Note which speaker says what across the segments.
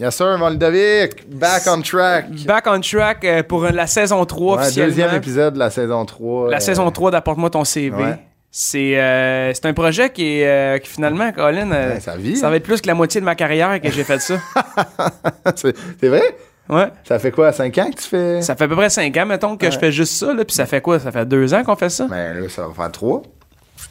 Speaker 1: Yes sir, Moldovic, back on track.
Speaker 2: Back on track euh, pour la saison 3
Speaker 1: Ouais,
Speaker 2: officiellement.
Speaker 1: deuxième épisode de la saison 3.
Speaker 2: La
Speaker 1: euh,
Speaker 2: saison 3 d'Apporte-moi ton CV.
Speaker 1: Ouais.
Speaker 2: C'est euh, c'est un projet qui, est, euh, qui finalement, Colin, euh,
Speaker 1: Ouais, ça vit. hein.
Speaker 2: va être plus que la moitié de ma carrière que j'ai fait ça.
Speaker 1: c'est c'est vrai?
Speaker 2: Ouais.
Speaker 1: Ça fait quoi, 5 ans que tu fais?
Speaker 2: Ça fait à peu près 5 ans, mettons, que je fais juste ça. Là, puis ça fait quoi? Ça fait 2 ans qu'on fait ça?
Speaker 1: Ben là, ça va faire 3.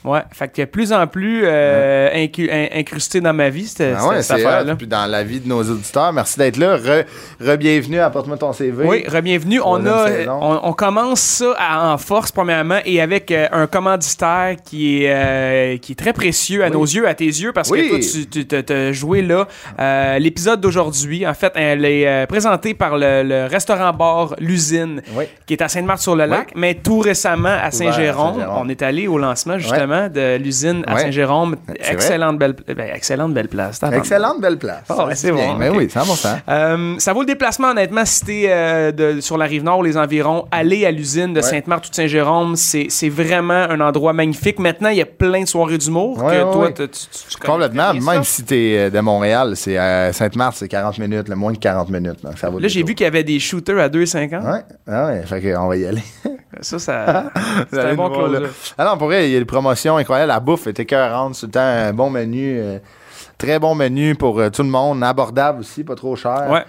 Speaker 2: Ouais. Fait que de plus en plus euh, incu- in- incrusté dans ma vie, cette,
Speaker 1: Ah ouais,
Speaker 2: cette
Speaker 1: c'est hot.
Speaker 2: affaire-là.
Speaker 1: Puis dans la vie de nos auditeurs, merci d'être là. Re- Re-bienvenue à Apporte-moi ton CV.
Speaker 2: Oui, re-bienvenue. On,
Speaker 1: Troisième
Speaker 2: a-
Speaker 1: saison.
Speaker 2: on, on commence ça à- en force, premièrement, et avec euh, un commanditaire qui est, euh, qui est très précieux à nos yeux, à tes yeux, parce
Speaker 1: Oui.
Speaker 2: que toi, tu- tu t'as- t'as joué là. Euh, L'épisode d'aujourd'hui, en fait, elle est euh, présentée par le, le restaurant-bar L'Usine,
Speaker 1: Oui.
Speaker 2: qui est à Sainte-Marthe-sur-le-Lac, mais tout récemment à Saint-Jérôme.
Speaker 1: Saint-Jérôme.
Speaker 2: on est allé au lancement, justement, de l'usine à
Speaker 1: Ouais.
Speaker 2: Saint-Jérôme.
Speaker 1: vrai.
Speaker 2: Excellente belle, ben, excellente belle place. tabarnak.
Speaker 1: Excellente belle place.
Speaker 2: Ah ouais,
Speaker 1: Ça,
Speaker 2: c'est bon,
Speaker 1: Mais
Speaker 2: ok.
Speaker 1: oui, ça bon sens.
Speaker 2: Euh, ça vaut le déplacement, honnêtement, si t'es euh, de- sur la rive nord, les environs, aller à l'usine de
Speaker 1: Ouais.
Speaker 2: Sainte-Marthe ou de Saint-Jérôme, c'est c'est vraiment un endroit magnifique. Maintenant, il y a plein de soirées d'humour
Speaker 1: Ouais,
Speaker 2: que
Speaker 1: ouais,
Speaker 2: toi,
Speaker 1: ouais.
Speaker 2: t'as- tu, tu- tu connais
Speaker 1: Complètement,
Speaker 2: bien ça.
Speaker 1: même si t'es euh, de Montréal, c'est euh, Sainte-Marthe, c'est 40 minutes, le moins de 40 minutes. Donc ça vaut
Speaker 2: Là, j'ai vu qu'il y avait des shooters à 2,50.
Speaker 1: Ouais, ah ouais, fait qu'on va y aller.
Speaker 2: Ça, ça c'est
Speaker 1: Hein? Allez
Speaker 2: un
Speaker 1: nous
Speaker 2: bon
Speaker 1: voir, là.
Speaker 2: close
Speaker 1: Ah non, pour vrai, il y a des promotions incroyables. La bouffe est écœurante, tout le temps, un bon menu. euh, Très bon menu pour euh, tout le monde, abordable aussi, pas trop cher.
Speaker 2: Ouais.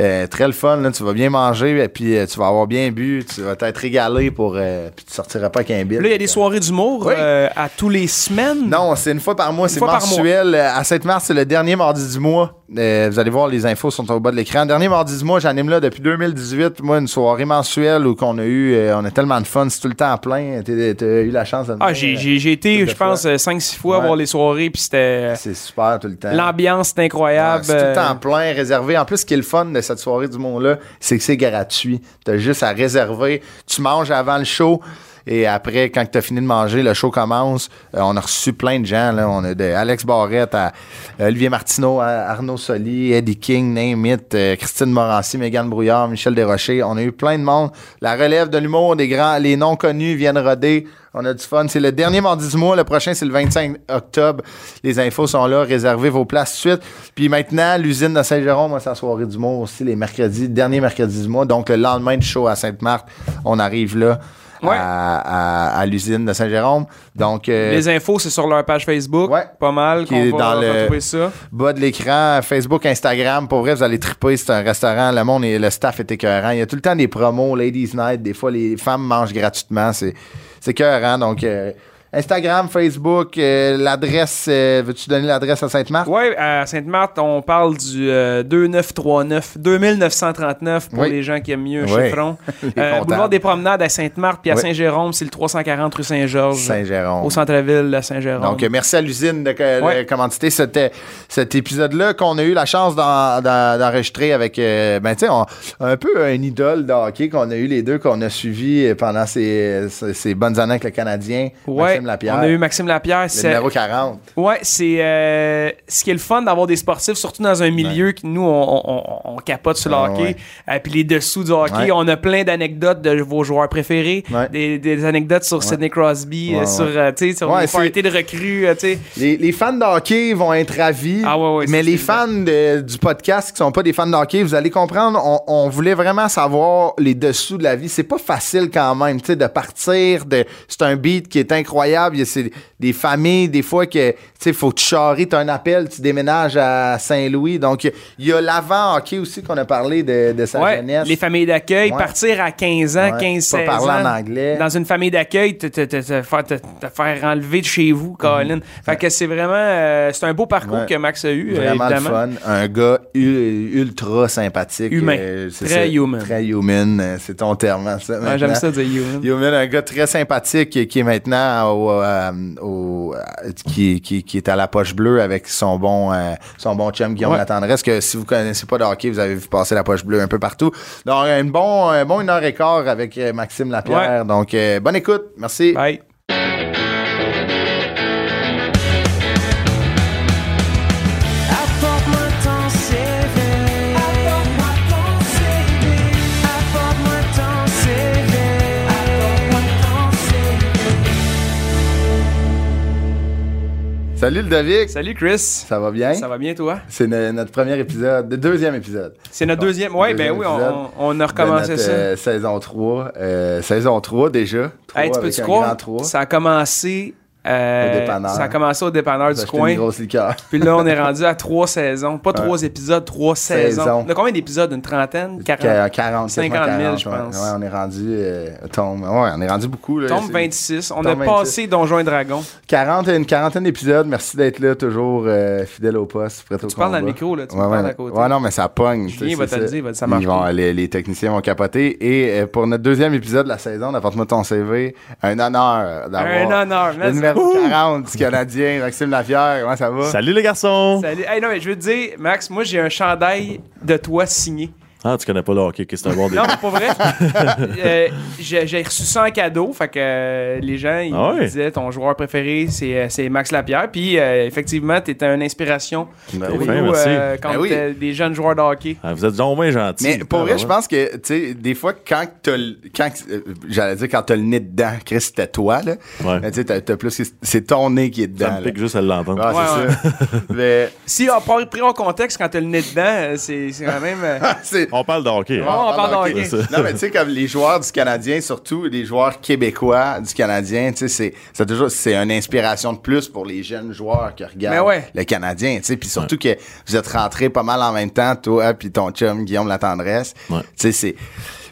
Speaker 1: Euh, très le fun, là, tu vas bien manger, et puis euh, tu vas avoir bien bu, tu vas t'être régalé pour. euh, puis tu sortiras pas qu'un bill.
Speaker 2: Là, il y a des soirées d'humour
Speaker 1: Oui.
Speaker 2: euh, à tous les semaines.
Speaker 1: Non, c'est une fois par mois, c'est
Speaker 2: fois par
Speaker 1: mensuel. Euh, À Sainte-Marthe, c'est le dernier mardi du mois. Euh, vous allez voir, les infos sont au bas de l'écran. Dernier mardi du mois, j'anime là depuis 2018. Moi, une soirée mensuelle où qu'on a eu, euh, on a tellement de fun, c'est tout le temps plein. T'es- T'as eu la chance de
Speaker 2: Ah,
Speaker 1: venir,
Speaker 2: j'ai-
Speaker 1: euh,
Speaker 2: j'ai j'ai été,
Speaker 1: Couple de
Speaker 2: je pense,
Speaker 1: fois.
Speaker 2: 5-6 fois
Speaker 1: Ouais.
Speaker 2: voir les soirées, puis c'était. euh,
Speaker 1: C'est super tout le temps.
Speaker 2: L'ambiance, euh, c'était
Speaker 1: Ah,
Speaker 2: incroyable.
Speaker 1: c'est tout le temps plein, réservé. En plus, ce qui est le fun de cette soirée du monde-là, c'est que c'est gratuit. T'as juste à réserver. Tu manges avant le show. Et après, quand t'as fini de manger, le show commence. Euh, on a reçu plein de gens. Là. On a de Alex Barrette à Olivier Martineau, à Arnaud Soli, Eddie King, Name It, euh, Christine Morancy, Mégane Brouillard, Michel Desrochers. On a eu plein de monde. La relève de l'humour, des grands, les non connus viennent roder. On a du fun. C'est le dernier mardi du mois. Le prochain, c'est le 25 octobre. Les infos sont là. Réservez vos places tout de suite. Puis maintenant, l'usine de Saint-Jérôme a sa soirée du mois aussi, les mercredis, dernier mercredi du mois. Donc, le lendemain du show à Sainte-Marthe, on arrive là.
Speaker 2: Ouais.
Speaker 1: À, à- à l'usine de Saint-Jérôme. Donc, euh,
Speaker 2: Les infos, c'est sur leur page Facebook.
Speaker 1: Ouais.
Speaker 2: Pas mal.
Speaker 1: Qui
Speaker 2: qu'on
Speaker 1: est
Speaker 2: va
Speaker 1: dans le-
Speaker 2: retrouver ça.
Speaker 1: bas de l'écran, Facebook, Instagram. Pour vrai, vous allez triper. C'est un restaurant. Le monde et le staff est écœurant. Il y a tout le temps des promos, Ladies Night. Des fois, les femmes mangent gratuitement. C'est c'est écœurant. Donc, euh, Instagram, Facebook, euh, l'adresse. euh, Veux-tu donner l'adresse à Sainte-Marthe?
Speaker 2: Oui, à Sainte-Marthe, on parle du euh, 2939, 2939 pour
Speaker 1: Oui.
Speaker 2: les gens qui aiment mieux un
Speaker 1: Oui.
Speaker 2: chiffron.
Speaker 1: Les
Speaker 2: Euh,
Speaker 1: comptables.
Speaker 2: boulevard des Promenades à Sainte-Marthe, puis à
Speaker 1: Oui.
Speaker 2: Saint-Jérôme, c'est le 340 rue Saint-Georges.
Speaker 1: Saint-Jérôme.
Speaker 2: Au centre-ville à Saint-Jérôme.
Speaker 1: Donc, euh, merci à l'usine de, co-
Speaker 2: Ouais.
Speaker 1: de commanditer cet, euh, cet épisode-là qu'on a eu la chance d'en- d'en- d'enregistrer avec, euh, ben, tu sais, on- un peu un idole de hockey qu'on a eu les deux, qu'on a suivi euh, pendant ces, ces- ces bonnes années avec le Canadien,
Speaker 2: Ouais,
Speaker 1: Maxime Lapierre.
Speaker 2: on a eu Maxime Lapierre.
Speaker 1: le
Speaker 2: c'est-
Speaker 1: numéro 40.
Speaker 2: Ouais, c'est euh, ce qui est le fun d'avoir des sportifs, surtout dans un milieu qui nous on, on- on- on capote sur le
Speaker 1: Ah,
Speaker 2: hockey,
Speaker 1: ouais.
Speaker 2: Euh, puis les dessous du hockey,
Speaker 1: Ouais.
Speaker 2: on a plein d'anecdotes de vos joueurs préférés,
Speaker 1: Ouais.
Speaker 2: des, des anecdotes sur Sidney Crosby, euh,
Speaker 1: Ouais,
Speaker 2: sur
Speaker 1: ouais.
Speaker 2: euh, tu sais sur
Speaker 1: Ouais,
Speaker 2: les
Speaker 1: c'est-
Speaker 2: parties de recrues, euh, tu sais.
Speaker 1: Les, les fans de hockey vont être ravis,
Speaker 2: Ah ouais, ouais,
Speaker 1: mais
Speaker 2: c'est-
Speaker 1: les
Speaker 2: c'est
Speaker 1: fans de- du podcast qui sont pas des fans de hockey, vous allez comprendre, on, on voulait vraiment savoir les dessous de la vie. C'est pas facile quand même, tu sais, de partir, de c'est un beat qui est incroyable. Il y a ces- des familles, des fois que, tu sais, faut que tu charries, t'as un appel, tu déménages à Saint-Louis. Donc, il y a l'avant-hockey aussi qu'on a parlé de, de sa
Speaker 2: Ouais,
Speaker 1: jeunesse.
Speaker 2: les familles d'accueil,
Speaker 1: Ouais.
Speaker 2: partir à 15 ans,
Speaker 1: Ouais,
Speaker 2: 15
Speaker 1: pas
Speaker 2: 16
Speaker 1: parler
Speaker 2: ans
Speaker 1: en anglais.
Speaker 2: dans une famille d'accueil, te, te- te- te faire, te- te faire enlever de chez vous, Colin. Fait que c'est vraiment euh, c'est un beau parcours
Speaker 1: Mhm. Ouais.
Speaker 2: que Max a eu euh,
Speaker 1: Vraiment le
Speaker 2: évidemment.
Speaker 1: fun. Un gars u- ultra sympathique. Euh,
Speaker 2: Humain.
Speaker 1: c'est
Speaker 2: Très
Speaker 1: ça.
Speaker 2: human.
Speaker 1: Très human. euh, C'est ton terme, hein, ça.
Speaker 2: Ouais,
Speaker 1: maintenant.
Speaker 2: J'aime ça dire you. hein.
Speaker 1: Human, un gars très sympathique qui est maintenant au au, euh, au- euh, qui, qui, qui est à la poche bleue avec son bon, euh, son bon chum Guillaume
Speaker 2: Ouais.
Speaker 1: La Tendresse, que si vous connaissez pas de hockey, vous avez vu passer la poche bleue un peu partout. Donc, un bon, un bon une heure et quart avec euh, Maxime Lapierre. Donc, euh, bonne écoute. Merci.
Speaker 2: Bye.
Speaker 3: Apporte-moi ton CV. Apporte-moi ton CV. Apporte-moi ton CV. Apporte-moi ton CV.
Speaker 1: Salut Ludovic.
Speaker 2: Salut Chris.
Speaker 1: Ça va bien?
Speaker 2: Ça va bien toi?
Speaker 1: C'est no- notre premier épisode, de deuxième épisode.
Speaker 2: C'est notre deuxième. Ouais, ben
Speaker 1: Deuxième
Speaker 2: oui,
Speaker 1: épisode
Speaker 2: on, on a
Speaker 1: de
Speaker 2: recommencé
Speaker 1: notre,
Speaker 2: ça.
Speaker 1: euh, saison 3. euh, saison 3 déjà. Trois
Speaker 2: Hey, tu
Speaker 1: avec
Speaker 2: peux-tu
Speaker 1: un
Speaker 2: croire?
Speaker 1: grand trois.
Speaker 2: Ça a commencé. euh,
Speaker 1: Au dépanneur.
Speaker 2: ça a commencé au dépanneur du
Speaker 1: Acheter
Speaker 2: coin.
Speaker 1: une grosse liqueur.
Speaker 2: Puis là, on est rendu à trois saisons. Pas trois épisodes, trois saisons.
Speaker 1: Saisons.
Speaker 2: On a combien d'épisodes? Une trentaine? 40?
Speaker 1: 40, 40
Speaker 2: 50 000, je
Speaker 1: ouais.
Speaker 2: pense.
Speaker 1: Ouais, on est rendu euh, tombe, ouais, on est rendu beaucoup là.
Speaker 2: Tombe
Speaker 1: C'est
Speaker 2: 26. On
Speaker 1: Tombe 26.
Speaker 2: a passé Donjon et Dragon.
Speaker 1: 40 une quarantaine d'épisodes. Merci d'être là toujours euh, fidèle au poste, prêt au
Speaker 2: Tu parles dans le
Speaker 1: combat.
Speaker 2: micro, là. Tu
Speaker 1: Ouais,
Speaker 2: me parles
Speaker 1: ouais.
Speaker 2: à côté.
Speaker 1: Ouais, non, mais ça pogne. tu
Speaker 2: Julien
Speaker 1: sais,
Speaker 2: va
Speaker 1: c'est
Speaker 2: te le dire, il va dire, ça marche
Speaker 1: Ils vont-
Speaker 2: pas.
Speaker 1: les, les techniciens vont capoter. Et euh, pour notre deuxième épisode de la saison, d'apporte-moi ton CV, un honneur d'avoir
Speaker 2: Un honneur,
Speaker 1: le
Speaker 2: merci.
Speaker 1: numéro 40 du Canadien, Maxime Lafière. Comment ça va?
Speaker 4: Salut les garçons!
Speaker 2: Salut. Hey, non, mais je veux te dire, Max, moi, j'ai un chandail de toi signé.
Speaker 4: Ah, tu connais pas le hockey, qu'est-ce que c'est un bon
Speaker 2: Non,
Speaker 4: début.
Speaker 2: mais pas vrai. Euh, j'ai j'ai reçu ça en cadeau. Fait que euh, les gens, ils
Speaker 4: Ah ouais?
Speaker 2: disaient ton joueur préféré, c'est euh, c'est Max Lapierre. Puis euh, effectivement, tu étais une inspiration
Speaker 1: Ben
Speaker 2: pour
Speaker 4: oui.
Speaker 2: nous
Speaker 4: merci.
Speaker 2: euh, quand
Speaker 1: Ben oui.
Speaker 2: t'étais des jeunes joueurs de hockey.
Speaker 4: Ah, vous êtes donc bien gentils.
Speaker 1: Mais pour
Speaker 4: Ah,
Speaker 1: vrai,
Speaker 4: ouais.
Speaker 1: je pense que, tu sais, des fois, quand t'as le- quand euh, j'allais dire quand t'as le nez dedans, Chris, c'était toi, là.
Speaker 4: Ouais.
Speaker 1: Mais tu sais, t'as- t'as plus, c'est ton nez qui est dedans.
Speaker 4: Ça me
Speaker 1: là.
Speaker 4: pique juste à l'entendre.
Speaker 1: Ah,
Speaker 2: Ouais,
Speaker 1: c'est ça. Mais,
Speaker 2: Si on part pris en contexte quand t'as le nez dedans, euh, c'est c'est quand même. euh,
Speaker 1: c'est- Ah.
Speaker 4: On parle de hockey. hein?
Speaker 2: on parle
Speaker 1: Pardon, ok.
Speaker 2: de hockey.
Speaker 4: C'est ça.
Speaker 1: Non, mais tu sais, comme les joueurs du Canadien, surtout les joueurs québécois du Canadien, tu sais, c'est, c'est toujours, c'est une inspiration de plus pour les jeunes joueurs qui regardent
Speaker 2: Mais ouais.
Speaker 1: le Canadien, tu sais. Puis surtout que vous êtes rentrés pas mal en même temps, toi, hein, puis ton chum Guillaume Latendresse.
Speaker 4: Ouais.
Speaker 1: Tu sais, c'est.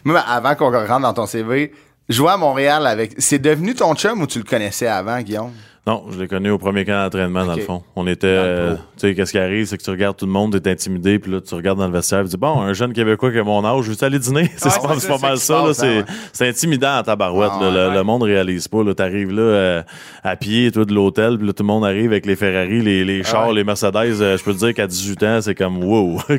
Speaker 1: Moi, avant qu'on rentre dans ton CV, jouer à Montréal avec. C'est devenu ton chum ou tu le connaissais avant, Guillaume?
Speaker 4: Non, je l'ai connu au premier camp d'entraînement, dans
Speaker 1: Ok.
Speaker 4: le fond. On était.
Speaker 1: le
Speaker 4: euh,
Speaker 1: pro.
Speaker 4: tu sais, qu'est-ce qui arrive, c'est que tu regardes tout le monde, t'es intimidé, puis là, tu regardes dans le vestiaire, tu dis, bon, un jeune Québécois qui a mon âge, je veux aller dîner. c'est
Speaker 2: Ouais,
Speaker 4: c'est pas,
Speaker 2: c'est
Speaker 4: c'est
Speaker 2: ça,
Speaker 4: pas mal
Speaker 1: c'est
Speaker 4: ça,
Speaker 1: qui
Speaker 4: là.
Speaker 1: se passe, hein,
Speaker 4: C'est
Speaker 1: ouais.
Speaker 4: c'est intimidant en tabarouette,
Speaker 1: Ah,
Speaker 4: là. le,
Speaker 1: ouais.
Speaker 4: le monde réalise pas, là. T'arrives, là, euh, à pied, toi, de l'hôtel, puis là, tout le monde arrive avec les Ferrari, les,
Speaker 1: Ah,
Speaker 4: les chars, les Mercedes. Euh, je peux te dire qu'à 18 ans, c'est comme, wow.
Speaker 1: Ah ouais,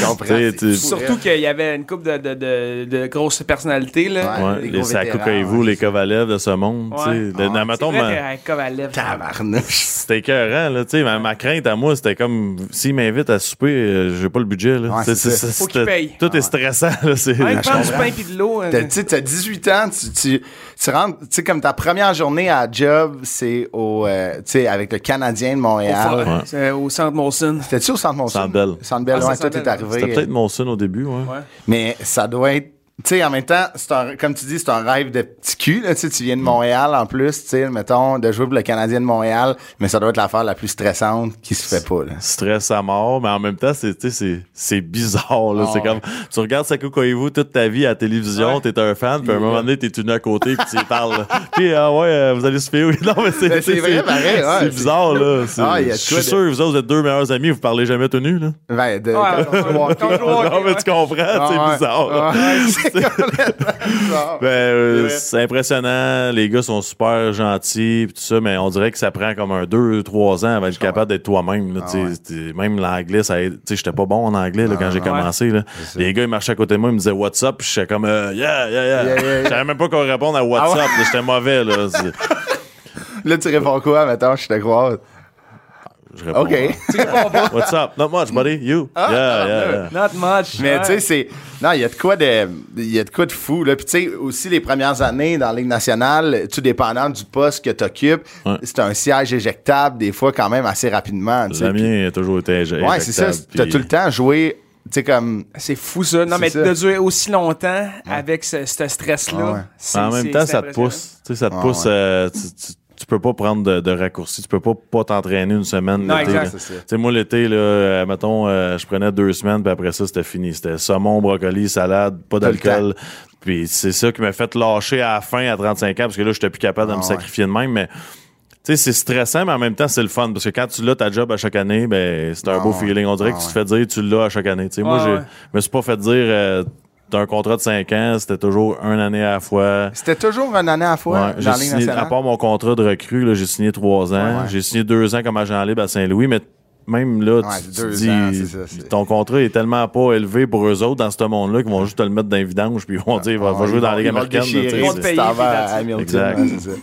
Speaker 1: je comprends.
Speaker 4: Tu sais,
Speaker 1: C'est
Speaker 4: tu-
Speaker 1: fou.
Speaker 2: Surtout qu'il y avait une couple de, de- de- de grosses personnalités. Là.
Speaker 1: Ouais,
Speaker 4: Ouais,
Speaker 1: les
Speaker 4: les,
Speaker 1: gros vétérans,
Speaker 4: Sakoukaïvou,
Speaker 1: ouais.
Speaker 4: les Kovalev de ce monde. tu sais.
Speaker 2: Ouais.
Speaker 4: Le-
Speaker 1: Ah,
Speaker 4: non, mettons,
Speaker 2: c'est
Speaker 4: ma-
Speaker 2: vrai, qu'à- qu'à Valève,
Speaker 1: Tabarnouche.
Speaker 4: c'était écœurant, là, tu sais. Ma, ma crainte à moi, c'était comme, s'ils m'invitent à souper, euh, j'ai pas le budget, là.
Speaker 1: Ouais,
Speaker 4: Tu sais,
Speaker 1: c'est ça. Ah
Speaker 4: c'est-
Speaker 2: Faut qu'ils
Speaker 4: c'était-
Speaker 2: payent.
Speaker 4: Tout est stressant, là. C'est,
Speaker 2: Hein, prends du
Speaker 1: comprends.
Speaker 2: pain puis de l'eau. hein.
Speaker 1: T'as- Tu sais, t'as 18 ans, tu, tu, tu rentres, tu sais, comme ta première journée à job, c'est au, euh, tu sais, avec le Canadien de
Speaker 2: Au fort,
Speaker 1: Montréal.
Speaker 4: Ouais.
Speaker 2: c'est au centre Molson.
Speaker 1: T'étais-tu au Centre Monson?
Speaker 4: Centre Bell.
Speaker 1: Centre Bell,
Speaker 2: Ah,
Speaker 1: ouais,
Speaker 2: c'est
Speaker 1: toi,
Speaker 2: Centre
Speaker 1: t'es
Speaker 2: Bell,
Speaker 4: c'était
Speaker 1: arrivé.
Speaker 4: peut-être mon son au début, ouais.
Speaker 2: Ouais.
Speaker 1: Mais ça doit être, tu sais, en même temps, c'est un, comme tu dis, c'est un rêve de petit cul, là, tu sais, tu viens de Montréal en plus, tu sais, mettons, de jouer pour le Canadien de Montréal, mais ça doit être l'affaire la plus stressante qui se fait pas, là.
Speaker 4: Stress à mort, mais en même temps, c'est, tu sais, c'est, c'est bizarre, là.
Speaker 1: Ah,
Speaker 4: c'est comme, tu regardes Sakou Koivu toute ta vie à la télévision,
Speaker 2: Ouais.
Speaker 4: t'es un fan, puis à un moment donné, t'es tout nu à côté, puis tu y parles, là. Puis, ah ouais, euh, vous allez se faire où? Non, mais c'est,
Speaker 1: Mais Ben, c'est
Speaker 4: tu sais,
Speaker 1: vrai, pareil, ouais, c'est-
Speaker 4: c'est bizarre, là. C'est-
Speaker 1: Ah, il y a
Speaker 4: je
Speaker 1: de
Speaker 4: suis
Speaker 1: quoi de-
Speaker 4: sûr, vous autres, vous êtes deux meilleurs amis, vous parlez jamais tout nu, là.
Speaker 1: Ben, de,
Speaker 2: Ouais,
Speaker 1: quand on joue au hockey.
Speaker 2: quand on joue au hockey,
Speaker 4: non, mais
Speaker 2: ouais.
Speaker 4: tu comprends,
Speaker 1: Ah, ouais.
Speaker 4: c'est bizarre. là.
Speaker 1: Ouais, c'est complètement bizarre. C'est
Speaker 4: Ben, euh,
Speaker 1: vrai.
Speaker 4: c'est impressionnant, les gars sont super gentils, pis tout ça, mais on dirait que ça prend comme un 2-3 ans avant d'être capable d'être toi-même. là,
Speaker 1: Ah
Speaker 4: tu sais, t'es- Même l'anglais, ça aide. Tu sais, j'étais pas bon en anglais
Speaker 1: Ah
Speaker 4: là, quand j'ai commencé. Là. Les gars, ils marchaient à côté de moi, ils me disaient What's up, pis j'étais comme euh, Yeah, yeah, yeah.
Speaker 1: Yeah, yeah, yeah.
Speaker 4: Je savais même pas qu'on répondre à What's
Speaker 1: Ah ouais?
Speaker 4: up, là, j'étais mauvais. Là. C'est-
Speaker 1: Là, tu réponds quoi, mettons, je te crois.
Speaker 4: Je réponds,
Speaker 1: OK. Ah,
Speaker 4: What's up? Not much, buddy. You. yeah, yeah, yeah.
Speaker 2: Not much.
Speaker 1: Mais
Speaker 2: ouais.
Speaker 1: tu sais, c'est. Non, il y a de quoi de. Il y a de quoi de fou. Là. Puis tu sais, aussi les premières années dans la Ligue nationale, tout dépendant du poste que tu occupes,
Speaker 4: Ouais.
Speaker 1: c'est un siège éjectable, des fois quand même assez rapidement. tu sais.
Speaker 4: Le mien a toujours été
Speaker 1: Puis- Ouais, c'est ça. T'as tout le temps joué. Tu sais, comme.
Speaker 2: C'est fou ça. Non,
Speaker 1: C'est
Speaker 2: mais
Speaker 1: ça.
Speaker 2: de durer aussi longtemps avec ce, ce stress-là.
Speaker 1: Ah ouais.
Speaker 2: c'est-
Speaker 4: Mais en même
Speaker 2: c'est-
Speaker 4: temps,
Speaker 2: c'est
Speaker 4: ça te
Speaker 2: impressionnant.
Speaker 4: pousse. Tu sais, ça te
Speaker 1: Ah
Speaker 4: pousse.
Speaker 1: ouais.
Speaker 4: euh, tu, tu, tu peux pas prendre de, de raccourcis. Tu peux pas pas t'entraîner une semaine.
Speaker 2: Non,
Speaker 4: l'été,
Speaker 2: exact.
Speaker 4: là.
Speaker 1: C'est ça.
Speaker 4: Tu sais, moi, l'été, là, euh, mettons, euh, je prenais deux semaines, puis après ça, c'était fini. C'était saumon, brocoli, salade, pas
Speaker 1: T'as le
Speaker 4: d'alcool. Puis c'est ça qui m'a fait lâcher à la fin à 35 ans, parce que là, j'étais plus capable de
Speaker 1: Ah
Speaker 4: me
Speaker 1: ouais.
Speaker 4: sacrifier de même. Mais tu sais, c'est stressant, mais en même temps, c'est le fun. Parce que quand tu l'as ta job à chaque année, ben, c'est un
Speaker 1: Ah
Speaker 4: beau
Speaker 1: ouais.
Speaker 4: feeling. On dirait
Speaker 1: Ah
Speaker 4: que tu te
Speaker 1: ouais.
Speaker 4: fais dire tu l'as à chaque année. Tu sais, moi,
Speaker 2: Ah
Speaker 4: je
Speaker 2: ouais.
Speaker 4: me suis pas fait dire euh, T'as un contrat de 5 ans, c'était toujours une année à la fois.
Speaker 1: C'était toujours une année à la fois
Speaker 4: Ouais,
Speaker 1: dans
Speaker 4: j'ai
Speaker 1: la Ligue
Speaker 4: signé, à
Speaker 1: nationale.
Speaker 4: part mon contrat de recrue, là, j'ai signé trois ans.
Speaker 1: Ouais, ouais.
Speaker 4: J'ai signé deux ans comme agent libre à Saint-Louis, mais même là, tu-
Speaker 1: Ouais,
Speaker 4: tu,
Speaker 1: deux
Speaker 4: dis,
Speaker 1: ans, c'est ça, c'est-
Speaker 4: ton contrat est tellement pas élevé pour eux autres dans ce monde-là qu'ils vont juste te le mettre dans les vidanges puis ils vont dire, va, va
Speaker 1: Ouais,
Speaker 4: jouer
Speaker 1: Ah, ils
Speaker 4: dans
Speaker 1: vont-
Speaker 4: la Ligue
Speaker 1: ils vont le
Speaker 4: américaine. là,
Speaker 1: déchirer,
Speaker 4: tu sais,
Speaker 2: Ils vont
Speaker 4: c'est-
Speaker 2: te
Speaker 1: si
Speaker 2: payer,
Speaker 1: t'en
Speaker 2: puis
Speaker 1: vas à
Speaker 2: that's it.
Speaker 1: Hamilton,
Speaker 4: Exact.
Speaker 1: ouais, c'est ça.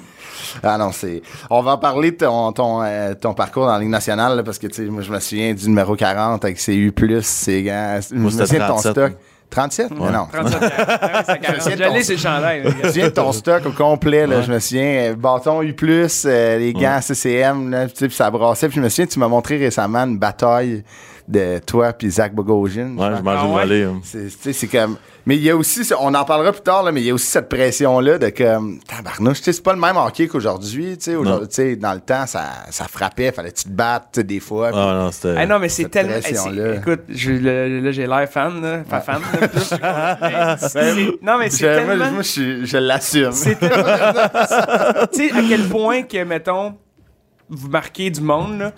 Speaker 1: Ah non, c'est. On va en parler de ton, ton, euh, ton parcours dans la Ligue nationale, là, parce que tu sais, moi je me souviens du numéro 40 avec ses U, ses gants. Je me
Speaker 4: c'était
Speaker 1: souviens de ton
Speaker 4: 37.
Speaker 1: stock. 37? Mais non.
Speaker 2: 37 ans. J'allais sur le chandail. les
Speaker 1: Je
Speaker 2: gars.
Speaker 1: me souviens de ton stock au complet, là, je me souviens, euh, bâton U+, euh, les gants CCM, là, tu sais, puis ça brassait. Puis je me souviens, tu m'as montré récemment une bataille de toi puis Zach Bogosian.
Speaker 4: Ouais, je mange
Speaker 2: Ah
Speaker 4: une
Speaker 2: ouais?
Speaker 4: volée. hein.
Speaker 1: C'est, tu sais, c'est comme. Mais il y a aussi, ce- on en parlera plus tard, là, mais il y a aussi cette pression-là de comme, tabarnouche, tu sais, c'est pas le même hockey qu'aujourd'hui, tu sais. aujourd'hui, tu sais, dans le temps, ça, ça frappait, fallait-tu te battre, tu sais, des fois. puis-
Speaker 4: Ah non, c'était.
Speaker 2: Ah non, mais c'est
Speaker 1: Cette
Speaker 2: tellement. eh,
Speaker 1: pression-là.
Speaker 2: c'est- Écoute, je- le- là, j'ai l'air fan, là. Pas fan, là, plus. Eh, c'est- Non, mais
Speaker 1: Je-
Speaker 2: c'est
Speaker 1: moi,
Speaker 2: tellement.
Speaker 1: moi, je, suis- je l'assume.
Speaker 2: C'est tellement- tu sais, à quel point que, mettons, vous marquez du monde, là.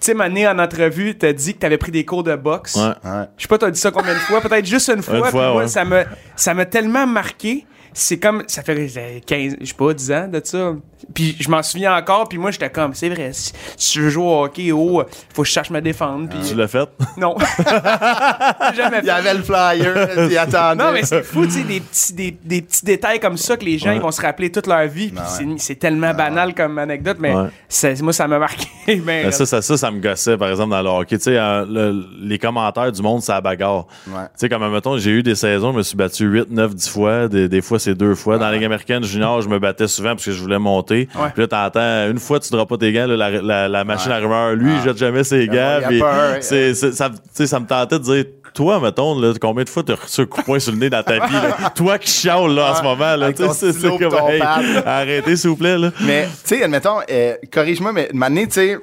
Speaker 2: Tu sais, Mané, en entrevue, t'as dit que t'avais pris des cours de boxe.
Speaker 4: Ouais.
Speaker 1: Ouais.
Speaker 2: Je sais pas, t'as dit ça combien de fois, peut-être juste une fois.
Speaker 4: Une
Speaker 2: puis
Speaker 4: fois,
Speaker 2: moi,
Speaker 4: ouais.
Speaker 2: ça me ça m'a tellement marqué. C'est comme ça fait euh, 15, je sais pas 10 ans de ça. Puis je m'en souviens encore. Puis moi, j'étais comme, c'est vrai. Si, si je veux jouer au hockey, oh, faut que je cherche me défendre. Puis
Speaker 4: Tu l'as fait?
Speaker 2: non, J'ai jamais
Speaker 1: Il
Speaker 2: fait.
Speaker 1: y avait le flyer, il attendait.
Speaker 2: Non, mais c'est fou, tu sais, des petits, des, des petits détails comme ça que les gens
Speaker 4: Ouais.
Speaker 2: ils vont se rappeler toute leur vie. Puis
Speaker 1: Ben ouais.
Speaker 2: c'est- c'est tellement banal comme anecdote, mais
Speaker 4: Ouais.
Speaker 2: ça- moi, ça m'a marqué. ben,
Speaker 4: Ben, ça, ça, ça, ça me gossait, par exemple, dans le hockey. Tu sais, euh, le- les commentaires du monde, c'est la bagarre. Tu
Speaker 1: Ouais.
Speaker 4: sais, comme, mettons, j'ai eu des saisons, je me suis battu 8, 9, 10 fois. Des, des fois, c'est deux fois. Dans la Ligue américaine junior, je me battais souvent parce que je voulais monter.
Speaker 2: Ouais.
Speaker 4: Puis là, t'entends, une fois, tu ne pas tes gants, là, la, la- la machine à rumeur, lui, il jette jamais ses
Speaker 1: Ah.
Speaker 4: gants.
Speaker 1: il a
Speaker 4: puis
Speaker 1: peur.
Speaker 4: c'est- c'est- ça, tu sais, ça me tentait de dire, toi, mettons, là, combien de fois tu as reçu un coup de poing sur le nez dans ta vie? là? toi qui chiales, là, en ce moment, là.
Speaker 1: Avec
Speaker 4: Tu sais,
Speaker 1: ton
Speaker 4: c'est c'est
Speaker 1: stylo
Speaker 4: comme,
Speaker 1: pis ton
Speaker 4: hey,
Speaker 1: pad.
Speaker 4: arrêtez, s'il vous plaît, là.
Speaker 1: Mais, tu sais, admettons, euh, corrige-moi, mais une année, tu sais,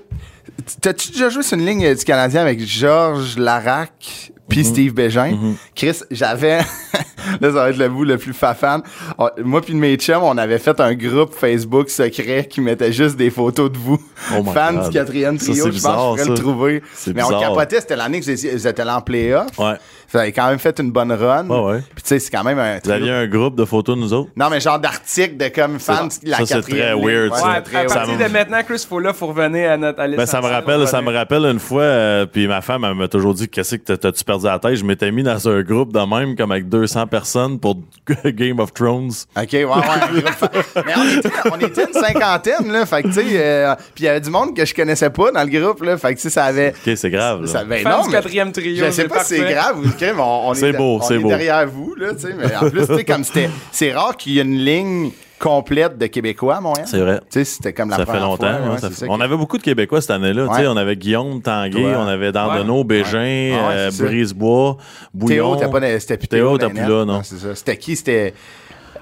Speaker 1: t'as-tu déjà joué sur une ligne euh, du Canadien avec Georges Larac puis
Speaker 4: Mhm.
Speaker 1: Steve Bégin? Chris, j'avais... Là, ça va être le bout le plus fafan. On- Moi puis mes chums, on avait fait un groupe Facebook secret qui mettait juste des photos de vous.
Speaker 4: Oh my
Speaker 1: fans
Speaker 4: God.
Speaker 1: du quatrième
Speaker 4: Ça,
Speaker 1: trio,
Speaker 4: c'est
Speaker 1: je pense
Speaker 4: bizarre,
Speaker 1: que je pourrais
Speaker 4: ça.
Speaker 1: le trouver.
Speaker 4: C'est
Speaker 1: Mais on
Speaker 4: bizarre.
Speaker 1: capotait, c'était l'année que vous étiez- vous étiez allé en playoff.
Speaker 4: Ouais.
Speaker 1: Vous avez quand même fait une bonne run.
Speaker 4: Ouais, ouais.
Speaker 1: Puis tu sais, c'est quand même un
Speaker 4: Vous
Speaker 1: trio
Speaker 4: aviez un groupe de photos, de nous autres?
Speaker 1: non, mais genre d'article de comme fans
Speaker 4: Ça,
Speaker 1: de la
Speaker 4: ça, c'est
Speaker 1: quatrième
Speaker 4: très
Speaker 1: ligne.
Speaker 4: weird, ça.
Speaker 2: ouais, à
Speaker 4: très- ça
Speaker 2: partir
Speaker 4: me-
Speaker 2: de maintenant, Chris, faut là, faut revenir à notre. à
Speaker 4: Ben, ça me
Speaker 2: l'essentiel,
Speaker 4: rappelle,
Speaker 2: on
Speaker 4: ça me
Speaker 2: revenir.
Speaker 4: rappelle une fois, euh, puis ma femme elle m'a toujours dit qu'est-ce que t'as- t'as-tu perdu la tête. Je m'étais mis dans un groupe de même comme avec 200 personnes pour Game of Thrones.
Speaker 1: OK, ouais, ouais. un groupe fan. Mais on était, on était une cinquantaine, là. Fait que, tu sais, euh, puis il y avait du monde que je connaissais pas dans le groupe, là. Fait que, tu sais, ça avait.
Speaker 4: Ok, c'est grave. là.
Speaker 1: Ça, ben
Speaker 2: Fans
Speaker 1: non,
Speaker 2: du
Speaker 1: mais
Speaker 2: quatrième trio,
Speaker 1: Je sais
Speaker 2: c'est
Speaker 1: pas si c'est
Speaker 2: parfait.
Speaker 1: grave ou le crime. On, on
Speaker 4: C'est
Speaker 1: de-
Speaker 4: beau,
Speaker 1: on
Speaker 4: c'est beau.
Speaker 1: derrière vous, là, tu sais. Mais en plus, tu sais, comme c'était. C'est rare qu'il y ait une ligne complète de Québécois à Montréal.
Speaker 4: C'est vrai.
Speaker 1: Tu sais, c'était comme la
Speaker 4: Ça fait
Speaker 1: première
Speaker 4: longtemps.
Speaker 1: fois,
Speaker 4: hein,
Speaker 1: ouais,
Speaker 4: ça
Speaker 1: c'est
Speaker 4: fait-
Speaker 1: ça
Speaker 4: On
Speaker 1: que-
Speaker 4: avait beaucoup de Québécois cette année-là. tu sais,
Speaker 1: Ouais.
Speaker 4: On avait Guillaume Tanguay,
Speaker 1: Toi.
Speaker 4: on avait Dandonneau, Bégin,
Speaker 1: Ah ouais,
Speaker 4: euh,
Speaker 1: c'est ça.
Speaker 4: Brisebois, Bouillon. euh,
Speaker 1: Théo, t'as pas. C'était plus
Speaker 4: Théo,
Speaker 1: Théo
Speaker 4: t'as plus là, non.
Speaker 1: C'est ça. C'était qui? C'était.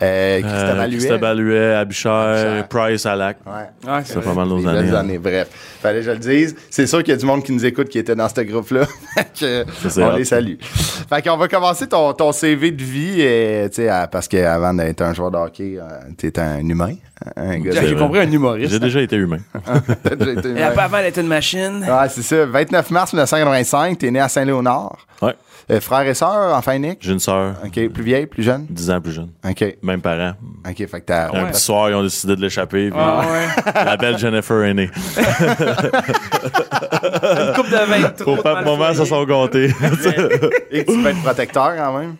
Speaker 1: Euh, Christophe
Speaker 4: euh,
Speaker 1: Alluel.
Speaker 4: Christophe Huet, Abichard,
Speaker 1: Abichard.
Speaker 4: Price, Alac.
Speaker 1: Ouais.
Speaker 2: Ouais,
Speaker 4: Ça fait pas mal
Speaker 1: Des
Speaker 4: nos
Speaker 1: belles
Speaker 4: années. hein.
Speaker 1: années, bref. Fallait que je le dise. C'est sûr qu'il y a du monde qui nous écoute qui était dans ce groupe-là. Fait que,
Speaker 4: c'est
Speaker 1: on
Speaker 4: hot.
Speaker 1: les salue. Fait qu'on va commencer ton, ton CV de vie, euh, tu sais, à- parce qu'avant d'être un joueur de hockey, tu t'es un humain. hein, Un gars
Speaker 2: J'ai
Speaker 4: C'est vrai.
Speaker 2: compris un humoriste.
Speaker 4: J'ai déjà été humain.
Speaker 1: T'as déjà été
Speaker 2: Elle a
Speaker 1: humain.
Speaker 2: pas avant d'être une machine.
Speaker 1: Ouais, c'est ça. 29 mars 1985, t'es né à Saint-Léonard.
Speaker 4: Ouais.
Speaker 1: Euh, frère et sœur, enfin Nick.
Speaker 4: J'ai une sœur,
Speaker 1: OK, plus vieille, plus jeune.
Speaker 4: 10 ans plus jeune.
Speaker 1: OK,
Speaker 4: Même parent.
Speaker 1: OK, fait que t'as...
Speaker 4: Un petit soir, ils ont décidé de l'échapper. puis-
Speaker 2: Ah ouais.
Speaker 4: La belle Jennifer est née.
Speaker 2: Une coupe de 23.
Speaker 4: Au pape moment, ça sont comptés.
Speaker 1: Et tu peux être protecteur quand même.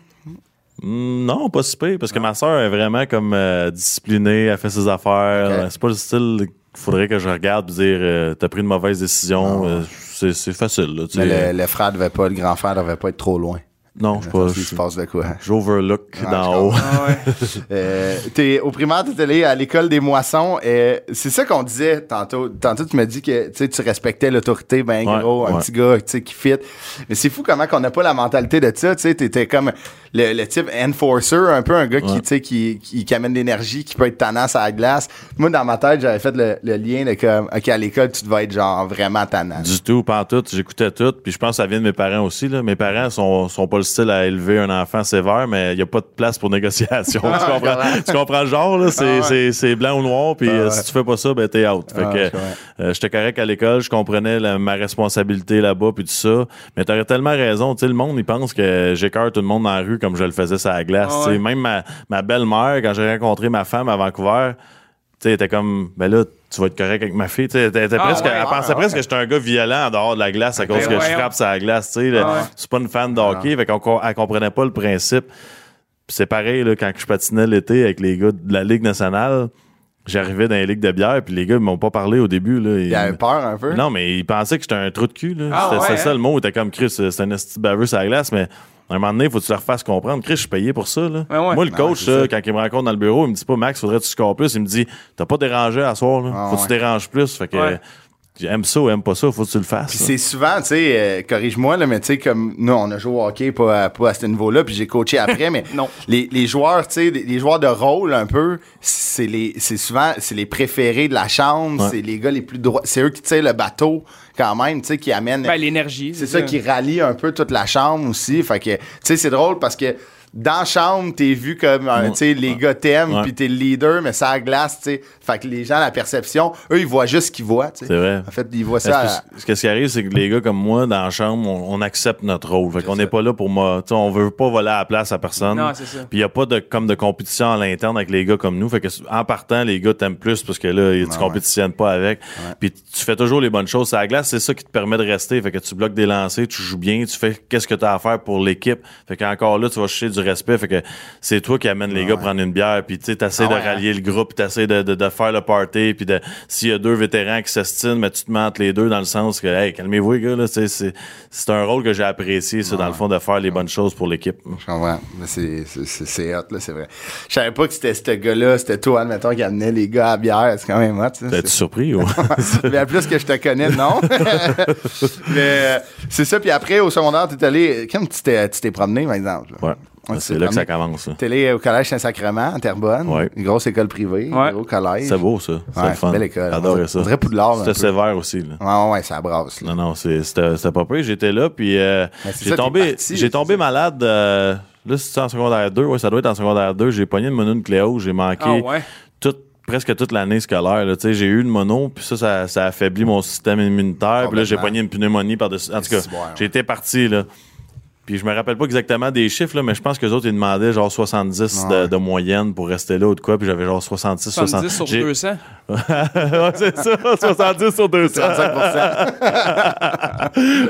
Speaker 4: Mm, non, pas si pire, parce que ma soeur est vraiment comme euh, disciplinée, elle fait ses affaires.
Speaker 1: Ok.
Speaker 4: Euh, C'est pas le style qu'il faudrait que je regarde et dire euh, t'as pris une mauvaise décision. Euh, c'est, c'est facile. Là, tu
Speaker 1: Ah, Mais
Speaker 4: sais.
Speaker 1: le, le frère devait pas, le grand frère devait pas être trop loin.
Speaker 4: Non, je sais pas.
Speaker 1: S'il se
Speaker 4: je-
Speaker 1: passe de quoi. hein?
Speaker 4: J'overlook
Speaker 1: Ah, je
Speaker 4: d'en haut.
Speaker 2: Ah ouais.
Speaker 1: Euh, t'es au primaire, t'es allé à l'école des moissons. euh, c'est ça qu'on disait tantôt. Tantôt, tu me dis que tu sais, tu respectais l'autorité, ben
Speaker 4: Ouais,
Speaker 1: gros, un
Speaker 4: ouais.
Speaker 1: petit gars tu sais, qui fit. Mais c'est fou comment qu'on n'a pas la mentalité de ça. Tu sais, t'étais comme le, le type enforcer, un peu un gars qui, tu sais, qui, qui, qui amène de l'énergie, qui peut être tannant à la glace. Moi, dans ma tête, j'avais fait le, le lien de comme, OK, à l'école, tu devais être genre vraiment tannant.
Speaker 4: Du tout, pas en tout. J'écoutais tout. Puis je pense que ça vient de mes parents aussi. Là. Mes parents sont, sont pas le style à élever un enfant sévère, mais il n'y a pas de place pour négociation. tu, comprends,
Speaker 2: Ah,
Speaker 4: tu comprends le genre, là? C'est, c'est- c'est blanc ou noir, puis euh, si tu fais pas ça, ben t'es out. Fait
Speaker 1: Ah,
Speaker 4: que,
Speaker 1: je comprends.
Speaker 4: euh, j'étais correct à l'école, je comprenais la- ma responsabilité là-bas, puis tout ça. Mais t'aurais tellement raison, tu sais, le monde, il pense que j'écœure tout le monde dans la rue comme je le faisais sur la glace.
Speaker 2: Ah
Speaker 4: tu sais.
Speaker 2: ouais.
Speaker 4: Même ma, ma belle-mère, quand j'ai rencontré ma femme à Vancouver, tu sais, elle était comme, ben là, tu vas être correct avec ma fille. Tu sais, elle était- elle était
Speaker 2: Ah
Speaker 4: presque,
Speaker 2: ouais,
Speaker 4: elle
Speaker 2: ah,
Speaker 4: pensait
Speaker 1: ouais.
Speaker 4: presque que j'étais un gars violent en dehors de la glace à cause
Speaker 2: Ben
Speaker 4: que je
Speaker 2: voyons.
Speaker 4: frappe sur la glace. Tu sais, là.
Speaker 2: Ah ouais. Ah.
Speaker 4: je suis pas une fan de hockey, fait qu'on co- elle comprenait pas le principe. Puis c'est pareil, là, quand je patinais l'été avec les gars de la Ligue nationale, j'arrivais dans les ligues de bière, puis les gars, ils m'ont pas parlé au début. Là, Ils-
Speaker 1: Il avait peur un peu.
Speaker 4: non, mais il pensait que j'étais un trou de cul. là.
Speaker 2: Ah,
Speaker 4: C'était
Speaker 2: ouais,
Speaker 4: c'était ça
Speaker 2: hein?
Speaker 4: le mot. Il était comme Chris, c'est un esti baveux sur la glace, mais à un moment donné, il faut que tu leur fasses comprendre. Chris, je suis payé pour ça. Là.
Speaker 2: Ouais, ouais.
Speaker 4: Moi, le
Speaker 1: Ouais,
Speaker 4: coach,
Speaker 1: Ben, c'est
Speaker 4: là,
Speaker 1: ça.
Speaker 4: quand il me rencontre dans le bureau, il me dit pas Max, faudrait que tu scores plus. Il me dit T'as pas dérangé à soir. Là.
Speaker 1: Ah,
Speaker 4: faut que tu
Speaker 1: ouais.
Speaker 4: déranges plus. Fait que
Speaker 2: Ouais.
Speaker 4: euh, aime ça ou aime pas ça, faut que tu le fasses.
Speaker 1: Puis
Speaker 4: là.
Speaker 1: c'est souvent, tu sais, euh, corrige-moi, là, mais tu sais, comme nous, on a joué au hockey pas, à- pas à ce niveau-là, puis j'ai coaché après, mais
Speaker 2: Non.
Speaker 1: Les, les joueurs, tu sais, les, les joueurs de rôle un peu, c'est les c'est souvent c'est les préférés de la chambre,
Speaker 4: Ouais.
Speaker 1: c'est les gars les plus droits. C'est eux qui tirent le bateau quand même, tu sais, qui amènent.
Speaker 2: Ben, l'énergie.
Speaker 1: C'est ça qui rallie un peu toute la chambre aussi. Fait que, tu sais, c'est drôle parce que dans la chambre, t'es vu comme, euh, tu sais, les gars t'aiment,
Speaker 4: Ouais.
Speaker 1: puis t'es le leader, mais ça glace, tu sais. Fait que les gens, la perception, eux, ils voient juste ce qu'ils voient, tu sais.
Speaker 4: C'est vrai.
Speaker 1: En fait, ils voient ça.
Speaker 4: Parce que c- que ce qui arrive, c'est que les gars comme moi, dans la chambre, on, on accepte notre rôle. Fait qu'on n'est pas là pour moi. On veut pas voler à la place à personne.
Speaker 2: Non, c'est ça.
Speaker 4: Puis il n'y a pas de, comme de compétition à l'interne avec les gars comme nous. Fait que s- en partant, les gars t'aiment plus parce que là,
Speaker 1: Ah
Speaker 4: tu compétitionnes pas avec. Puis tu fais toujours les bonnes choses. C'est la glace, c'est ça qui te permet de rester. Fait que tu bloques des lancers, tu joues bien, tu fais qu'est-ce que tu as à faire pour l'équipe. Fait qu'encore là, tu vas chercher du respect. Fait que c'est toi qui amène les gars prendre une bière. Puis tu essaies
Speaker 1: Ah
Speaker 4: de
Speaker 1: ouais, hein?
Speaker 4: rallier et le groupe, tu essaies de, de- de faire le party, puis de s'il y a deux vétérans qui s'estinent, mais tu te mets entre les deux dans le sens que, hey, calmez-vous, les gars, là, tu sais, c'est c'est un rôle que j'ai apprécié,
Speaker 1: Ah
Speaker 4: ça, dans le fond, de faire les bonnes choses pour l'équipe.
Speaker 1: Je comprends. Mais c'est- c'est- C'est c'est hot, là, c'est vrai. Je savais pas que c'était ce gars-là, c'était toi, admettons, qui amenait les gars à la bière. C'est quand même hot, ça.
Speaker 4: T'es-tu surpris ou?
Speaker 1: mais plus que je te connais, non. mais euh, c'est ça. Puis après, au secondaire, t'es allé. Comme tu t'es tu t'es promené, par exemple. là.
Speaker 4: ouais.
Speaker 1: Ouais,
Speaker 4: c'est
Speaker 1: tu
Speaker 4: là que ça
Speaker 1: t'es
Speaker 4: commence. là.
Speaker 1: T'es allé au collège Saint-Sacrement, à Terrebonne.
Speaker 4: Ouais.
Speaker 1: Une grosse école privée,
Speaker 2: Ouais.
Speaker 1: gros collège.
Speaker 4: C'est beau, ça. C'est
Speaker 1: Ouais,
Speaker 4: le fun.
Speaker 1: belle école.
Speaker 4: J'adorais ça.
Speaker 1: On dirait Poudlard, un
Speaker 4: C'était
Speaker 1: peu.
Speaker 4: sévère aussi, là.
Speaker 1: Ouais, ouais, ouais, ça brasse. là.
Speaker 4: Non, non, c'est- c'était c'était pas pire. J'étais là, puis euh,
Speaker 1: Mais Ben, c'est
Speaker 4: j'ai
Speaker 1: ça, t'es
Speaker 4: tombé,
Speaker 1: parti,
Speaker 4: j'ai
Speaker 1: c'est
Speaker 4: tombé malade. euh, là, c'est en secondaire 2. Ouais, ça doit être en secondaire 2. J'ai pogné une mono de Cléo. J'ai manqué
Speaker 2: Ah ouais.
Speaker 4: toute- presque toute l'année scolaire. là. Tu sais, J'ai eu une mono, puis ça, ça, ça affaiblit mon système immunitaire. Puis là, j'ai
Speaker 1: Complètement.
Speaker 4: pogné une pneumonie par-dessus. En tout cas,
Speaker 1: C'est bon, ouais.
Speaker 4: j'étais parti, là. Puis je me rappelle pas exactement des chiffres, là, mais je pense que les autres, ils demandaient genre 70 de, de moyenne pour rester là ou de quoi. Puis j'avais genre 66,
Speaker 2: 70 sur
Speaker 4: 70
Speaker 2: 200.
Speaker 4: ouais, c'est ça, 70 sur 200. 35%.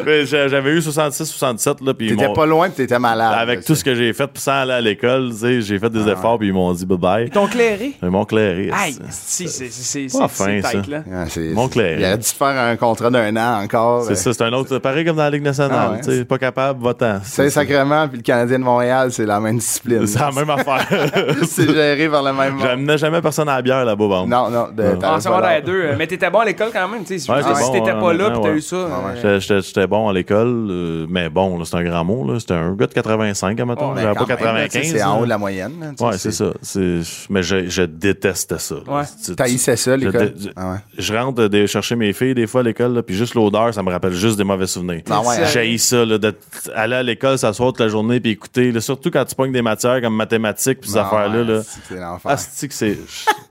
Speaker 4: Mais j'a- j'avais eu 66, 67, là, puis ils
Speaker 1: T'étais
Speaker 4: m'ont-
Speaker 1: pas loin, puis t'étais malade.
Speaker 4: avec
Speaker 1: là,
Speaker 4: tout
Speaker 1: ça.
Speaker 4: ce que j'ai fait puis sans aller à l'école, tu sais, j'ai fait
Speaker 1: Ah
Speaker 4: des efforts, puis ils m'ont dit bye-bye.
Speaker 2: Ils t'ont clairé.
Speaker 4: Ils m'ont clairé.
Speaker 2: Aïe,
Speaker 4: c'est-
Speaker 2: si, c'est c'est- c'est-
Speaker 4: Pas
Speaker 2: c'est
Speaker 4: fin,
Speaker 2: tight,
Speaker 4: ça.
Speaker 2: là.
Speaker 1: Ouais, c'est-
Speaker 4: Mon clair.
Speaker 1: Il a dû se faire un contrat d'un an encore. euh,
Speaker 4: C'est ça, c'est un autre. Pareil comme dans la Ligue nationale,
Speaker 1: Ah ouais.
Speaker 4: tu sais, pas capable, votant.
Speaker 1: Saint-Sacrement puis le Canadien de Montréal, c'est la même discipline.
Speaker 4: C'est la même affaire.
Speaker 1: C'est géré par le même monde.
Speaker 4: J'amenais jamais personne à la bière là-bas, bon.
Speaker 1: Non, non, de, t'arrêtes pas
Speaker 2: En
Speaker 1: là.
Speaker 2: secondaire 2. euh, Mais t'étais bon à l'école quand même. tu sais. Je
Speaker 4: Ouais,
Speaker 2: veux dire,
Speaker 4: c'est
Speaker 2: Ah, si
Speaker 4: bon,
Speaker 2: t'étais
Speaker 4: ouais,
Speaker 2: pas là,
Speaker 4: ouais,
Speaker 2: puis t'as
Speaker 4: ouais.
Speaker 2: eu ça. euh,
Speaker 4: J'étais- J'étais j'étais bon à l'école, euh, mais bon, là, c'est un grand mot. là. C'était un gars de 85, à
Speaker 1: Ben,
Speaker 2: Oh,
Speaker 4: mettons. J'avais
Speaker 1: quand
Speaker 4: pas
Speaker 1: même, là, tu
Speaker 4: 95.
Speaker 1: sais, C'est en
Speaker 4: là.
Speaker 1: haut de la moyenne. là, tu sais,
Speaker 4: Ouais, c'est ça. C'est- Mais je, je détestais ça. là.
Speaker 2: Ouais.
Speaker 4: Tu- tu-
Speaker 1: T'haïssais ça,
Speaker 4: je
Speaker 1: l'école?
Speaker 4: dé-
Speaker 1: Ah ouais.
Speaker 4: Je rentre de chercher mes filles des fois à l'école, là, puis juste l'odeur, ça me rappelle juste des mauvais souvenirs.
Speaker 1: Ah ouais, hein?
Speaker 4: J'haïs ça, là, de t- aller à l'école, s'asseoir toute la journée, puis écouter. là, surtout quand tu pognes des matières comme mathématiques, puis ces
Speaker 1: Ah ouais,
Speaker 4: affaires-là. Là,
Speaker 1: c'est- C'est l'enfer.
Speaker 4: Asti que c'est.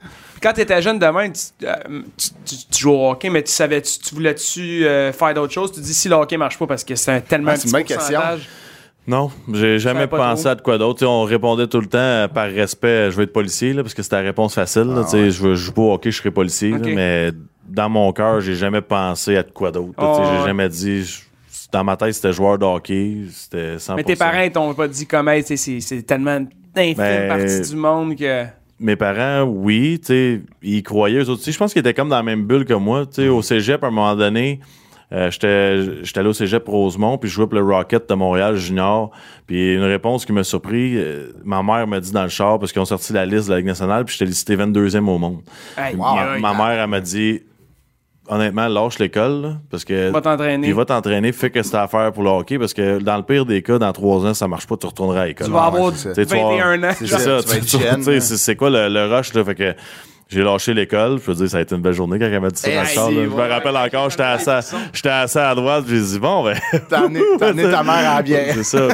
Speaker 2: Quand t'étais jeune demain, tu, euh, tu, tu- tu jouais au hockey, mais tu savais, tu, tu voulais-tu euh, faire d'autres choses? Tu dis si le hockey marche pas parce que c'est un tellement
Speaker 1: Ah, c'est
Speaker 2: petit
Speaker 1: une bonne question.
Speaker 2: pourcentage.
Speaker 4: Non, j'ai jamais
Speaker 2: savais pas
Speaker 4: pensé
Speaker 2: trop.
Speaker 4: à de quoi d'autre. Tu sais, On répondait tout le temps euh, par respect, je veux être policier, là, parce que c'était la réponse facile.
Speaker 1: Ah
Speaker 4: là. Tu sais, Je veux je joue pas au hockey, je serai policier. là,
Speaker 2: Ok.
Speaker 4: mais dans mon cœur, j'ai jamais pensé à de quoi d'autre. là.
Speaker 2: Oh,
Speaker 4: Tu sais,
Speaker 2: ouais.
Speaker 4: j'ai jamais dit. je- Dans ma tête, c'était joueur de hockey. C'était
Speaker 1: Ah,
Speaker 4: 100%.
Speaker 2: Mais tes parents, ils t'ont pas dit comme, hey, tu sais, c'est c'est tellement une infime
Speaker 4: Ben,
Speaker 2: partie du monde que.
Speaker 4: mes parents, oui, tu sais, ils croyaient eux autres. Tu sais, Je pense qu'ils étaient comme dans la même bulle que moi. Tu sais, Au cégep, à un moment donné, euh, j'étais j'étais allé au cégep Rosemont, puis je jouais pour le Rocket de Montréal Junior. Puis une réponse qui m'a surpris, euh, ma mère m'a dit dans le char, parce qu'ils ont sorti la liste de la Ligue nationale, puis j'étais listé 22e au monde.
Speaker 2: Hey,
Speaker 1: Wow.
Speaker 2: aïe, aïe.
Speaker 4: Ma mère, elle m'a dit, honnêtement, lâche l'école, là, parce que...
Speaker 2: Va t'entraîner.
Speaker 4: Puis va t'entraîner, fais que c'est à faire pour le hockey, parce que dans le pire des cas, dans trois ans, ça marche pas, tu retourneras à l'école.
Speaker 2: Tu vas
Speaker 1: Ouais,
Speaker 2: avoir
Speaker 1: c'est ça.
Speaker 4: Tu sais, tu vas-
Speaker 2: 21 ans.
Speaker 4: C'est
Speaker 1: genre.
Speaker 4: ça,
Speaker 1: Tu vas
Speaker 4: tu-
Speaker 1: être
Speaker 4: tu-
Speaker 1: jeune, hein.
Speaker 4: tu sais,
Speaker 1: là.
Speaker 4: c'est c'est quoi le, le rush là fait que J'ai lâché l'école. Je veux dire, ça a été une belle journée quand elle m'a dit ça
Speaker 1: Eh,
Speaker 4: dans le
Speaker 1: hey,
Speaker 4: char,
Speaker 1: c'est-
Speaker 4: là. Je me
Speaker 1: ouais.
Speaker 4: rappelle encore, j'étais assis, à- j'étais assis à droite. J'ai dit, bon, ben.
Speaker 1: T'as amené, t'as amené ta mère à la bière.
Speaker 4: C'est ça.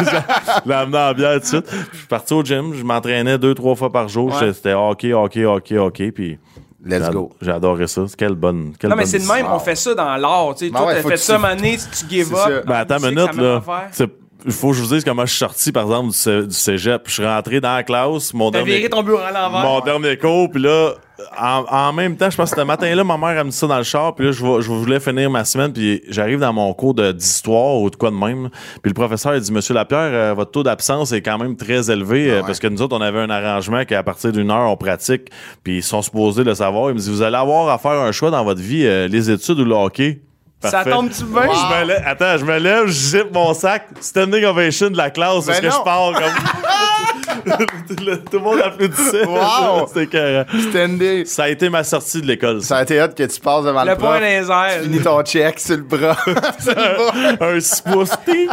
Speaker 4: je l'ai amené en bière tout de suite. Je suis parti au gym. Je m'entraînais deux, trois fois par jour.
Speaker 1: Ouais.
Speaker 4: C'était hockey, hockey, hockey, hockey. Puis.
Speaker 1: Let's
Speaker 4: j'ad-
Speaker 1: go.
Speaker 4: J'adorais ça. Quelle bonne. Quelle
Speaker 2: Non, mais
Speaker 4: bonne
Speaker 2: c'est de même,
Speaker 4: histoire.
Speaker 2: on fait ça dans l'art. Tu sais,
Speaker 1: Ben
Speaker 2: toi,
Speaker 1: ouais,
Speaker 2: t'as
Speaker 1: faut
Speaker 2: fait
Speaker 1: que
Speaker 2: ça,
Speaker 1: tu-
Speaker 2: mané, si tu give
Speaker 1: C'est
Speaker 2: up.
Speaker 1: ça.
Speaker 2: dans
Speaker 4: Ben,
Speaker 2: la
Speaker 4: attends une
Speaker 2: musique,
Speaker 4: minute,
Speaker 2: ça m'a
Speaker 4: là.
Speaker 2: fait faire.
Speaker 4: C'est- Il faut que je vous dise comment je suis sorti, par exemple, du, cé- du cégep. Je suis rentré dans la classe. Mon
Speaker 2: T'as viré
Speaker 4: dernier,
Speaker 2: ton bureau à l'envers.
Speaker 4: mon dernier cours, puis là, en, en même temps, je pense que ce matin-là, ma mère, elle me dit ça dans le char, puis là, je, vais- je voulais finir ma semaine, puis j'arrive dans mon cours de- d'histoire ou de quoi de même, puis le professeur, il dit, Monsieur Lapierre, euh, votre taux d'absence est quand même très élevé, euh, parce que nous autres, on avait un arrangement qu'à partir d'une heure, on pratique, puis ils sont supposés le savoir. Il me dit, vous allez avoir à faire un choix dans votre vie, euh, les études ou le hockey.
Speaker 2: Ça
Speaker 4: Parfait.
Speaker 2: tombe-tu bien?
Speaker 4: Je me lève- attends, je me lève, je zippe mon sac, standing ovation de la classe, parce
Speaker 1: Ben non.
Speaker 4: que je pars comme. tout le tout le monde applaudissait.
Speaker 1: Wow.
Speaker 4: C'était écœurant.
Speaker 1: Standy.
Speaker 4: Ça a été ma sortie de l'école.
Speaker 1: Ça
Speaker 4: Ça.
Speaker 1: a été hot que tu passes devant le,
Speaker 2: Le point
Speaker 1: prof.
Speaker 2: dans les airs.
Speaker 1: Finis ton check sur le bras. Sur le
Speaker 4: Un 6 pouces. Ting.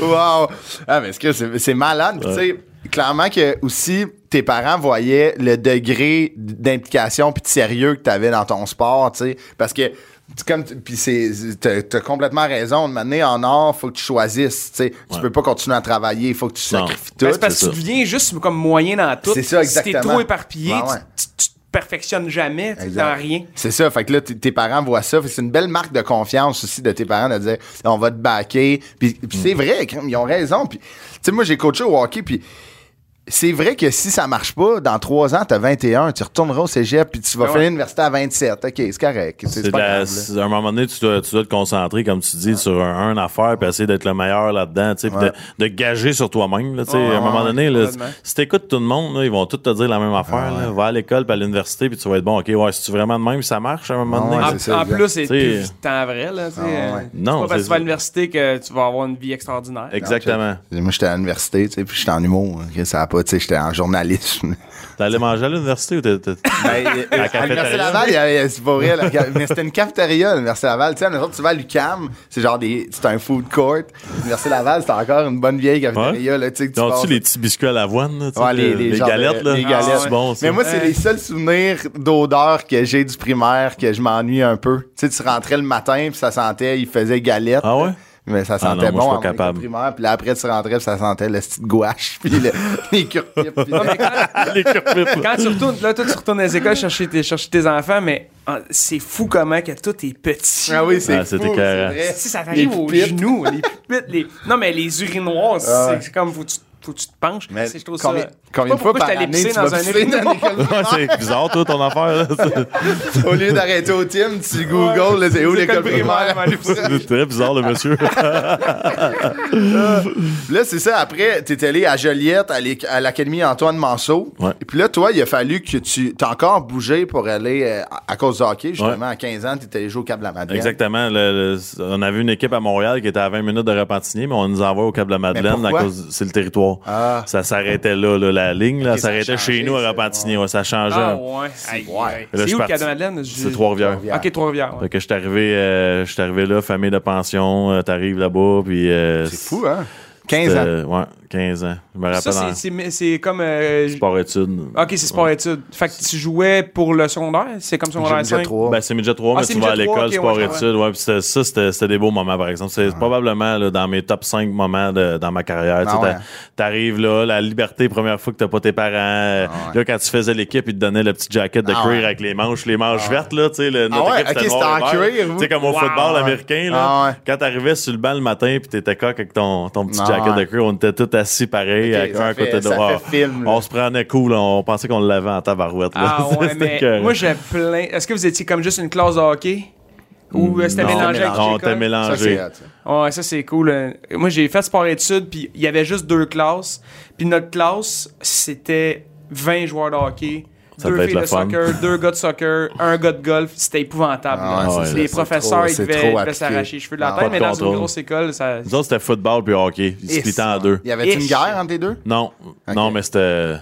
Speaker 1: bras. wow. Ah, mais est-ce que c'est c'est malade. Puis, tu sais, clairement que aussi, tes parents voyaient le degré d'implication puis de sérieux que tu avais dans ton sport, tu sais. Parce que, tu- comme, tu- puis c'est, t'as, t'as complètement raison. De m'amener en or, faut que tu choisisses, tu sais. Tu
Speaker 4: Ouais.
Speaker 1: peux pas continuer à travailler, faut que tu
Speaker 4: Non.
Speaker 1: sacrifies tout.
Speaker 2: Ben, c'est parce
Speaker 4: c'est
Speaker 2: que tu deviens juste comme moyen dans tout.
Speaker 1: C'est ça,
Speaker 2: Si t'es
Speaker 1: exactement. Ben
Speaker 2: trop éparpillé,
Speaker 1: Ouais, ouais.
Speaker 2: Tu, tu- tu te perfectionnes jamais, tu sais,
Speaker 1: Exact.
Speaker 2: dans rien.
Speaker 1: C'est ça. Fait que là, t- tes parents voient ça. Fait que C'est une belle marque de confiance aussi de tes parents de dire on va te baquer. Puis, puis c'est
Speaker 2: Mm.
Speaker 1: vrai, crime, ils ont raison. Puis, tu sais, moi, j'ai coaché au hockey. Puis, c'est vrai que si ça marche pas, dans trois ans, t'as 21, tu retourneras au cégep. Puis, tu vas
Speaker 2: Ah ouais.
Speaker 1: finir l'université à 27. OK, c'est correct. C'est
Speaker 4: C'est
Speaker 1: pas
Speaker 4: de la-
Speaker 1: grave, là.
Speaker 4: c'est- à un moment donné, tu dois, tu dois te concentrer, comme tu dis, sur un, un affaire, puis essayer d'être le meilleur là-dedans, tu sais, puis
Speaker 1: Ouais.
Speaker 4: de, de gager sur toi-même. là, tu sais. à un moment donné, là,
Speaker 2: complètement.
Speaker 4: si t'écoutes tout le monde, là, ils vont tous te dire la même affaire.
Speaker 1: Ah,
Speaker 4: là. Va à l'école, puis à l'université, puis tu vas être bon. OK, ouais, si tu vraiment de même, ça marche à un moment
Speaker 1: Ah
Speaker 4: donné.
Speaker 1: ouais,
Speaker 4: là.
Speaker 2: En,
Speaker 1: c'est ça,
Speaker 2: en
Speaker 1: exact.
Speaker 2: plus, c'est
Speaker 4: T'sais,
Speaker 2: plus du temps vrai. Là, t'sais,
Speaker 1: Ah, ouais.
Speaker 2: euh,
Speaker 4: Non,
Speaker 2: c'est pas parce que
Speaker 4: c'est-
Speaker 2: tu vas à l'université que tu vas avoir une vie extraordinaire.
Speaker 4: Exactement.
Speaker 1: Moi, j'étais à l'université, tu sais, puis j'étais en humour. ok, ça a pas, tu sais, j'étais en journalisme.
Speaker 4: T'allais manger à l'université ou t'étais.
Speaker 1: Ben, euh,
Speaker 4: la
Speaker 1: à l'Université Laval, il y avait- c'est pas vrai. la ca- mais c'était une cafétéria, l'Université Laval. Tu sais, à Nouvelle-Orléans, tu vas à l'UCAM, c'est genre des. C'est un food court. L'Université Laval, c'est encore une bonne vieille cafétéria, là, tu sais, que tu passes.
Speaker 4: T'as-tu les petits biscuits à l'avoine, là, tu sais,
Speaker 1: Ouais, les-
Speaker 4: le-
Speaker 1: les
Speaker 4: les,
Speaker 1: genres de-
Speaker 4: galettes, là?
Speaker 1: les
Speaker 4: Ah,
Speaker 1: galettes.
Speaker 4: c'est bon,
Speaker 1: Mais
Speaker 4: ça.
Speaker 1: moi, c'est
Speaker 2: Ouais.
Speaker 1: les seuls souvenirs d'odeur que j'ai du primaire que je m'ennuie un peu. Tu sais, tu rentrais le matin, puis ça sentait, il faisait galette.
Speaker 4: Ah ouais?
Speaker 1: Mais ça
Speaker 4: Ah non,
Speaker 1: sentait
Speaker 4: moi, je suis
Speaker 1: bon
Speaker 4: pas
Speaker 1: à mon école
Speaker 4: capable.
Speaker 1: primaire. Puis là, après, tu rentrais, puis ça sentait le petit gouache, puis le- les curcupes. puis-
Speaker 2: Non, mais quand,
Speaker 4: les curcubes.
Speaker 2: quand tu retournes, là, toi, tu retournes dans les écoles chercher tes, chercher tes enfants, mais en- c'est fou comment que tout est petit.
Speaker 1: Ah oui, c'est
Speaker 4: Ah,
Speaker 1: fou,
Speaker 4: c'était
Speaker 1: c'est
Speaker 4: carré.
Speaker 1: vrai.
Speaker 2: Si ça
Speaker 1: Les
Speaker 2: t'arrive aux
Speaker 1: pupitres.
Speaker 2: genoux, les pupites, les... Non, mais les urinoirs, c'est-
Speaker 1: Ah ouais.
Speaker 2: c'est comme, faut que tu, faut que tu te penches.
Speaker 1: Mais
Speaker 2: C'est- je trouve
Speaker 1: combien,
Speaker 2: ça...
Speaker 1: combien de
Speaker 2: Je sais
Speaker 1: fois
Speaker 2: pas pourquoi
Speaker 1: par
Speaker 2: je suis allé
Speaker 1: année
Speaker 2: pisser
Speaker 1: tu
Speaker 2: dans
Speaker 1: vas
Speaker 2: un
Speaker 1: pisser dans
Speaker 2: urinoir.
Speaker 1: l'école?
Speaker 4: Ouais, c'est bizarre, toi, ton affaire, là.
Speaker 1: Au lieu d'arrêter au team, tu googles, là, c'est où
Speaker 2: Les
Speaker 1: l'école
Speaker 2: écoles primaires,
Speaker 1: primaire?
Speaker 2: aller pisser.
Speaker 4: C'est très bizarre, le monsieur.
Speaker 1: Là, c'est ça, après, t'es allé à Joliette, à l'é- à l'Académie Antoine Manceau.
Speaker 4: Ouais.
Speaker 1: Et puis là, toi, il a fallu que tu t'as encore bougé pour aller euh, à- à cause du hockey. Justement, à 15 ans, t'étais allé jouer au Cap de la Madeleine.
Speaker 4: Exactement. le- le- on avait une équipe à Montréal qui était à 20 minutes de Repentigny, mais on nous envoie au Cap de la Madeleine
Speaker 1: pourquoi?
Speaker 4: à cause- c'est le territoire.
Speaker 1: Ah.
Speaker 4: Ça s'arrêtait là, là, la ligne, là,
Speaker 1: Ok, ça a
Speaker 4: s'arrêtait
Speaker 1: changé,
Speaker 4: chez nous à
Speaker 1: ça.
Speaker 4: Repentigny. Ouais, ça changeait.
Speaker 2: Ah ouais. Aïe,
Speaker 1: Ouais.
Speaker 2: aïe.
Speaker 4: Là, je
Speaker 2: C'est
Speaker 4: suis
Speaker 2: où le
Speaker 4: parti-
Speaker 2: Cadre-Madeleine?
Speaker 4: C'est Trois-Rivières.
Speaker 1: Trois-Rivières.
Speaker 2: OK, Trois-Rivières. ouais.
Speaker 4: Fait que je suis arrivé, euh, je suis arrivé là, famille de pension, euh, t'arrives là-bas, puis... euh,
Speaker 1: C'est fou, hein? 15 ans.
Speaker 4: euh, ouais, 15 ans. Je me rappelle
Speaker 2: Ça,
Speaker 4: en
Speaker 2: c'est- c'est c'est comme... euh,
Speaker 4: sport-études.
Speaker 2: OK, c'est sport-études. Fait que tu jouais pour le secondaire? C'est comme
Speaker 1: J'ai
Speaker 2: secondaire
Speaker 1: déjà
Speaker 2: 5?
Speaker 1: trois.
Speaker 4: Ben, c'est midget 3,
Speaker 2: Ah,
Speaker 4: mais
Speaker 2: c'est
Speaker 4: tu vas à
Speaker 2: midget
Speaker 4: l'école,
Speaker 2: trois, ok, ouais, je
Speaker 4: sport-études. Ouais, puis c'était- ça, c'était c'était des beaux moments, par exemple. C'est probablement là, dans mes top 5 moments de- dans ma carrière. Tu sais,
Speaker 1: Ah ouais.
Speaker 4: t'a- T'arrives là, la liberté, première fois que t'as pas tes parents. Euh,
Speaker 1: Ah ouais.
Speaker 4: Là, quand tu faisais l'équipe, ils te donnaient le petit jacket de
Speaker 1: Ah
Speaker 4: cuir
Speaker 1: ouais.
Speaker 4: avec les manches, les manches vertes, là, tu sais. le- notre
Speaker 1: Ah ouais,
Speaker 4: équipe,
Speaker 1: ok,
Speaker 4: noir
Speaker 1: c'était
Speaker 4: et
Speaker 1: en
Speaker 4: vert.
Speaker 1: cuir,
Speaker 4: Tu sais, comme au
Speaker 1: vous?
Speaker 4: football
Speaker 1: Ah ouais.
Speaker 4: américain, là.
Speaker 1: Ah ouais.
Speaker 4: Quand t'arrivais sur le banc le matin, puis t'étais coq avec ton, ton petit
Speaker 1: Ah
Speaker 4: jacket
Speaker 1: ouais.
Speaker 4: de cuir, on était tous assis pareil,
Speaker 1: Ok,
Speaker 4: avec
Speaker 1: ça
Speaker 4: un à
Speaker 1: fait-
Speaker 4: côté de
Speaker 1: ça fait
Speaker 4: l'autre.
Speaker 1: film, là.
Speaker 4: On se prenait cool, là, on pensait qu'on l'avait en tabarouette, là.
Speaker 2: Ah ouais,
Speaker 4: C'était
Speaker 2: mais
Speaker 4: écœurant.
Speaker 2: moi, j'ai plein... Est-ce que vous étiez comme juste une classe de hockey? Ou euh, c'était
Speaker 4: Non,
Speaker 2: mélangé avec
Speaker 4: non, t'as
Speaker 2: l'école?
Speaker 1: Ça,
Speaker 4: mélangé.
Speaker 1: c'est hot, ça.
Speaker 2: Ouais, ça c'est cool. Euh, Moi j'ai fait sport-études, puis il y avait juste deux classes. Puis notre classe, c'était 20 joueurs de hockey,
Speaker 4: Ça
Speaker 2: deux
Speaker 4: devait être
Speaker 2: filles de
Speaker 4: le fun.
Speaker 2: soccer, deux gars de soccer, un gars de golf. C'était épouvantable.
Speaker 1: Ah
Speaker 2: là.
Speaker 4: ouais, ça,
Speaker 2: les
Speaker 1: c'est
Speaker 2: professeurs,
Speaker 1: trop-
Speaker 2: ils
Speaker 1: c'est
Speaker 2: devaient
Speaker 1: trop
Speaker 2: ils devaient
Speaker 1: appliqué.
Speaker 2: s'arracher les cheveux de la
Speaker 1: Ah,
Speaker 2: tête,
Speaker 4: pas de
Speaker 2: mais dans une
Speaker 4: contrôle.
Speaker 2: grosse école, ça.
Speaker 4: Nous autres, c'était football puis hockey. Ils splitaient en deux.
Speaker 1: Y avait-tu une
Speaker 2: Ish.
Speaker 1: guerre entre les deux?
Speaker 4: Non, non, mais c'était.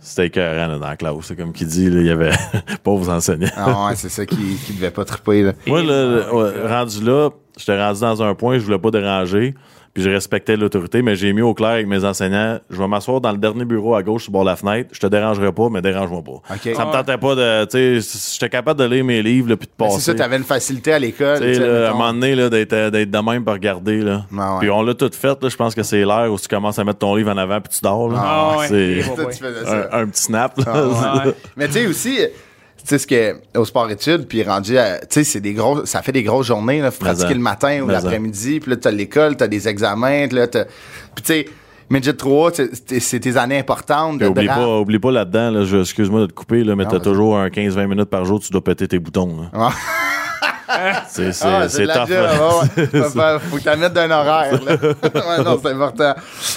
Speaker 4: C'était écœurant là, dans la classe. C'est comme qui dit, là, il y avait pauvres enseignants.
Speaker 1: Ah ouais, c'est ça qui, qui devait pas triper. Là.
Speaker 4: Moi, là, ouais, rendu là, j'étais rendu dans un point, je voulais pas déranger. puis je respectais l'autorité, mais j'ai mis au clair avec mes enseignants, je vais m'asseoir dans le dernier bureau à gauche sur le bord de la fenêtre, je te dérangerai pas, mais dérange-moi pas.
Speaker 1: OK.
Speaker 4: Ça
Speaker 2: Ah
Speaker 4: me
Speaker 2: ouais.
Speaker 4: tentait pas de, tu sais, j'étais capable de lire mes livres, là, puis de passer.
Speaker 1: C'est ça, t'avais une facilité à l'école.
Speaker 4: Tu sais,
Speaker 1: tu sais,
Speaker 4: là, à un
Speaker 1: mettons.
Speaker 4: moment donné, là, d'être, euh, d'être de même pour regarder. Là.
Speaker 1: Ah ouais.
Speaker 4: Puis on l'a tout fait. là. Je pense que c'est l'heure où tu commences à mettre ton livre en avant puis tu dors. là.
Speaker 2: Ah ouais.
Speaker 4: C'est
Speaker 2: Et
Speaker 1: Toi, tu faisais ça.
Speaker 4: un, un petit snap. là.
Speaker 1: Ah
Speaker 2: Ouais.
Speaker 1: Mais tu sais aussi, euh, tu sais ce que au sport études puis rendu à- tu sais c'est des gros ça fait des grosses journées là, faut
Speaker 4: Mais
Speaker 1: pratiquer
Speaker 4: ça.
Speaker 1: le matin ou
Speaker 4: Mais ça.
Speaker 1: l'après-midi, puis là t'as l'école, t'as des examens, puis là t'as puis tu sais midget 3, tu sais, c'est c'est tes années importantes de
Speaker 4: Puis oublie,
Speaker 1: drame.
Speaker 4: pas, oublie pas là-dedans, là, je- excuse-moi de te couper, là, mais t'as
Speaker 1: vas-y.
Speaker 4: toujours un 15-20 minutes par jour, tu dois péter tes boutons. là. c'est c'est,
Speaker 1: Ah,
Speaker 4: c'est hein.
Speaker 1: de la
Speaker 4: tough.
Speaker 1: job,
Speaker 4: là.
Speaker 1: ouais, ouais. Faut- Faut que t'en mettes d'un horaire. là. Ouais, non, c'est important.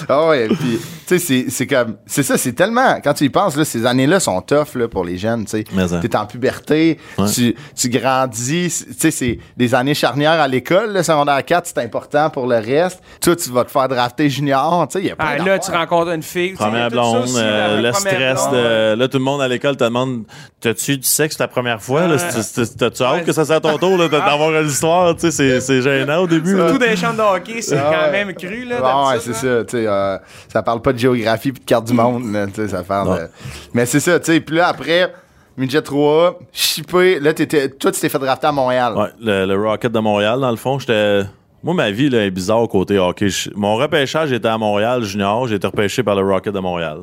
Speaker 1: Ah ouais, puis, tu sais, c'est- c'est comme. C'est ça, c'est tellement. Quand tu y penses, là, ces années-là sont tough là, pour les jeunes, tu sais.
Speaker 4: Mais, hein.
Speaker 1: T'es en puberté,
Speaker 4: Ouais.
Speaker 1: tu, tu grandis, c- tu sais, c'est des années charnières à l'école, le secondaire 4, c'est important pour le reste. Toi, tu vas te faire drafter junior, tu sais, il y a pas
Speaker 2: Ah, là, tu rencontres une fille. tu sais,
Speaker 4: Première
Speaker 2: tout ça
Speaker 4: blonde,
Speaker 2: aussi,
Speaker 4: euh,
Speaker 2: la
Speaker 4: le
Speaker 2: première
Speaker 4: stress.
Speaker 2: blonde.
Speaker 4: de- Là, tout le monde à l'école te demande T'as-tu du sexe la première fois là?
Speaker 2: Ah Ouais.
Speaker 4: C'est- c'est- T'as-tu hâte
Speaker 2: Ouais. Ah.
Speaker 4: que ça soit à ton tour là, de- d'avoir une histoire Tu sais, c'est, c'est gênant au début. là.
Speaker 2: Surtout dans les champs de hockey, c'est
Speaker 1: Ah, ouais.
Speaker 2: quand même cru, là.
Speaker 1: Ah ouais,
Speaker 2: d'habitude, hein.
Speaker 1: c'est
Speaker 2: là.
Speaker 1: ça, tu sais, euh, ça parle pas de géographie puis de carte du monde, là, tu sais, ça parle.
Speaker 4: Non.
Speaker 1: de- Mais c'est ça, tu sais, puis là après midget 3, chippé, là t'étais toi tu t'es fait drafter à Montréal.
Speaker 4: Ouais, le, le Rocket de Montréal, dans le fond, j'étais. Moi, ma vie là, est bizarre côté hockey. Je- Mon repêchage était à Montréal junior. J'ai été repêché par le Rocket de Montréal.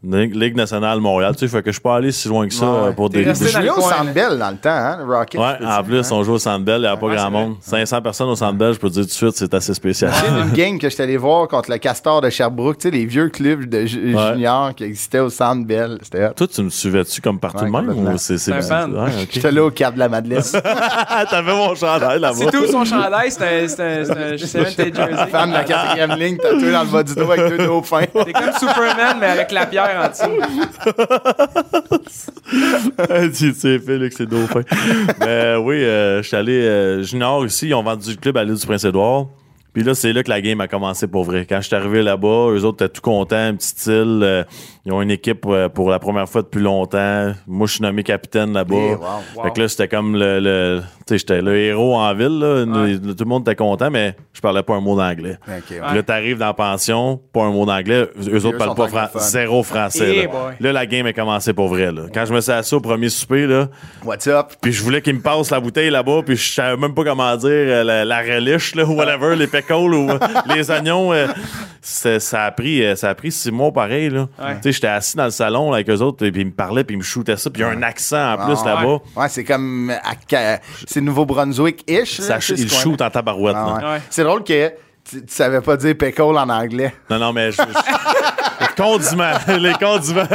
Speaker 4: Ligue Ligue nationale Montréal. Tu sais, fait que je suis pas allé si loin que ça
Speaker 1: Ouais.
Speaker 4: euh, pour
Speaker 2: T'es
Speaker 4: des.
Speaker 2: resté
Speaker 4: des-
Speaker 1: Vous
Speaker 2: dans
Speaker 1: jouiez
Speaker 2: le
Speaker 1: au
Speaker 2: coin,
Speaker 1: Centre
Speaker 2: là.
Speaker 1: Bell dans le temps, hein, le Rocket.
Speaker 4: Ouais,
Speaker 1: je peux
Speaker 4: en
Speaker 1: dire,
Speaker 4: plus,
Speaker 1: hein.
Speaker 4: on joue au Centre Bell, il n'y a pas
Speaker 2: Ouais,
Speaker 4: grand
Speaker 2: c'est vrai.
Speaker 4: monde. 500 personnes au Centre Bell, je peux te dire tout de suite, c'est assez spécial.
Speaker 1: J'ai une game que j'étais allé voir contre le Castor de Sherbrooke, tu sais, les vieux clubs de ju-
Speaker 4: Ouais.
Speaker 1: juniors qui existaient au Centre Bell. C'était hot.
Speaker 4: Toi, tu me suivais-tu comme partout
Speaker 1: Ouais,
Speaker 4: de même
Speaker 1: complètement.
Speaker 4: ou c'est c'est
Speaker 2: un fan.
Speaker 4: Ouais, ok.
Speaker 1: J'étais là au Cap de la Madeleine.
Speaker 4: T'avais mon chandail là-bas.
Speaker 2: C'est tout son chandail, c'est un, c'est un, c'est un, c'est un vintage jersey.
Speaker 1: Fan de la quatrième ligne, tatoué dans le bas du dos avec deux dos fins.
Speaker 2: T'es comme Superman, mais avec la pierre en dessous.
Speaker 4: tu sais, Félix, c'est dauphin. Mais oui, euh, je suis allé euh, junior ici. Ils ont vendu le club à l'île du Prince-Édouard. Puis là, c'est là que la game a commencé pour vrai. Quand je suis arrivé là-bas, eux autres étaient tout contents, un petit style. euh, ils ont une équipe euh, pour la première fois depuis longtemps. Moi, je suis nommé capitaine là-bas.
Speaker 1: Eh, wow, wow.
Speaker 4: Fait que là, c'était comme le, le- tu sais, j'étais le héros en ville. là. Tout le monde était content, mais je parlais pas un mot d'anglais.
Speaker 1: Ok, ouais.
Speaker 4: Puis là, t'arrives dans la pension, pas un mot d'anglais. Eux autres
Speaker 1: eux
Speaker 4: parlent
Speaker 1: sont
Speaker 4: pas fran-
Speaker 1: anglophones.
Speaker 4: zéro français.
Speaker 2: Eh
Speaker 4: là.
Speaker 2: boy.
Speaker 4: Là, la game a commencé pour vrai. Là. Quand je me suis assis au premier souper, là,
Speaker 1: What's up?
Speaker 4: puis je voulais qu'il me passe la bouteille là-bas, puis je savais même pas comment dire euh, la, la reliche, là, ou whatever, les pécoles ou euh, les oignons. euh, c'est- ça, a pris, euh, ça a pris six mois pareil. là.
Speaker 2: Ouais.
Speaker 4: Tu sais, J'étais assis dans le salon là, avec eux autres, et puis ils me parlaient, puis ils me shootaient ça, puis il y a un accent en
Speaker 1: Ah,
Speaker 4: plus là-bas.
Speaker 2: ouais.
Speaker 1: Ouais, c'est comme. euh, à Ca- C'est Nouveau-Brunswick-ish.
Speaker 4: Ça,
Speaker 1: là, tu sais,
Speaker 4: ils
Speaker 1: ce coin-là.
Speaker 4: shootent en tabarouette.
Speaker 1: Ah,
Speaker 4: là.
Speaker 1: ouais.
Speaker 2: Ouais.
Speaker 1: C'est drôle que tu, tu savais pas dire pécole en anglais.
Speaker 4: Non, non, mais je. je- Les condiments, les condiments.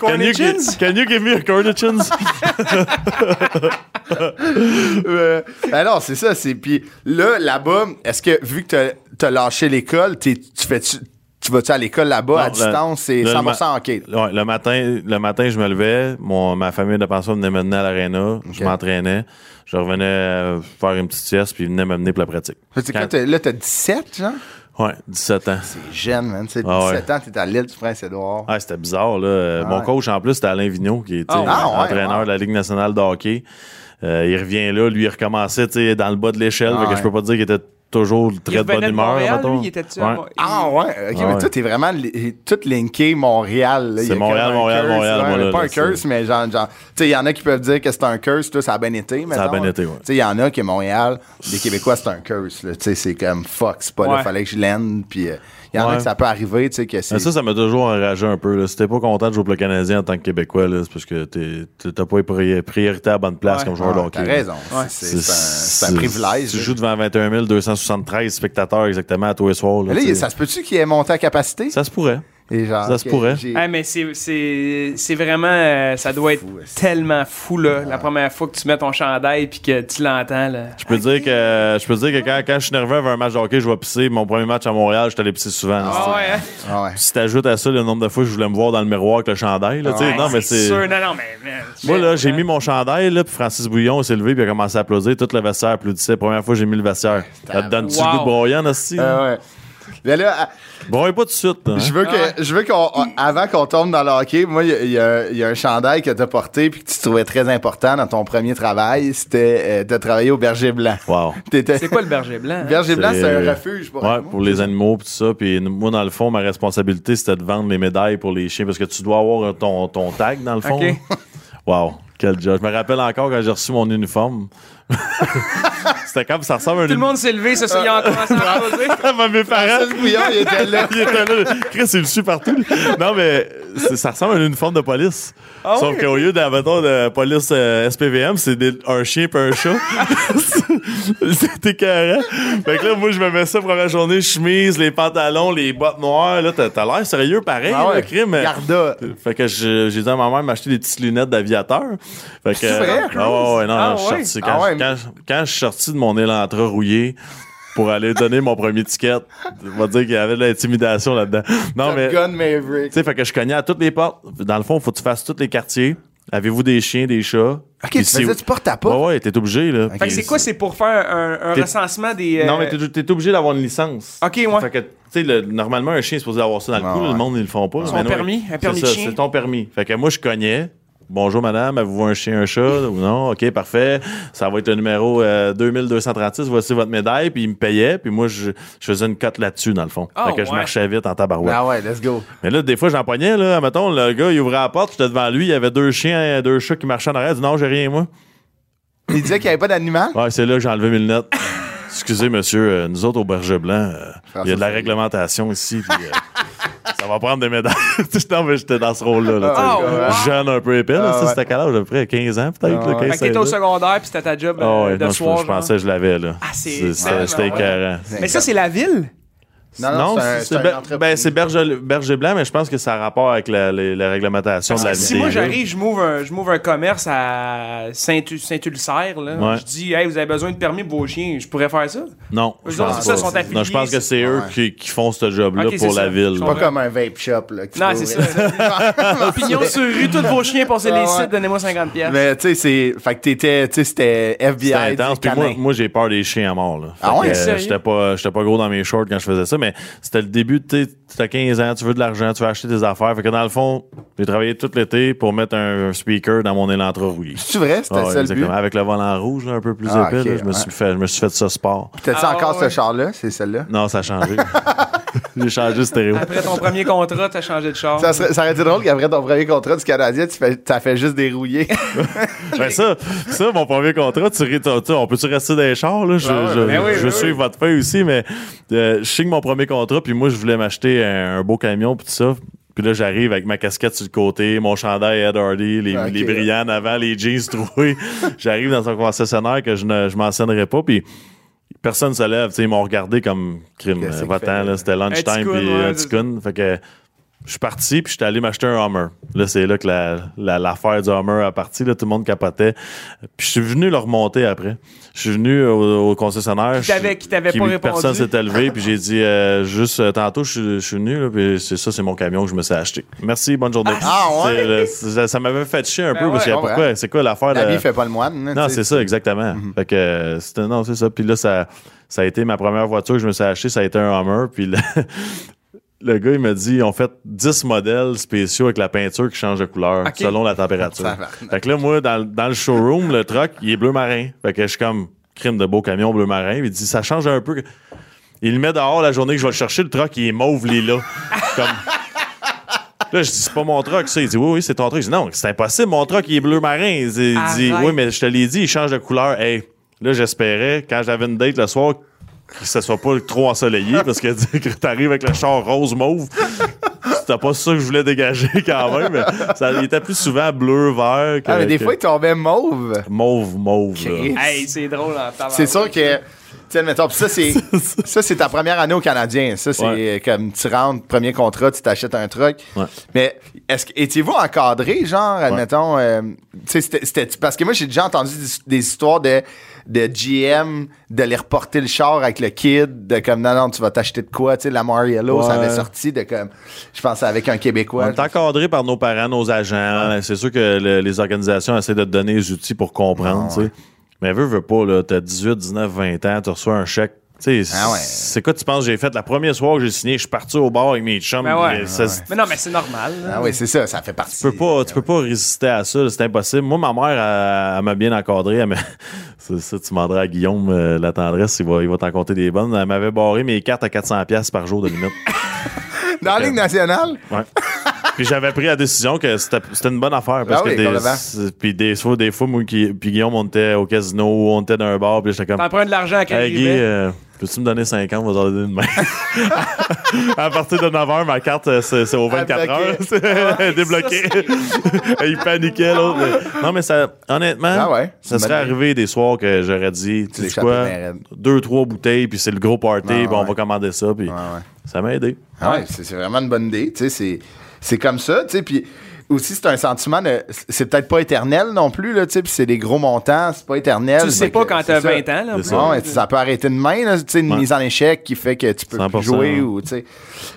Speaker 4: Can you, gi-
Speaker 2: Cornichons?
Speaker 4: can you give me a cornichons?
Speaker 1: Euh, alors, c'est ça. C'est puis là, là-bas, est-ce que vu que t'as- t'as lâché l'école, t'es- tu fais tu, tu vas-tu à l'école là-bas à
Speaker 4: Non, le-
Speaker 1: distance C'est
Speaker 4: le-
Speaker 1: 100% ok.
Speaker 4: le- ouais, le matin, le matin, je me levais. Mon, ma famille de pension venait m'amener à l'aréna. Je m'entraînais. Je revenais euh, faire une petite sieste, puis ils venaient m'amener pour la pratique.
Speaker 1: Fait que
Speaker 4: Quand-
Speaker 1: quand t'as- là, t'as 17, genre?
Speaker 4: ouais, 17 ans.
Speaker 1: T'es jeune, man. tu sais,
Speaker 4: Ah ouais.
Speaker 1: 17 ans, t'es à l'île du Prince-Édouard.
Speaker 4: Ah, c'était bizarre, là. Euh, Mon
Speaker 1: ouais.
Speaker 4: coach, en plus, c'était Alain Vigneault, qui est tu
Speaker 2: Ah
Speaker 4: sais,
Speaker 2: ouais.
Speaker 1: Ah ouais,
Speaker 4: entraîneur
Speaker 1: ouais.
Speaker 4: de la Ligue nationale de hockey. Euh, il revient là, lui, il recommençait tu sais, dans le bas de l'échelle.
Speaker 1: Ah
Speaker 4: fait que
Speaker 1: ouais.
Speaker 4: je peux pas dire qu'il était toujours très
Speaker 2: Il
Speaker 4: de bonne
Speaker 2: revenait de
Speaker 4: humeur.
Speaker 2: Montréal,
Speaker 4: mettons.
Speaker 2: lui, il était-tu
Speaker 4: Ouais.
Speaker 2: à Mo-
Speaker 1: Ah ouais, ok,
Speaker 4: Ah
Speaker 1: mais
Speaker 4: ouais.
Speaker 1: toi t'es vraiment li- tout linké Montréal. là. Il y a
Speaker 4: C'est Montréal,
Speaker 1: comme un
Speaker 4: Montréal,
Speaker 1: curse,
Speaker 4: Montréal,
Speaker 1: ouais,
Speaker 4: voilà,
Speaker 1: pas
Speaker 4: là,
Speaker 1: un curse,
Speaker 4: c'est-
Speaker 1: mais genre, genre tu sais, il y en a qui peuvent dire que c'est un curse, toi, ça a bien été.
Speaker 4: Ça a
Speaker 1: mettons,
Speaker 4: bien
Speaker 1: là.
Speaker 4: été, ouais.
Speaker 1: Tu sais, il y en a qui Montréal, les Québécois, c'est un curse, là. Tu sais, c'est comme fuck, c'est pas là,
Speaker 2: Ouais.
Speaker 1: fallait que je l'aime. Puis euh, il y en a
Speaker 4: Ouais.
Speaker 1: que ça peut arriver, tu sais, que c'est.
Speaker 4: Mais ça, ça m'a toujours enragé un peu. Là. Si t'es pas content de jouer pour le Canadien en tant que Québécois, là, c'est parce que t'es- t'es- t'as pas les priori- priorités à la bonne place
Speaker 2: Ouais.
Speaker 4: comme
Speaker 1: Ah,
Speaker 4: joueur de
Speaker 1: t'as
Speaker 4: hockey.
Speaker 1: raison.
Speaker 2: Ouais.
Speaker 1: C'est c'est un, c'est un privilège.
Speaker 4: Tu
Speaker 1: là.
Speaker 4: joues devant 21 273 spectateurs exactement à tous les soirs. Là,
Speaker 1: Mais là,
Speaker 4: tu sais.
Speaker 1: ça se peut-tu qu'il ait monté à capacité?
Speaker 4: Ça se pourrait.
Speaker 1: Et genre,
Speaker 4: ça se
Speaker 1: que
Speaker 4: pourrait.
Speaker 1: j'ai-
Speaker 2: Ah, mais c'est- c'est c'est vraiment. euh, ça doit être tellement fou, là, la première fois que tu mets ton chandail puis que tu l'entends, là.
Speaker 4: Je peux dire que je peux dire que quand, quand je suis nerveux avant un match de hockey, je vais pisser. Mon premier match à Montréal, je allé pisser souvent. là, tu
Speaker 2: Ah
Speaker 4: sais.
Speaker 2: ouais, hein?
Speaker 1: Ah ouais.
Speaker 4: Si t'ajoutes à ça le nombre de fois que je voulais me voir dans le miroir avec le chandail, là, tu sais,
Speaker 2: Ouais,
Speaker 4: non, mais c'est.
Speaker 2: Ah, sûr, hein. non, non, mais. man,
Speaker 4: Moi, là, j'ai
Speaker 2: man.
Speaker 4: mis mon chandail, là, puis Francis Bouillon s'est levé, puis il a commencé à applaudir. Tout le vestiaire applaudissait. Première fois, j'ai mis le vestiaire. Ça te donne-tu le
Speaker 2: Wow. Euh,
Speaker 4: goût de broyer en hostie, là?
Speaker 1: Ah ouais. Mais là,
Speaker 4: Bon, et pas tout de suite. hein.
Speaker 1: Je veux que, je veux qu'on, on- avant qu'on tombe dans le hockey, moi, il y a- il y, a- il y a un chandail que t'as porté puis que tu trouvais très important dans ton premier travail. C'était euh, de travailler au Berger Blanc.
Speaker 4: Wow.
Speaker 1: T'étais-
Speaker 2: C'est quoi le berger blanc?
Speaker 1: Le
Speaker 2: hein?
Speaker 1: Berger Blanc, c'est un
Speaker 4: euh,
Speaker 1: refuge pour
Speaker 4: ouais,
Speaker 1: animaux.
Speaker 4: pour les animaux pis tout ça. Puis n- moi, dans le fond, ma responsabilité, c'était de vendre les médailles pour les chiens parce que tu dois avoir ton, ton tag, dans le fond.
Speaker 2: Ok.
Speaker 4: Wow, quel job. Je me rappelle encore quand j'ai reçu mon uniforme. c'était comme ça ressemble à un
Speaker 2: Tout le monde s'est levé, ça, c'est en commençant à poser.
Speaker 4: uniforme. Mes parents.
Speaker 1: Marcel Bouillon, il était là.
Speaker 4: Il était là. Chris, il le suit partout. Non, mais c'est- ça ressemble à une uniforme de police. Sauf
Speaker 1: Ah
Speaker 2: oui?
Speaker 4: qu'au lieu d'un bâton de police euh, SPVM, c'est des- un chien et un chat. C'était écœurant. Fait que là, moi, je me mets ça première journée, chemise, les pantalons, les bottes noires. Là, t'as t'as l'air sérieux pareil,
Speaker 1: Ah ouais,
Speaker 4: le crime. euh,
Speaker 1: Garda.
Speaker 4: Fait que je- j'ai dit à ma mère de m'acheter des petites lunettes d'aviateur. Fait que.
Speaker 1: C'est vrai?
Speaker 4: Ah ouais, ouais, non,
Speaker 2: Ah
Speaker 4: non, je suis
Speaker 2: ouais?
Speaker 4: sorti.
Speaker 1: Ah
Speaker 4: Quand,
Speaker 1: ouais,
Speaker 4: je- quand je- quand je suis sorti de mon élantra rouillé pour aller donner mon premier ticket, on va dire qu'il y avait de l'intimidation là-dedans. Non,
Speaker 1: Top
Speaker 4: mais. Tu
Speaker 1: Gun Maverick.
Speaker 4: sais, fait que je cognais à toutes les portes. Dans le fond, faut que tu fasses tous les quartiers. Avez-vous des chiens, des chats?
Speaker 1: Ok, tu faisais, tu portes ta porte.
Speaker 4: Ouais, ouais, t'es obligé, là.
Speaker 2: Fait que c'est quoi? C'est pour faire un, un
Speaker 4: T'es-
Speaker 2: recensement des. euh,
Speaker 4: Non, mais t'es, t'es obligé d'avoir une licence.
Speaker 2: Ok, ouais.
Speaker 4: Fait que, tu sais, le- normalement, un chien est supposé avoir ça dans le
Speaker 1: Ouais,
Speaker 4: cou. là,
Speaker 1: ouais.
Speaker 4: Le monde, ils le font pas.
Speaker 2: Son
Speaker 4: Mais non,
Speaker 2: permis,
Speaker 4: oui.
Speaker 2: un permis
Speaker 4: c'est
Speaker 2: de
Speaker 4: ça,
Speaker 2: chien.
Speaker 4: C'est ton permis. Fait que moi, je cognais. Bonjour, madame. Avez-vous un chien, un chat ou non? OK, parfait. Ça va être le numéro euh, 2236. Voici votre médaille. Puis il me payait. Puis moi, je, je faisais une cote là-dessus, dans le fond.
Speaker 2: Ah,
Speaker 4: fait que je
Speaker 2: ouais.
Speaker 4: marchais vite en tabarouette.
Speaker 1: Ah ouais, let's go.
Speaker 4: Mais là, des fois, j'empoignais, là. Mettons, le gars, il ouvrait la porte. J'étais devant lui. Il y avait deux chiens, deux chats qui marchaient en arrière. Il dit non, j'ai rien, moi.
Speaker 1: Il disait qu'il n'y avait pas d'animal.
Speaker 4: Ouais, c'est là que j'ai enlevé mes lunettes. Excusez, monsieur, euh, nous autres au Berge Blanc, euh, il y a de la réglementation ici. puis, euh, ça va prendre des médailles. Tu sais, non, mais j'étais dans ce rôle-là. là, tu sais.
Speaker 2: Ah, ouais.
Speaker 4: Jeune, un peu épais. là,
Speaker 1: Ah,
Speaker 4: ça,
Speaker 1: ouais.
Speaker 4: c'était quel âge? À peu près 15 ans, peut-être.
Speaker 1: Ah,
Speaker 4: là,
Speaker 1: ouais.
Speaker 4: 15,
Speaker 2: Fait que t'étais au
Speaker 4: 16 ans.
Speaker 2: secondaire, puis c'était ta job euh,
Speaker 4: Ah, ouais,
Speaker 2: de
Speaker 4: non, je-
Speaker 2: soir.
Speaker 4: je,
Speaker 2: genre.
Speaker 4: pensais que je l'avais. là.
Speaker 2: Ah, c'est-
Speaker 4: C'est-
Speaker 2: tellement,
Speaker 4: C'était c'était
Speaker 2: ouais.
Speaker 4: écœurant.
Speaker 2: Mais ça, c'est la ville?
Speaker 4: Non,
Speaker 1: un-
Speaker 4: c'est
Speaker 1: un
Speaker 4: Ber-
Speaker 1: entreprise.
Speaker 4: ben, c'est Berge, Berger Blanc, mais je pense que ça a rapport avec la, les- la réglementation de la
Speaker 2: Si moi
Speaker 4: DG.
Speaker 2: j'arrive, je m'ouvre un, je m'ouvre un commerce à Saint- Saint-Ulcère, là.
Speaker 4: Ouais.
Speaker 2: je dis, hey, vous avez besoin de permis pour vos chiens, je pourrais faire ça.
Speaker 4: Non,
Speaker 2: Eux
Speaker 4: je
Speaker 2: autres,
Speaker 4: pense
Speaker 2: c'est ça,
Speaker 4: pas.
Speaker 2: sont affiliés,
Speaker 4: Non, je pense que c'est eux
Speaker 1: Ouais.
Speaker 4: qui, qui font ce job-là
Speaker 2: Ok, c'est
Speaker 4: pour
Speaker 2: ça.
Speaker 4: la ville.
Speaker 2: Je
Speaker 1: Pas
Speaker 2: comprends.
Speaker 1: comme un vape shop. Là, que tu
Speaker 2: Non,
Speaker 1: peux
Speaker 2: c'est
Speaker 1: ouvrir.
Speaker 2: ça. Pignon sur rue, tous vos chiens, passez
Speaker 1: Ah
Speaker 2: les
Speaker 1: ouais.
Speaker 2: sites, donnez-moi 50$. piastres.
Speaker 1: Mais tu sais, c'est. Fait que t'étais. Tu sais, c'était
Speaker 4: C'était
Speaker 1: FBI.
Speaker 4: intense.
Speaker 1: tu
Speaker 4: Puis
Speaker 1: sais,
Speaker 4: moi,
Speaker 1: canin.
Speaker 4: moi j'ai peur des chiens à mort. Là. Fait
Speaker 1: Ah ouais,
Speaker 4: que, euh,
Speaker 2: sérieux?
Speaker 4: J'étais pas, j'étais pas gros dans mes shorts quand je faisais ça, mais c'était le début. Tu as 15 ans, tu veux de l'argent, tu veux acheter des affaires. Fait que dans le fond, j'ai travaillé tout l'été pour mettre un, un speaker dans mon élantra rouillé.
Speaker 1: C'est-tu vrai? C'était
Speaker 4: Ah ouais,
Speaker 1: ça le but?
Speaker 4: exactement. Avec le volant rouge, là, un peu plus
Speaker 1: Ah,
Speaker 4: épais,
Speaker 1: ok,
Speaker 4: là, je, me
Speaker 1: ouais.
Speaker 4: suis fait, je me suis fait ça sport.
Speaker 1: T'as-tu
Speaker 2: Ah,
Speaker 1: encore
Speaker 2: ouais.
Speaker 1: ce char-là? C'est celle-là?
Speaker 4: Non, ça a changé. j'ai changé de stéréo.
Speaker 2: Après ton premier contrat, t'as changé de char.
Speaker 1: Ça, serait- ça aurait été drôle qu'après ton premier contrat du Canadien, tu fais, t'as fait juste dérouiller.
Speaker 4: Ben ça, ça, mon premier contrat, tu, ris- tu- tu- on peut-tu rester dans les chars? Là? Je,
Speaker 1: Ah ouais,
Speaker 4: je,
Speaker 2: ben oui,
Speaker 4: je
Speaker 2: ben
Speaker 4: suis
Speaker 2: oui.
Speaker 4: votre pain aussi, mais euh, je signe mon premier contrat, puis moi, je voulais m'acheter un, un beau camion, puis tout ça. Puis là, j'arrive avec ma casquette sur le côté, mon chandail Ed Hardy, les,
Speaker 1: Ah, ok,
Speaker 4: les
Speaker 1: ouais.
Speaker 4: brillants avant, les jeans troués. j'arrive dans un concessionnaire que je ne je mentionnerai pas, puis personne se lève. tu sais, Ils m'ont regardé comme crime.
Speaker 1: Qu'est-ce
Speaker 4: euh,
Speaker 1: qu'il
Speaker 4: Va-t'en,
Speaker 1: fait,
Speaker 4: là, c'était lunchtime,
Speaker 2: ticoun,
Speaker 4: puis
Speaker 2: ouais,
Speaker 4: un
Speaker 2: c'est-
Speaker 4: ticoun. Fait que je suis parti, puis j'étais allé m'acheter un Hummer. Là, c'est là que la- la- l'affaire du Hummer a parti. Là, tout le monde capotait. Puis je suis venu le remonter après. Je suis venu au, au concessionnaire. je-
Speaker 2: t'avait- qui t'avait pas répondu.
Speaker 4: Personne s'était levé, puis j'ai dit euh, juste euh, tantôt, je, suis- je suis venu, là, puis c'est ça, c'est mon camion que je me suis acheté. Merci, bonne journée.
Speaker 1: Ah, ouais?
Speaker 4: C'est le- c'est- ça, ça m'avait fait chier un
Speaker 2: Ben
Speaker 4: peu, parce que
Speaker 1: ouais.
Speaker 4: pourquoi, c'est quoi l'affaire
Speaker 1: La
Speaker 4: de-
Speaker 1: vie fait pas le moine. hein,
Speaker 4: non,
Speaker 1: tu sais. Mhm.
Speaker 4: c'est ça, exactement. Fait que, euh, c'était- non, c'est ça. Puis là, ça, ça a été ma première voiture que je me suis achetée, ça a été un Hummer. Puis le, le gars, il m'a dit, on fait 10 modèles spéciaux avec la peinture qui change de couleur
Speaker 2: Ok.
Speaker 4: selon la température.
Speaker 1: Ça va.
Speaker 4: fait que là, moi, dans, dans le showroom, le truck, il est bleu marin. Fait que je suis comme, crime de beau camion bleu marin. Il dit, ça change un peu. Il le met dehors la journée que je vais le chercher, le truck, il est mauve lilas. comme... Là, je dis, c'est pas mon truck, ça. Il dit, oui, oui, c'est ton truck. Je dis, non, c'est impossible, mon truck, il est bleu marin. Il dit, il dit,
Speaker 2: Arrête.
Speaker 4: oui, mais je te l'ai dit, il change de couleur. Hey, là, j'espérais, quand j'avais une date le soir, que ça soit pas trop ensoleillé, parce que tu que t'arrives avec le char rose mauve. C'était pas ça que je voulais dégager quand même, mais ça, il était plus souvent bleu, vert que.
Speaker 1: Ah, mais des
Speaker 4: que
Speaker 1: fois, il tombait mauve.
Speaker 4: Mauve, mauve. là.
Speaker 1: Chris.
Speaker 2: Hey, c'est drôle en parlant.
Speaker 1: C'est sûr que. Tiens, mettons, pis ça, c'est, ça, c'est ta première année au Canadien. Ça, c'est
Speaker 4: Ouais.
Speaker 1: comme tu rentres, premier contrat, tu t'achètes un truc.
Speaker 4: Ouais.
Speaker 1: Mais est-ce que, étiez-vous encadré, genre, admettons, euh, tu sais, c'était, c'était- parce que moi, j'ai déjà entendu des, des histoires de, de GM, de les reporter le char avec le kid, de comme, non, non, tu vas t'acheter de quoi, tu sais, la Mariello, ça
Speaker 4: Ouais.
Speaker 1: avait sorti de comme, je pensais avec un
Speaker 4: On
Speaker 1: Québécois.
Speaker 4: est encadré par nos parents, nos agents. C'est sûr que le- les organisations essaient de te donner les outils pour comprendre. tu sais. Mais veut, veut pas, là. T'as 18, 19, 20 ans, tu reçois un chèque. Tu sais,
Speaker 1: Ah ouais.
Speaker 4: C'est quoi tu penses que j'ai fait? La première soir que j'ai signé, je suis parti au bar avec mes chums.
Speaker 2: Ben ouais.
Speaker 4: et ça-
Speaker 2: Mais non, mais c'est normal. là.
Speaker 1: Ah oui, c'est ça, ça fait partie.
Speaker 4: Tu peux pas, tu peux pas résister à ça, là, c'est impossible. Moi, ma mère, elle, elle m'a bien encadré. Elle m'a- c'est ça, tu demanderas à Guillaume euh, la tendresse, il va, il va t'en compter des bonnes. Elle m'avait barré mes cartes à 400$ piastres par jour de limite.
Speaker 1: Dans la Ligue nationale,
Speaker 4: Ouais. puis j'avais pris la décision que c'était c'était une bonne affaire. Parce
Speaker 1: Ah oui,
Speaker 4: que des,
Speaker 1: complètement.
Speaker 4: c'est- puis des fois, des fois moi qui- puis Guillaume, on était au casino, on était dans un bar, puis j'étais comme.
Speaker 2: T'empruntes de l'argent à
Speaker 4: Hey Guy,
Speaker 2: quelqu'un.
Speaker 4: euh, peux-tu me donner 50? On va t'en donner une main. à partir de 9 h, ma carte, euh, c'est c'est aux 24
Speaker 1: Ah,
Speaker 4: heures.
Speaker 1: bloquée.
Speaker 4: C'est Débloqué. Il paniquait, l'autre. mais- Non, mais ça, honnêtement,
Speaker 1: Ah ouais, c'est
Speaker 4: ça
Speaker 1: une
Speaker 4: serait
Speaker 1: bonne
Speaker 4: arrivé des soirs que j'aurais dit, tu sais
Speaker 1: l'échappes
Speaker 4: quoi,
Speaker 1: bien raide.
Speaker 4: deux, trois bouteilles, puis c'est le gros party,
Speaker 1: Ah
Speaker 4: puis on
Speaker 1: ouais.
Speaker 4: va commander ça, puis
Speaker 1: ouais.
Speaker 4: ça m'a aidé.
Speaker 1: Ah ouais, c'est c'est vraiment une bonne idée. Tu sais, c'est- c'est comme ça. tu sais, Puis aussi, c'est un sentiment de. C'est peut-être pas éternel non plus. Là, tu sais, puis c'est des gros montants. C'est pas éternel.
Speaker 2: Tu le sais
Speaker 1: Fait
Speaker 2: pas
Speaker 1: que
Speaker 2: quand
Speaker 1: c'est
Speaker 2: t'as
Speaker 1: ça. Ah
Speaker 2: 20 ans. Là, en
Speaker 4: C'est
Speaker 2: plus.
Speaker 4: ça.
Speaker 1: Ouais, ouais, ça peut arrêter de main, là, tu sais, une
Speaker 4: Ouais.
Speaker 1: mise en échec qui fait que tu peux plus
Speaker 4: 100%,
Speaker 1: jouer.
Speaker 4: ouais.
Speaker 1: Ou, tu sais.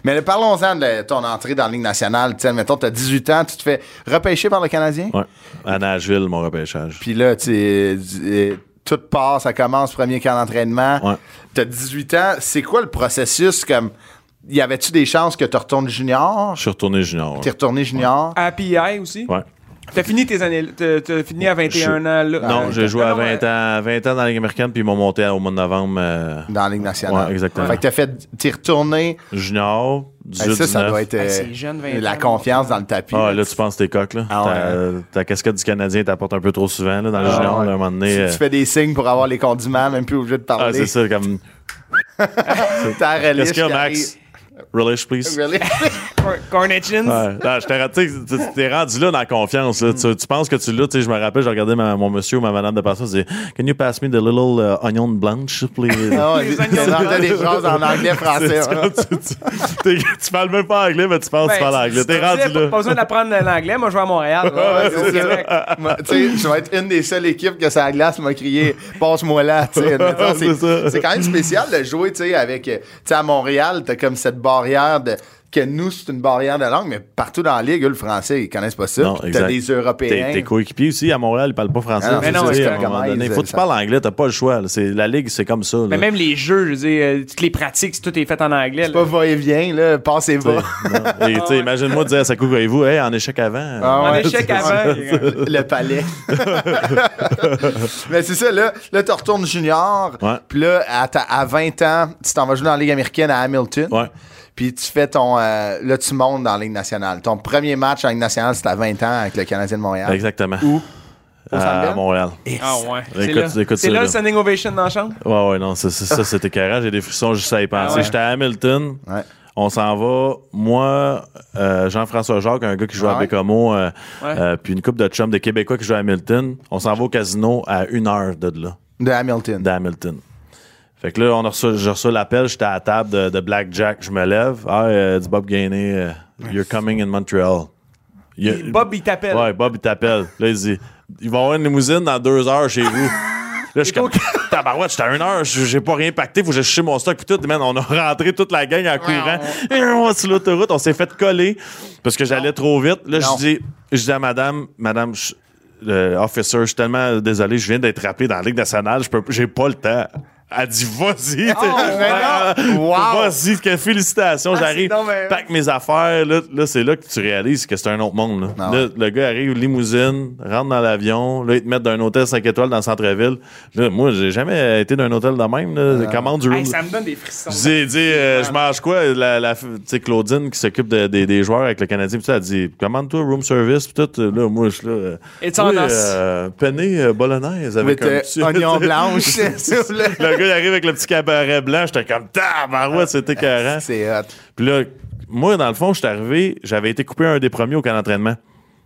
Speaker 1: Mais là, parlons-en de la- ton entrée dans la Ligue nationale. Tu sais, mettons, tu as 18 ans, tu te fais repêcher par le Canadien.
Speaker 4: Ouais. À Nashville, mon repêchage.
Speaker 1: Puis là, tu sais, euh, tout part, ça commence, premier camp d'entraînement.
Speaker 4: Ouais.
Speaker 1: Tu as 18 ans. C'est quoi le processus? comme Y avait-tu des chances que tu retournes junior?
Speaker 4: Je suis retourné junior.
Speaker 1: T'es retourné junior?
Speaker 2: Happy Eye aussi.
Speaker 4: Ouais.
Speaker 2: T'as fini tes années. T'as t'as fini à 21 ans.
Speaker 1: Ah,
Speaker 2: Là. Ah,
Speaker 4: Non, j'ai joué à 20
Speaker 2: ouais.
Speaker 1: euh,
Speaker 4: ans, 20 ans dans la Ligue américaine, puis ils m'ont monté au mois de novembre euh,
Speaker 1: Dans la Ligue nationale.
Speaker 4: Ouais, exactement.
Speaker 1: Fait que t'as fait. T'es retourné.
Speaker 4: junior. 18,
Speaker 1: Hey, ça, ça
Speaker 4: 19.
Speaker 1: doit être
Speaker 2: Ah,
Speaker 1: euh,
Speaker 2: c'est jeune, 20
Speaker 1: la
Speaker 2: ans.
Speaker 1: confiance dans le tapis.
Speaker 4: Ah,
Speaker 1: là,
Speaker 4: là, tu penses tes coques, là.
Speaker 1: Ah ouais,
Speaker 4: ta, ta casquette du Canadien t'apporte un peu trop souvent, là, dans le
Speaker 1: Ah,
Speaker 4: junior,
Speaker 1: ouais.
Speaker 4: là, à un moment donné.
Speaker 1: Tu,
Speaker 4: euh,
Speaker 1: tu fais des signes pour avoir les condiments, même plus obligé de
Speaker 4: Ah,
Speaker 1: parler.
Speaker 4: c'est ça, comme.
Speaker 1: T'as la relish
Speaker 4: Qu'est-ce qu'il y a,
Speaker 1: qui
Speaker 4: Max? Relish, please.
Speaker 1: arrive. Relish.
Speaker 2: Cor- Carnations.
Speaker 4: Ouais. Non, je t'ai ra- tu sais, tu- t'es rendu là dans la confiance. Là. Tu, tu penses que tu l'as. tu sais, Je me rappelle, je regardais ma- mon monsieur ou ma madame de passage. Je disais, Can you pass me the little euh, onion blanche, please?
Speaker 1: Ah ouais,
Speaker 2: Les
Speaker 1: des-
Speaker 2: oignons
Speaker 1: on entend des phrases en anglais, français.
Speaker 4: C'est-
Speaker 1: hein.
Speaker 4: tu, tu- t'es- tu parles même pas anglais, mais tu penses que tu
Speaker 2: Ben,
Speaker 4: parles anglais.
Speaker 2: tu
Speaker 4: T'es
Speaker 2: disais,
Speaker 4: rendu
Speaker 2: pas- Pas
Speaker 4: là.
Speaker 2: besoin d'apprendre l'anglais. Moi, je vais à Montréal.
Speaker 1: Ouais,
Speaker 2: là, au
Speaker 1: c'est
Speaker 2: Québec.
Speaker 1: ça. Moi, tu sais, je vais être une des seules équipes que sa glace m'a crié passe-moi là. tu sais, admettons, c'est-
Speaker 4: C'est ça.
Speaker 1: c'est quand même spécial de jouer tu sais, avec. euh, Tu sais, à Montréal, t'as comme cette barrière de. Que nous, c'est une barrière de langue, mais partout dans la ligue, eux, le français, ils connaissent pas ça.
Speaker 4: Non,
Speaker 1: Puis T'as
Speaker 4: exact.
Speaker 1: des Européens.
Speaker 4: T'es, t'es coéquipier aussi. À Montréal, ils parlent pas français.
Speaker 1: Ah non,
Speaker 4: Tu
Speaker 2: mais non,
Speaker 4: sais,
Speaker 2: c'est
Speaker 4: à un
Speaker 1: correct.
Speaker 4: moment donné,
Speaker 1: Ils-
Speaker 4: faut que tu parles anglais. T'as pas le choix. là. C'est, la ligue, c'est comme ça. là.
Speaker 2: Mais même les jeux, je veux dire, euh, toutes les pratiques, tout est fait en anglais.
Speaker 1: C'est
Speaker 2: là.
Speaker 1: pas va-et-vient, là, passe et va.
Speaker 4: Non. Et,
Speaker 2: Ah
Speaker 4: tu sais, imagine-moi dire à Sakou vous hey, en échec avant.
Speaker 1: Ah
Speaker 2: En
Speaker 1: ouais.
Speaker 2: échec avant.
Speaker 1: le palais. Mais c'est ça, là, là tu retournes junior.
Speaker 4: Ouais.
Speaker 1: Puis là, à, ta- à 20 ans, tu t'en vas jouer dans la Ligue américaine à Hamilton.
Speaker 4: Ouais.
Speaker 1: Puis tu fais ton. euh, là, tu montes dans la Ligue nationale. Ton premier match en Ligue nationale, c'était à 20 ans avec le Canadien de Montréal.
Speaker 4: Exactement.
Speaker 1: Ah. Où? Au Centre
Speaker 4: À,
Speaker 1: Bell?
Speaker 4: à Montréal.
Speaker 2: Ah ouais. C'est
Speaker 4: Écoute-
Speaker 2: là,
Speaker 4: écoute
Speaker 2: C'est
Speaker 4: ça,
Speaker 2: là le
Speaker 4: là.
Speaker 2: standing ovation dans la chambre.
Speaker 4: Ouais, ouais, non, c'est- c'est- ça, c'était carré. J'ai des frissons juste à y penser.
Speaker 2: Ah ouais.
Speaker 4: J'étais à Hamilton.
Speaker 1: Ouais.
Speaker 4: On s'en va. Moi, euh, Jean-François Jacques, un gars qui joue
Speaker 1: Ah
Speaker 4: à
Speaker 1: ouais?
Speaker 4: Bécamo, euh,
Speaker 2: Ouais.
Speaker 4: euh, puis une coupe de chums de Québécois qui joue à Hamilton. On s'en va au casino à une heure de là,
Speaker 1: De Hamilton.
Speaker 4: d'Hamilton. Fait que là, on a reçu, j'ai reçu l'appel. J'étais à la table de, de Blackjack. Je me lève. Ah, euh, du Bob Gainé, euh, you're coming in Montreal. Il y a-
Speaker 2: Bob, il t'appelle.
Speaker 4: Ouais, Bob, il t'appelle. Là, il dit Ils vont avoir une limousine dans deux heures chez vous. Là, je suis comme Tabarouette, j'étais à une heure, j'ai j'ai pas rien pacté, faut que je cherche mon stock. Puis tout, man, on a rentré toute la gang en courant. Et on va sur l'autoroute, on s'est fait coller parce que j'allais trop vite. Là,
Speaker 1: Non.
Speaker 4: je dis, je dis à madame, madame, je- le officer, je suis tellement désolé, je viens d'être rappelé dans la Ligue nationale, je peux, j'ai pas le temps. Elle dit, vas-y.
Speaker 1: mais non. Wow. Ah,
Speaker 4: Vas-y, que félicitations, j'arrive.
Speaker 1: non, mais-
Speaker 4: pack mes affaires. Là, là, c'est là que tu réalises que c'est un autre monde. Là.
Speaker 1: Ah
Speaker 4: Là, le gars arrive, limousine, rentre dans l'avion. Là, ils te mettent d'un hôtel 5 étoiles dans le centre-ville. Là, moi, j'ai jamais été d'un hôtel de même. Là.
Speaker 1: Ah.
Speaker 4: Commande du room.
Speaker 2: Hey, ça me donne des frissons.
Speaker 4: J'ai dit, euh, je mange quoi? La, la, tu sais, Claudine qui s'occupe de- des- des joueurs avec le Canadien, pis ça, elle dit, commande-toi room service, pis tout. Là, moi, je suis là. euh,
Speaker 2: It's on
Speaker 4: oui,
Speaker 2: us.
Speaker 4: euh, penne, euh, bolognaise avec
Speaker 1: With
Speaker 4: un
Speaker 1: euh,
Speaker 4: petit-
Speaker 1: oignon blanche. s'il vous plaît.
Speaker 4: Le gars, il arrive avec le petit cabaret blanc. J'étais comme, tabarouette,
Speaker 1: Euh,
Speaker 4: c'était carré.
Speaker 1: C'est hot.
Speaker 4: Puis là, moi, dans le fond, je suis arrivé, j'avais été coupé un des premiers au camp d'entraînement.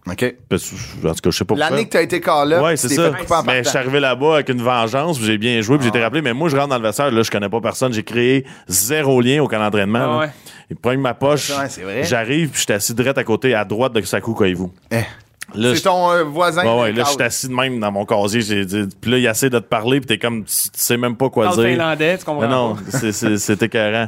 Speaker 1: OK.
Speaker 4: Parce que, En tout cas, je sais pas
Speaker 1: L'année
Speaker 4: pourquoi.
Speaker 1: que t'as été call up,
Speaker 4: Ouais,
Speaker 1: tu
Speaker 4: c'est
Speaker 1: t'es
Speaker 4: ça.
Speaker 1: fait couper en
Speaker 4: Mais je suis
Speaker 1: partant. Ah.
Speaker 4: arrivé là-bas avec une vengeance, puis j'ai bien joué, puis j'ai été rappelé. Mais moi, je rentre dans le vestiaire, là, je connais pas personne. J'ai créé zéro lien au camp d'entraînement.
Speaker 2: Ah
Speaker 4: là.
Speaker 2: ouais.
Speaker 4: Il prend ma poche,
Speaker 1: Ouais, c'est vrai.
Speaker 4: j'arrive, puis je suis assis direct à côté, à droite de Sakou Koivu.
Speaker 1: Eh.
Speaker 4: Là,
Speaker 1: C'est
Speaker 4: je-
Speaker 1: ton euh, voisin.
Speaker 4: Ouais, ouais, là,
Speaker 1: Carl.
Speaker 4: je suis assis de même dans mon casier. j'ai dit- Puis là, il essaie de te parler, puis t'es comme, tu tu sais même pas quoi
Speaker 2: Parle
Speaker 4: dire.
Speaker 2: finlandais, tu comprends
Speaker 4: Mais non,
Speaker 2: pas.
Speaker 4: c'est- c'est- c'est écœurant.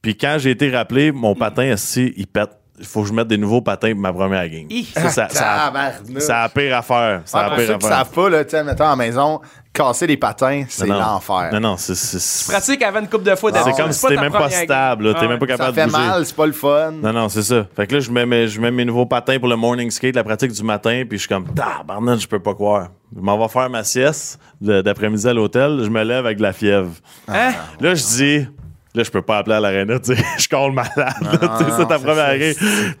Speaker 4: Puis quand j'ai été rappelé, mon patin assis, il pète. Il faut que je mette des nouveaux patins pour ma première game.
Speaker 2: Hi.
Speaker 4: Ça, ça, ça,
Speaker 1: Tabarnak.
Speaker 4: ça a pire à faire. Ça
Speaker 1: Ouais,
Speaker 4: a
Speaker 1: Ah, pour
Speaker 4: pire
Speaker 1: ceux
Speaker 4: à
Speaker 1: qui
Speaker 4: faire.
Speaker 1: savent pas, là, tu sais, mettons, à la maison, casser les patins, c'est
Speaker 4: Non, non. Non,
Speaker 1: l'enfer.
Speaker 4: non, c'est. c'est- c'est-
Speaker 2: Pratique avant une coupe de fois
Speaker 4: Ah, C'est
Speaker 2: d'habitude.
Speaker 4: comme si
Speaker 2: pas
Speaker 4: t'es
Speaker 2: ta
Speaker 4: même pas
Speaker 2: première game.
Speaker 4: stable, là. t'es
Speaker 2: Ouais.
Speaker 4: même pas
Speaker 1: Ah Ça
Speaker 4: capable
Speaker 1: fait
Speaker 4: de bouger.
Speaker 1: mal, c'est pas le fun.
Speaker 4: Non, non, c'est ça. Fait que là, je mets, mes, je mets mes nouveaux patins pour le morning skate, la pratique du matin, puis je suis comme, tabarnak, je peux pas croire. Je m'en vais faire ma sieste de- d'après-midi à l'hôtel, je me lève avec de la fièvre.
Speaker 2: Hein?
Speaker 4: Là, je dis, là, je peux pas appeler à l'aréna, tu sais, je colle malade, là, tu sais, c'est ta première arrêt.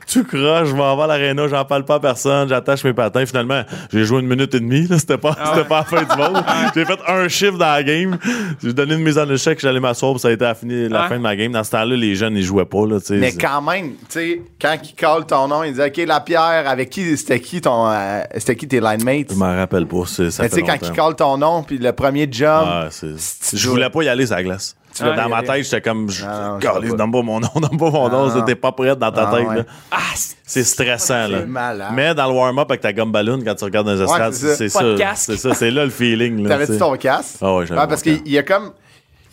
Speaker 4: Tu croches, je m'en vais à l'aréna, j'en parle pas à personne, j'attache mes patins. Finalement, j'ai joué une minute et demie, là, c'était pas, c'était pas la fin du monde. J'ai fait un chiffre dans la game, j'ai donné une mise en échec, j'allais m'asseoir, puis ça a été la, fini- la
Speaker 2: Ouais.
Speaker 4: fin de ma game. Dans ce temps-là, les jeunes, ils jouaient pas, là, tu sais.
Speaker 1: Mais
Speaker 4: C'est-
Speaker 1: quand même, tu sais, quand ils collent ton nom, ils disent OK, la pierre, avec qui c'était qui ton euh, c'était qui tes line mates?
Speaker 4: Je m'en rappelle pas. c'est- Ça
Speaker 1: Mais tu
Speaker 4: fait
Speaker 1: sais, quand
Speaker 4: longtemps.
Speaker 1: ils collent ton nom, puis le premier jump,
Speaker 4: Ah, c'est-
Speaker 1: Si tu
Speaker 4: Je
Speaker 1: dois-
Speaker 4: voulais pas y aller sur la glace.
Speaker 1: voulais
Speaker 4: dans
Speaker 1: pas y
Speaker 4: ma
Speaker 1: aller.
Speaker 4: tête, j'étais comme, je-
Speaker 1: Ah, non, je
Speaker 4: Caliste,
Speaker 1: sais pas.
Speaker 4: donne pas mon nom, donne pas mon nom,
Speaker 1: Ah,
Speaker 4: ça, t'es pas prête dans ta
Speaker 1: Ah,
Speaker 4: tête.
Speaker 1: ouais.
Speaker 4: là.
Speaker 2: Ah, c'est-
Speaker 4: C'est stressant. là.
Speaker 1: C'est malade.
Speaker 4: Mais dans le warm-up avec ta gomme ballon, quand tu regardes dans les estrades,
Speaker 1: c'est ça.
Speaker 4: c'est
Speaker 2: Pas de
Speaker 4: ça.
Speaker 2: casque.
Speaker 4: C'est ça, c'est là le feeling. là,
Speaker 1: t'avais-tu
Speaker 4: c'est-
Speaker 1: ton casque?
Speaker 4: Ah ouais, j'avais
Speaker 1: Parce
Speaker 4: mon
Speaker 1: qu'il y a comme.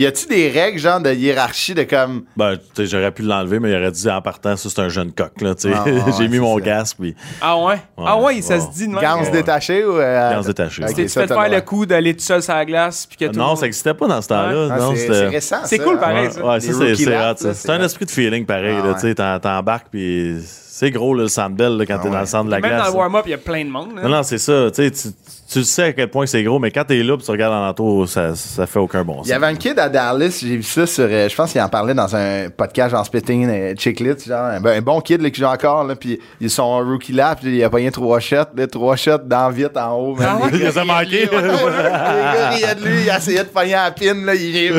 Speaker 1: Y a-tu des règles, genre, de hiérarchie, de comme.
Speaker 4: Ben, tu sais, j'aurais pu l'enlever, mais il aurait dit en partant, ça c'est un jeune coq. là, tu sais.
Speaker 1: Ah, ouais,
Speaker 4: J'ai mis
Speaker 1: c'est
Speaker 4: mon
Speaker 1: ça.
Speaker 4: casque, puis
Speaker 2: Ah ouais? Ah ouais, ça
Speaker 4: ouais.
Speaker 2: se dit de même.
Speaker 1: Gans
Speaker 4: ouais.
Speaker 1: détaché ou. euh,
Speaker 4: Gans détaché,
Speaker 1: ok,
Speaker 4: ouais.
Speaker 2: Tu te
Speaker 1: ça,
Speaker 2: fais
Speaker 1: t'as
Speaker 2: faire
Speaker 1: droit.
Speaker 2: le coup d'aller tout seul sur la glace. Puis que tout le
Speaker 4: Euh, Non,
Speaker 2: monde-
Speaker 4: ça n'existait pas dans ce temps-là.
Speaker 1: Ah,
Speaker 4: non,
Speaker 1: c'est-
Speaker 4: c'était-
Speaker 1: c'est récent.
Speaker 2: C'est
Speaker 1: ça,
Speaker 2: cool,
Speaker 1: hein?
Speaker 2: pareil.
Speaker 4: Ouais,
Speaker 2: ça.
Speaker 4: ouais, ça,
Speaker 1: Les
Speaker 4: c'est
Speaker 1: rookie
Speaker 4: c'est
Speaker 1: laps,
Speaker 4: hot, ça.
Speaker 1: là,
Speaker 4: C'est
Speaker 1: c'est
Speaker 4: un
Speaker 1: hot.
Speaker 4: esprit de feeling pareil.
Speaker 1: Ah
Speaker 4: là,
Speaker 1: ouais.
Speaker 4: tu sais, t'en- T'embarques, puis c'est gros là, le sandbell
Speaker 1: Ah,
Speaker 4: là, quand t'es dans le centre de la
Speaker 2: Même
Speaker 4: glace.
Speaker 2: dans le
Speaker 4: là.
Speaker 2: warm-up, il y a plein de monde. hein.
Speaker 4: Non, non, c'est ça. Tu, sais, tu, tu sais à quel point c'est gros, mais quand t'es là pis tu regardes en entour, ça, ça fait aucun bon sens.
Speaker 1: Il y avait un kid à Dallas, j'ai vu ça sur. euh, je pense qu'il en parlait dans un podcast, genre Spitting, euh, Chicklit, genre. Un, ben, un bon kid là, que j'ai encore, là. Puis ils sont en rookie lap, puis il a pogné trois shots, là, trois shots dans vite en haut. man.
Speaker 2: Ah ouais?
Speaker 1: Les gars
Speaker 4: Il les a
Speaker 1: riaient de lui,
Speaker 4: manqués.
Speaker 1: ouais, ouais, Les gars riaient de lui, il essayait de pogner à la pin, là. Il est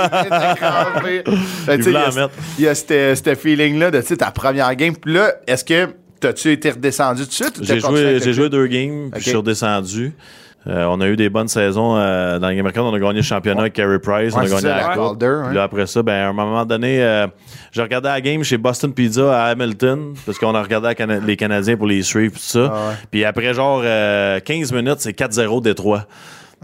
Speaker 4: Il
Speaker 1: Ben, Il
Speaker 4: voulait en mettre.
Speaker 1: Il y a ce ce feeling-là de, tu sais, ta première game. Puis là, est-ce que. T'as-tu été redescendu tout de suite? ou t'as
Speaker 4: J'ai
Speaker 1: continué
Speaker 4: joué,
Speaker 1: avec
Speaker 4: j'ai
Speaker 1: le
Speaker 4: joué deux games,
Speaker 1: Ok.
Speaker 4: puis je suis redescendu. Euh, on a eu des bonnes saisons euh, dans le Game Record. On a gagné le championnat avec Carey Price. on
Speaker 1: Ouais,
Speaker 4: a
Speaker 1: c'est
Speaker 4: gagné
Speaker 1: ça,
Speaker 4: la
Speaker 1: la
Speaker 4: Coupe.
Speaker 1: Calder,
Speaker 4: Puis
Speaker 1: hein.
Speaker 4: là, après ça, ben, à un moment donné, euh, je regardais la game chez Boston Pizza à Hamilton, parce qu'on a regardé la Cana- les Canadiens pour les suivre, puis tout ça.
Speaker 1: Ah
Speaker 4: Puis après, genre, euh, 15 minutes, c'est 4-0 Détroit.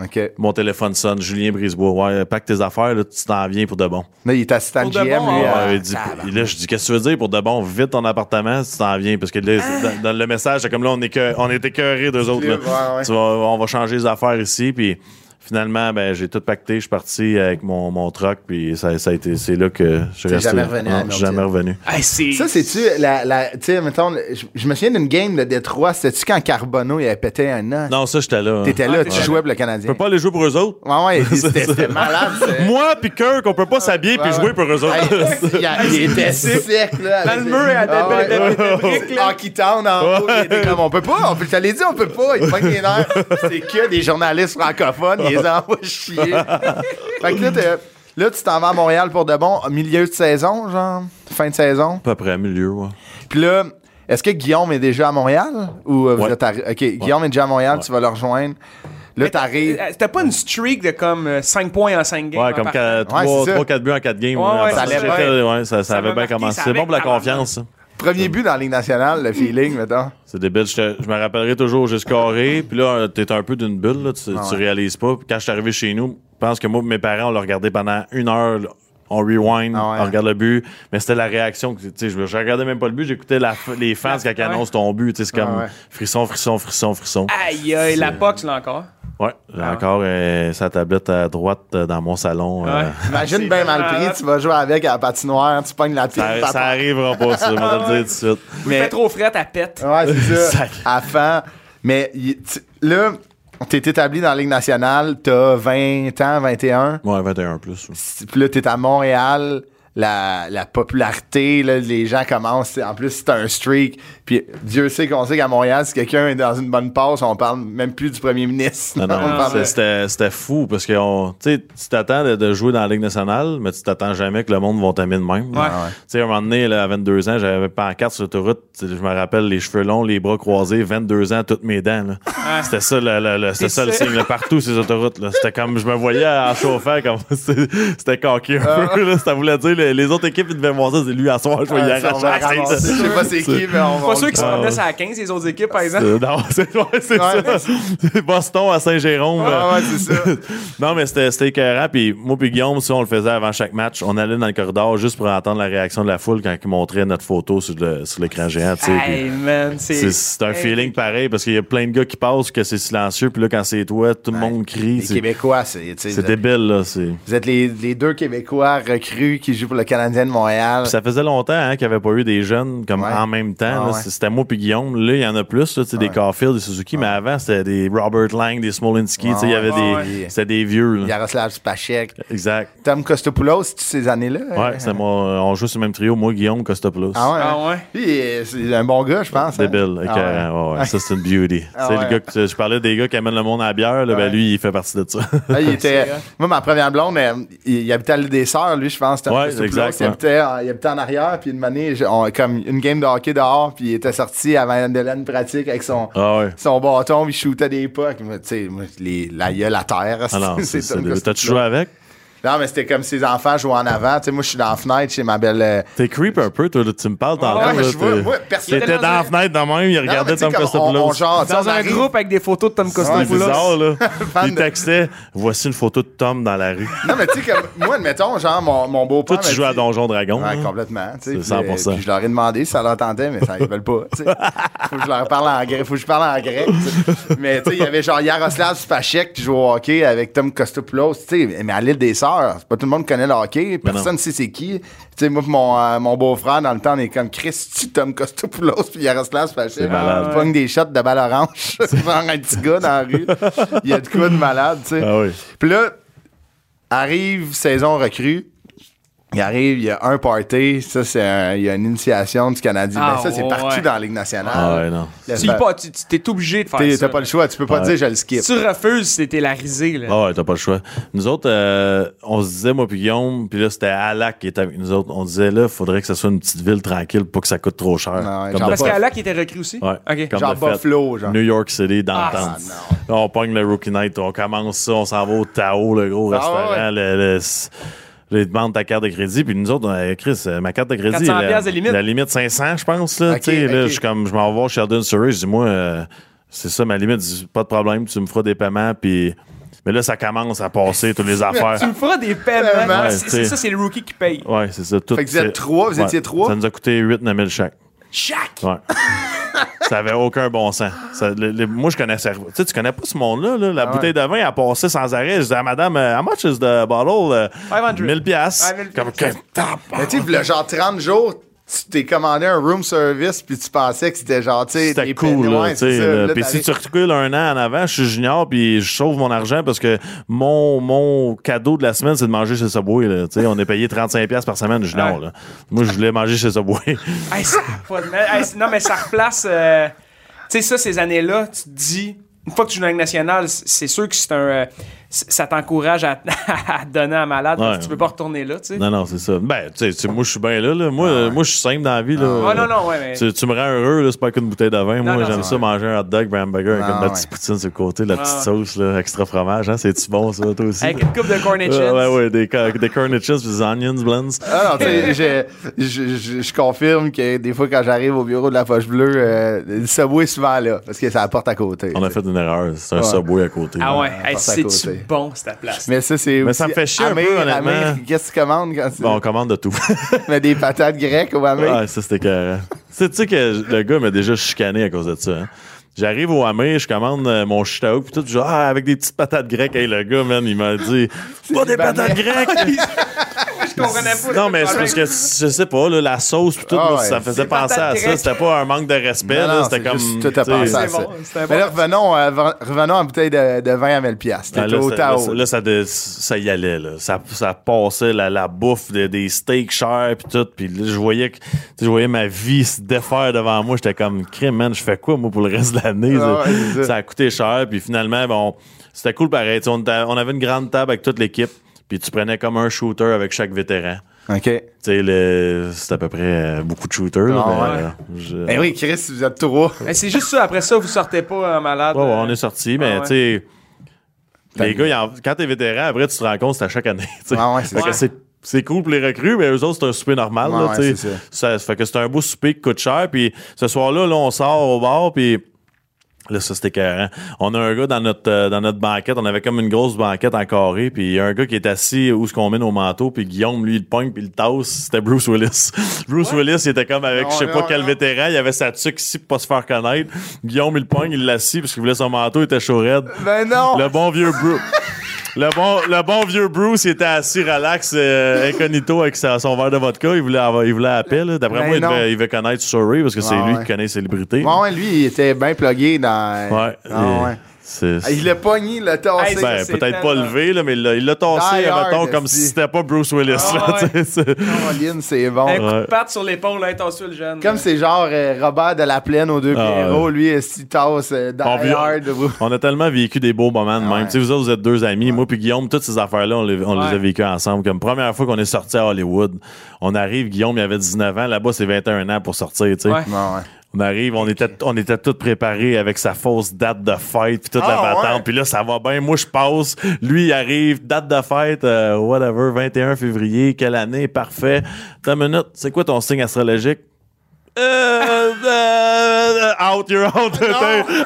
Speaker 1: OK.
Speaker 4: Mon téléphone sonne. Julien Brisebois, ouais, pack tes affaires, là, tu t'en viens pour de bon.
Speaker 1: Là, il est assistant
Speaker 2: Pour de
Speaker 1: GM, lui.
Speaker 2: bon,
Speaker 1: euh,
Speaker 4: Ouais, il dit- là, je dis, qu'est-ce que tu veux dire pour de bon? Vite ton appartement si tu t'en viens. Parce que là, c'est- dans, dans le message, c'est comme là, on est, que, on est écœurés d'eux autres. là.
Speaker 1: Ouais, ouais.
Speaker 4: Tu vas- on va changer les affaires ici. Puis finalement, ben, j'ai tout pacté. Je suis parti avec mon, mon truck. Puis ça, ça a été, c'est là que je suis resté.
Speaker 1: jamais revenu à
Speaker 4: Non,
Speaker 1: Hamilton.
Speaker 4: je suis jamais revenu.
Speaker 2: Hey, c'est-
Speaker 1: Ça, c'est-tu la. la tu sais, mettons, le- je, je me souviens d'une game de Détroit, c'était-tu quand Carbono il avait pété un an?
Speaker 4: Non, ça, j'étais là. hein.
Speaker 1: T'étais
Speaker 2: Ah,
Speaker 1: là,
Speaker 2: t'étais
Speaker 1: tu jouais pour le Canadien.
Speaker 4: On peut pas aller jouer pour eux autres.
Speaker 1: Ouais, ouais, il- c'était c'était malade. c'est-
Speaker 4: Moi, puis Kirk, on peut pas s'habiller puis
Speaker 1: Ouais,
Speaker 4: jouer
Speaker 1: ouais.
Speaker 4: pour eux
Speaker 1: Hey,
Speaker 4: autres.
Speaker 1: il, a- il était sec, là.
Speaker 2: Dans le mur, il y a des belles- des belles- des briques, là.
Speaker 1: En quittant, en haut, il était comme, on peut pas, on peut, je te l'ai dit, on peut pas, il pogne les nerfs. C'est que des journalistes francophones, ils les envoient chier. fait que là, t'es- là, tu t'en vas à Montréal pour de bon, milieu de saison, genre, fin de saison.
Speaker 4: À peu près, milieu, ouais.
Speaker 1: Puis là, est-ce que Guillaume est déjà à Montréal? Ou euh, vous
Speaker 4: Ouais.
Speaker 1: êtes arri- OK, Guillaume est déjà à Montréal, tu vas le rejoindre. Là, t'arrives.
Speaker 2: Euh, C'était pas une streak de comme 5 points en cinq games.
Speaker 4: Ouais,
Speaker 2: en
Speaker 4: comme
Speaker 2: partant.
Speaker 4: 3-4
Speaker 1: c'est ça.
Speaker 4: buts en 4 games.
Speaker 2: Ouais, ouais,
Speaker 4: ouais, en
Speaker 2: ça
Speaker 4: partant.
Speaker 1: allait
Speaker 4: J'étais- ouais, ça, ça
Speaker 2: Ça
Speaker 4: avait
Speaker 2: m'a
Speaker 4: bien
Speaker 2: marqué,
Speaker 4: commencé.
Speaker 2: ça
Speaker 4: C'est bon
Speaker 2: avait
Speaker 4: pour la
Speaker 2: vraiment-
Speaker 4: confiance. ça.
Speaker 1: Premier but dans la Ligue nationale, le feeling, mettons.
Speaker 4: C'est débile. Je, te- je me rappellerai toujours. J'ai scoré. Puis là, t'es un peu d'une bulle. Là, tu,
Speaker 1: Ah
Speaker 4: tu réalises pas. Puis quand je suis arrivé chez nous, je pense que moi mes parents, on l'a regardé pendant une heure. là. On rewind,
Speaker 1: Ah ouais.
Speaker 4: on regarde le but. Mais c'était la réaction. que, Tu sais, je, je regardais même pas le but. J'écoutais la f- les fans quand ils
Speaker 2: Ouais.
Speaker 4: annoncent ton but. Tu sais, c'est comme
Speaker 1: Ah ouais.
Speaker 4: frisson, frisson, frisson, frisson.
Speaker 2: Aïe, aïe, la POC, tu l'as encore.
Speaker 4: Ouais. J'ai
Speaker 1: Ah.
Speaker 4: encore euh, sa tablette à droite euh, dans mon salon. euh.
Speaker 2: Ouais.
Speaker 1: Imagine bien mal pris, tu vas jouer avec à la patinoire, tu pognes la pile.
Speaker 4: Ça,
Speaker 1: t'attends.
Speaker 4: ça arrivera pas, ça. Je
Speaker 1: Ah
Speaker 4: vais te le dire tout de suite.
Speaker 2: Mais... Fait trop frette, à pète.
Speaker 1: Ouais, c'est ça.
Speaker 4: Ça-
Speaker 1: à fin. Mais il- tu- là, t'es établi dans la Ligue nationale, t'as 20 ans, 21.
Speaker 4: Moi, 21 plus. ouais.
Speaker 1: Si- Puis là, t'es à Montréal, la, la popularité, là, les gens commencent. c'est- En plus, c'est un streak. Puis Dieu sait qu'on sait qu'à Montréal, si quelqu'un est dans une bonne passe, on parle même plus du premier ministre.
Speaker 4: Ah Non, non,
Speaker 1: On
Speaker 4: c'est-
Speaker 1: parle-
Speaker 4: c'était, c'était fou parce que on- tu sais, tu t'attends de, de jouer dans la Ligue nationale, mais tu t'attends jamais que le monde va t'aimer de
Speaker 1: Ah,
Speaker 4: même.
Speaker 2: Ouais.
Speaker 4: Tu sais, à un moment donné, là, à 22 ans, j'avais pas carte sur l'autoroute. tu sais, Je me rappelle les cheveux longs, les bras croisés, 22 ans, toutes mes dents. là. C'était ça, le, le- le- c'était
Speaker 2: T'es
Speaker 4: ça le
Speaker 2: sûr?
Speaker 4: signe là, partout, ces autoroutes. là. C'était comme, je me voyais en chauffant, comme c'était c'était coqué un peu. là. ça voulait dire, les, les autres équipes, ils devaient voir ça. C'est lui, à soir, je vais y
Speaker 1: Ah, ça, on
Speaker 4: arracher
Speaker 1: va
Speaker 4: la tête.
Speaker 1: ramasser. Je sais pas c'est qui, mais on va.
Speaker 2: Pas sûr qu'ils se
Speaker 4: ouais,
Speaker 2: promenaient
Speaker 4: Ah, ouais.
Speaker 2: sur la 15, les autres équipes, par exemple.
Speaker 4: Euh, Non, c'est ouais, c'est
Speaker 1: Ouais.
Speaker 4: ça. Boston à Saint-Jérôme.
Speaker 1: Ah
Speaker 4: euh,
Speaker 1: ouais, c'est ça.
Speaker 4: non, mais c'était c'était écœurant. Puis moi, puis Guillaume, si on le faisait avant chaque match, on allait dans le corridor juste pour entendre la réaction de la foule quand ils montraient notre photo sur le- sur l'écran géant. tu sais, puis
Speaker 2: Hey, man, c'est.
Speaker 4: C'est c'est un
Speaker 2: Hey.
Speaker 4: feeling pareil parce qu'il y a plein de gars qui passent passe que c'est silencieux, puis là, quand c'est toi, tout le monde crie.
Speaker 1: Les
Speaker 4: C'est
Speaker 1: Québécois, c'est. tu sais,
Speaker 4: c'est débile, là. c'est-
Speaker 1: Vous êtes les, les deux Québécois recrues qui jouent pour le Canadien de Montréal.
Speaker 4: Puis ça faisait longtemps hein, qu'il n'y avait pas eu des jeunes comme
Speaker 1: Ouais.
Speaker 4: en même temps.
Speaker 1: Ah
Speaker 4: là.
Speaker 1: ouais.
Speaker 4: C- C'était moi puis Guillaume. Là, il y en a plus, là, tu sais, des Caulfield, des Suzuki, mais avant, c'était des Robert Lang, des Smolinski. tu sais, il y avait
Speaker 1: Ouais,
Speaker 4: des.
Speaker 1: ouais.
Speaker 4: C'était des vieux. là.
Speaker 1: Yaroslav Spachek.
Speaker 4: Exact.
Speaker 1: Tom Kostopoulos, toutes ces années-là.
Speaker 4: Ouais, c'est moi. On joue sur le même trio, moi, Guillaume, Costopoulos.
Speaker 1: Ah ouais.
Speaker 2: Ah
Speaker 1: hein?
Speaker 2: ouais?
Speaker 1: Lui, euh, c'est un bon gars, je pense. hein? Ah
Speaker 4: Débile.
Speaker 1: ouais.
Speaker 4: écœurant. Ouais, ouais, Ça, c'est une beauty.
Speaker 1: Ah
Speaker 4: Tu sais,
Speaker 1: ouais.
Speaker 4: le gars que tu- je parlais des gars qui amènent le monde à la bière, là, ben,
Speaker 1: Ouais.
Speaker 4: lui, il fait partie de ça.
Speaker 1: Ah, il était, moi, ma première blonde, elle, il, il habitait à l'île des Sœurs, lui, je pense. c'était un
Speaker 4: Ouais,
Speaker 1: peu sur
Speaker 4: exact,
Speaker 1: place. Il,
Speaker 4: ouais.
Speaker 1: habitait, en- il habitait en arrière, puis une année, je- on- comme une game de hockey dehors, puis il était sorti avant de la pratique avec son,
Speaker 4: ah ouais.
Speaker 1: son bâton, puis il shootait des pucks. Mais, Tu sais, moi, les- la gueule à terre.
Speaker 4: Ah non, c'est
Speaker 1: c'est
Speaker 4: c'est
Speaker 1: Tom
Speaker 4: débile. T'as-tu joué
Speaker 1: Costello.
Speaker 4: avec?
Speaker 1: Non, mais c'était comme ses enfants jouaient en avant. Tu sais, moi, je suis dans la fenêtre chez ma belle. euh,
Speaker 4: T'es creep un peu, toi, là, tu me parles tantôt.
Speaker 1: Ouais, mais
Speaker 4: là,
Speaker 1: je vois-
Speaker 4: t'es-
Speaker 1: moi, personne-
Speaker 4: T'étais dans la fenêtre de même, il
Speaker 1: Non,
Speaker 4: regardait
Speaker 1: mais tu sais,
Speaker 4: Tom
Speaker 1: comme
Speaker 4: Costopoulos.
Speaker 1: on- on genre, tu sais,
Speaker 2: Dans
Speaker 1: on
Speaker 2: un
Speaker 1: arrive-
Speaker 2: groupe avec des photos de Tom
Speaker 4: C'est
Speaker 2: Costopoulos.
Speaker 4: bizarre, là.
Speaker 1: Fan
Speaker 4: Il
Speaker 1: de-
Speaker 4: textait Voici une photo de Tom dans la rue.
Speaker 1: Non, mais tu sais, comme moi, admettons, genre, mon, mon beau-père.
Speaker 4: Toi, tu
Speaker 1: m'a
Speaker 4: joues à
Speaker 1: dit-
Speaker 4: Donjon Dragon.
Speaker 1: Ouais,
Speaker 4: hein?
Speaker 1: complètement. tu sais,
Speaker 4: C'est
Speaker 1: puis,
Speaker 4: 100%.
Speaker 1: euh, puis je leur ai demandé si ça leur tentait, mais ça, ils veulent pas. tu sais. Faut que je leur parle en grec. Faut que je parle en grec. tu sais. Mais tu sais, il y avait genre Yaroslav Spachek qui joue au hockey avec Tom Kostopoulos. tu sais, Mais à l'île des Sœurs, c'est pas tout le monde qui connaît le hockey. Personne
Speaker 4: non.
Speaker 1: ne sait c'est qui. Tu sais, moi, pis mon, euh, mon beau-frère, dans le temps, on est comme Christy, Tom Kostopoulos, puis Yaroslav Spachek.
Speaker 4: malade.
Speaker 1: Il pogne des shots de balle orange devant un petit gars dans la rue. Il y a de quoi de malade, tu sais.
Speaker 4: Ah oui.
Speaker 1: Puis là, arrive saison recrue. Il arrive, il y a un party. Ça, c'est un- il y a une initiation du Canadien.
Speaker 2: Ah,
Speaker 1: Ben, ça, c'est
Speaker 2: ouais.
Speaker 1: partout dans la Ligue nationale.
Speaker 4: Ah ouais, non.
Speaker 1: Le-
Speaker 2: Tu y pas, tu tu- t'es obligé de faire
Speaker 1: T'es-
Speaker 2: ça.
Speaker 1: T'as pas le choix. Tu peux pas
Speaker 4: Ouais.
Speaker 1: dire je le skip.
Speaker 2: Si tu refuses, c'était la risée, là.
Speaker 4: Ah ouais, t'as pas le choix. Nous autres, euh, on se disait, moi puis Guillaume, puis là, c'était Alac qui était avec nous autres. On disait, là, faudrait que ça soit une petite ville tranquille pour que ça coûte trop cher.
Speaker 1: Non, ouais, genre
Speaker 4: Comme de
Speaker 2: Parce
Speaker 1: pas-
Speaker 4: fait.
Speaker 2: qu'à là, qui était recru aussi.
Speaker 4: Ouais,
Speaker 2: OK.
Speaker 4: comme
Speaker 1: Genre
Speaker 4: de fait.
Speaker 1: Buffalo, genre.
Speaker 4: New York City, dans le
Speaker 2: Ah,
Speaker 4: temps. Là, On pogne le Rookie Night, on commence ça, on s'en va au Tao, le gros
Speaker 1: Ah,
Speaker 4: restaurant.
Speaker 1: ouais.
Speaker 4: Le, le- s- là, ils demandent ta carte de crédit, puis nous autres, on a- Chris, euh, ma carte de crédit,
Speaker 2: 400
Speaker 4: la,
Speaker 2: piastres de limite.
Speaker 4: la limite 500, je pense. Là,
Speaker 1: Ok,
Speaker 4: Tu sais,
Speaker 1: ok.
Speaker 4: là, je suis comme, je m'en vais voir Sheldon Surrey, je dis, moi, euh, c'est ça ma limite, Je dis, pas de problème, tu me feras des paiements, puis. Mais là, ça commence à passer, toutes les affaires.
Speaker 2: Tu me feras des paiements.
Speaker 1: Paiement.
Speaker 2: Ouais,
Speaker 4: Ouais,
Speaker 2: c'est-
Speaker 4: t'sais.
Speaker 2: c'est ça, c'est le rookie qui paye.
Speaker 4: Ouais, c'est ça. Tout,
Speaker 1: Fait que vous êtes
Speaker 4: c'est-
Speaker 1: trois, vous étiez trois?
Speaker 4: Ça nous a coûté 8 9 000 chaque.
Speaker 2: Chaque!
Speaker 4: Ouais. ça avait aucun bon sens. Ça- le- le- moi, je connaissais. Tu sais, tu connais pas ce monde-là. là.
Speaker 1: Ah
Speaker 4: La bouteille de vin, elle passait sans arrêt. Je disais à madame, euh, how much is the bottle? Euh,
Speaker 2: 500.
Speaker 4: 1000 piastres.
Speaker 2: Ouais, 1000
Speaker 4: Comme,
Speaker 2: piastres.
Speaker 4: que- tap!
Speaker 1: Mais tu sais, le genre 30 jours, tu t'es commandé un room service, puis tu pensais que c'était genre, tu sais,
Speaker 4: C'était
Speaker 1: des
Speaker 4: cool,
Speaker 1: peignoirs,
Speaker 4: là, tu sais,
Speaker 1: c'est ça.
Speaker 4: là.
Speaker 1: Là,
Speaker 4: Puis
Speaker 1: t'arrives-
Speaker 4: si tu recules un an en avant, je suis junior, puis je sauve mon argent parce que mon, mon cadeau de la semaine, c'est de manger chez Subway, là. Tu sais, on est payé 35 piastres par semaine, junior,
Speaker 2: Ouais.
Speaker 4: là. Moi, je voulais manger chez Subway.
Speaker 2: Hey, ça a pas de- hey, c'est- non, mais ça replace. euh, tu sais, ça, ces années-là, tu te dis, une fois que tu joues dans la Ligue nationale, c- c'est sûr que c'est un. euh, c- ça t'encourage à, à te donner à malade parce que
Speaker 4: Ouais.
Speaker 2: tu peux pas retourner là, tu sais.
Speaker 4: Non, non, c'est ça. Ben, tu sais, tu sais, moi, je suis bien là, là. Moi, euh, moi je suis simple dans la vie, là.
Speaker 2: Ouais, Ah, non, non, ouais, mais-
Speaker 4: Tu, tu me rends heureux, là. C'est pas qu'une bouteille de vin.
Speaker 2: Non,
Speaker 4: moi,
Speaker 2: non,
Speaker 4: j'aime
Speaker 2: c'est
Speaker 4: ça, manger un hot dog, un hamburger, avec
Speaker 1: Ah,
Speaker 4: une la petite
Speaker 1: ouais.
Speaker 4: poutine sur le côté, la petite
Speaker 2: Ah.
Speaker 4: sauce, là, extra fromage, hein. C'est-tu bon, ça, toi aussi?
Speaker 2: Avec une coupe de cornet
Speaker 4: Ouais,
Speaker 2: chips.
Speaker 4: ouais, ouais, des, ca- des corned chips, des onions blends.
Speaker 1: Ah non, tu sais, j'ai- je- je je confirme que des fois, quand j'arrive au bureau de la Foche Bleue, euh, le subway est souvent là, parce que ça apporte à côté.
Speaker 4: On a
Speaker 1: tu sais.
Speaker 4: fait une erreur. C'est un
Speaker 1: Ouais.
Speaker 4: subway à côté.
Speaker 2: Ah
Speaker 4: là.
Speaker 2: ouais, hey,
Speaker 1: passe à
Speaker 2: c'est-tu
Speaker 1: côté.
Speaker 2: bon, cette place?
Speaker 1: Mais ça, c'est.
Speaker 4: Mais ça
Speaker 1: aussi
Speaker 4: me fait chier un peu,
Speaker 1: Amir,
Speaker 4: honnêtement.
Speaker 1: Amir, Qu'est-ce que tu commandes quand tu
Speaker 4: Bon, on commande de tout.
Speaker 1: mets des patates grecques au Amir?
Speaker 4: Ah, ça, c'était carré. tu sais que j- le gars m'a déjà chicané à cause de ça. hein. J'arrive au Hamé, je commande euh, mon shitaou, puis tout, genre, ah, avec des petites patates grecques. Hey, le gars, man, il m'a dit, pas des
Speaker 1: libanais.
Speaker 4: patates grecques!
Speaker 2: Je comprenais pas.
Speaker 4: non, mais c'est parce que, je sais pas, là, la sauce, puis tout,
Speaker 1: Ah
Speaker 4: moi,
Speaker 1: ouais,
Speaker 4: ça faisait
Speaker 1: c'est
Speaker 4: penser à
Speaker 2: patates
Speaker 4: ça.
Speaker 2: grecques.
Speaker 4: C'était pas un manque de respect,
Speaker 1: Non,
Speaker 4: là,
Speaker 1: non,
Speaker 4: c'était
Speaker 1: c'est
Speaker 4: comme.
Speaker 1: juste tout à
Speaker 4: tu sais,
Speaker 1: penser à
Speaker 2: C'est
Speaker 1: ça.
Speaker 2: bon, c'est
Speaker 1: Mais là,
Speaker 2: bon.
Speaker 1: revenons, euh, v- revenons à la bouteille de, de vin à 1000 piastres.
Speaker 4: Ah,
Speaker 1: T'étais
Speaker 4: là,
Speaker 1: au
Speaker 4: ça, là,
Speaker 1: Tao.
Speaker 4: ça- là, ça, dé- ça y allait. Là. Ça, ça passait la, la bouffe de- des steaks chers puis tout. Puis là, je voyais que tu sais, je voyais ma vie se défaire devant moi. J'étais comme crime, man, je fais quoi moi pour le reste de l'année?
Speaker 1: Ah,
Speaker 4: ça,
Speaker 1: ouais, c'est ça.
Speaker 4: Ça a coûté cher. Puis finalement, bon, c'était cool pareil. Tu sais, On, était- on avait une grande table avec toute l'équipe. Puis tu prenais comme un shooter avec chaque vétéran.
Speaker 1: OK.
Speaker 4: Tu sais, le- c'est à peu près euh, beaucoup de shooters. là,
Speaker 1: Ah,
Speaker 4: mais,
Speaker 1: ouais.
Speaker 4: euh, je-
Speaker 1: Ben oui, Chris, vous êtes trois.
Speaker 2: Mais c'est juste ça, après ça, vous sortez pas en malade.
Speaker 4: Ouais, ouais, on
Speaker 2: euh,
Speaker 4: est sorti, mais
Speaker 2: Ah ouais.
Speaker 4: tu sais. Les
Speaker 1: Famille.
Speaker 4: gars, ils en- quand t'es vétéran, après, tu te rends compte, c'est à chaque année. tu sais.
Speaker 1: Ah ouais, c'est
Speaker 4: Fait que
Speaker 1: ça.
Speaker 4: c'est- c'est cool pour les recrues, mais eux autres, c'est un souper normal.
Speaker 1: Ouais,
Speaker 4: là,
Speaker 1: ouais,
Speaker 4: tu sais.
Speaker 1: c'est ça.
Speaker 4: Ça- fait que c'est un beau souper qui coûte cher. Puis ce soir-là, là, on sort au bar, puis Là, ça, c'était carré. On a un gars dans notre, euh, dans notre banquette. On avait comme une grosse banquette en carré. Puis il y a un gars qui est assis où ce qu'on met nos manteaux. Puis Guillaume, lui, il le pogne puis il le tasse. C'était Bruce Willis. Bruce Willis, il était comme avec je sais
Speaker 1: Non,
Speaker 4: pas
Speaker 1: non,
Speaker 4: quel
Speaker 1: non.
Speaker 4: vétéran. Il avait sa tuque ici pour pas se faire connaître. Guillaume, il le pogne, il l'assit parce qu'il voulait son manteau. Il était chaud raide.
Speaker 1: Ben non!
Speaker 4: Le bon vieux Bruce. Le bon, le bon vieux Bruce, il était assis relax, euh, incognito, avec sa- son verre de vodka. Il voulait, avoir- il voulait la paix, là. D'après
Speaker 1: Ben
Speaker 4: moi, il
Speaker 1: non.
Speaker 4: devait, il devait connaître Surrey parce que c'est
Speaker 1: Ah
Speaker 4: lui
Speaker 1: ouais.
Speaker 4: qui connaît les célébrités.
Speaker 1: Bon, ouais, lui, il était bien plugué dans.
Speaker 4: Ouais.
Speaker 1: Ah,
Speaker 4: Et
Speaker 1: ouais.
Speaker 4: c'est-
Speaker 1: Ah, Il l'a pogné, il l'a tassé.
Speaker 2: Hey,
Speaker 4: ben,
Speaker 2: c'est
Speaker 4: peut-être pas
Speaker 2: tellement-
Speaker 4: levé, là, mais il l'a- il l'a tassé,
Speaker 1: Die hard,
Speaker 4: mettons, comme
Speaker 1: esti.
Speaker 4: si c'était pas Bruce Willis.
Speaker 2: Ah,
Speaker 4: là,
Speaker 2: ouais.
Speaker 4: tu sais, c'est-
Speaker 1: Caroline, c'est bon.
Speaker 2: Un coup de
Speaker 4: Ouais.
Speaker 2: patte sur l'épaule, attention le jeune.
Speaker 1: Comme c'est genre euh, Robert de la Plaine aux deux
Speaker 4: Ah,
Speaker 1: Pierrot, lui, euh, s'il tasse euh, dans
Speaker 4: On vit-
Speaker 1: Hard.
Speaker 4: On a tellement vécu des beaux moments de même.
Speaker 1: ouais.
Speaker 4: Tu sais, vous autres, vous êtes deux amis. Moi puis Guillaume, toutes ces affaires-là, on, les, on
Speaker 2: Ouais.
Speaker 4: les a vécues ensemble. Comme première fois qu'on est sorti à Hollywood, on arrive, Guillaume, il avait 19 ans. Là-bas, c'est 21 ans pour sortir, tu sais.
Speaker 2: Ouais.
Speaker 1: Bon, ouais.
Speaker 4: On arrive, on était, on était tous préparés avec sa fausse date de fête, puis toute la
Speaker 1: Ah,
Speaker 4: patente.
Speaker 1: ouais.
Speaker 4: Puis là, ça va bien. Moi, je passe. Lui, il arrive, date de fête, euh, whatever, 21 février, quelle année, parfait. Attends une minute, c'est quoi ton signe astrologique? Euh, euh, out, you're out.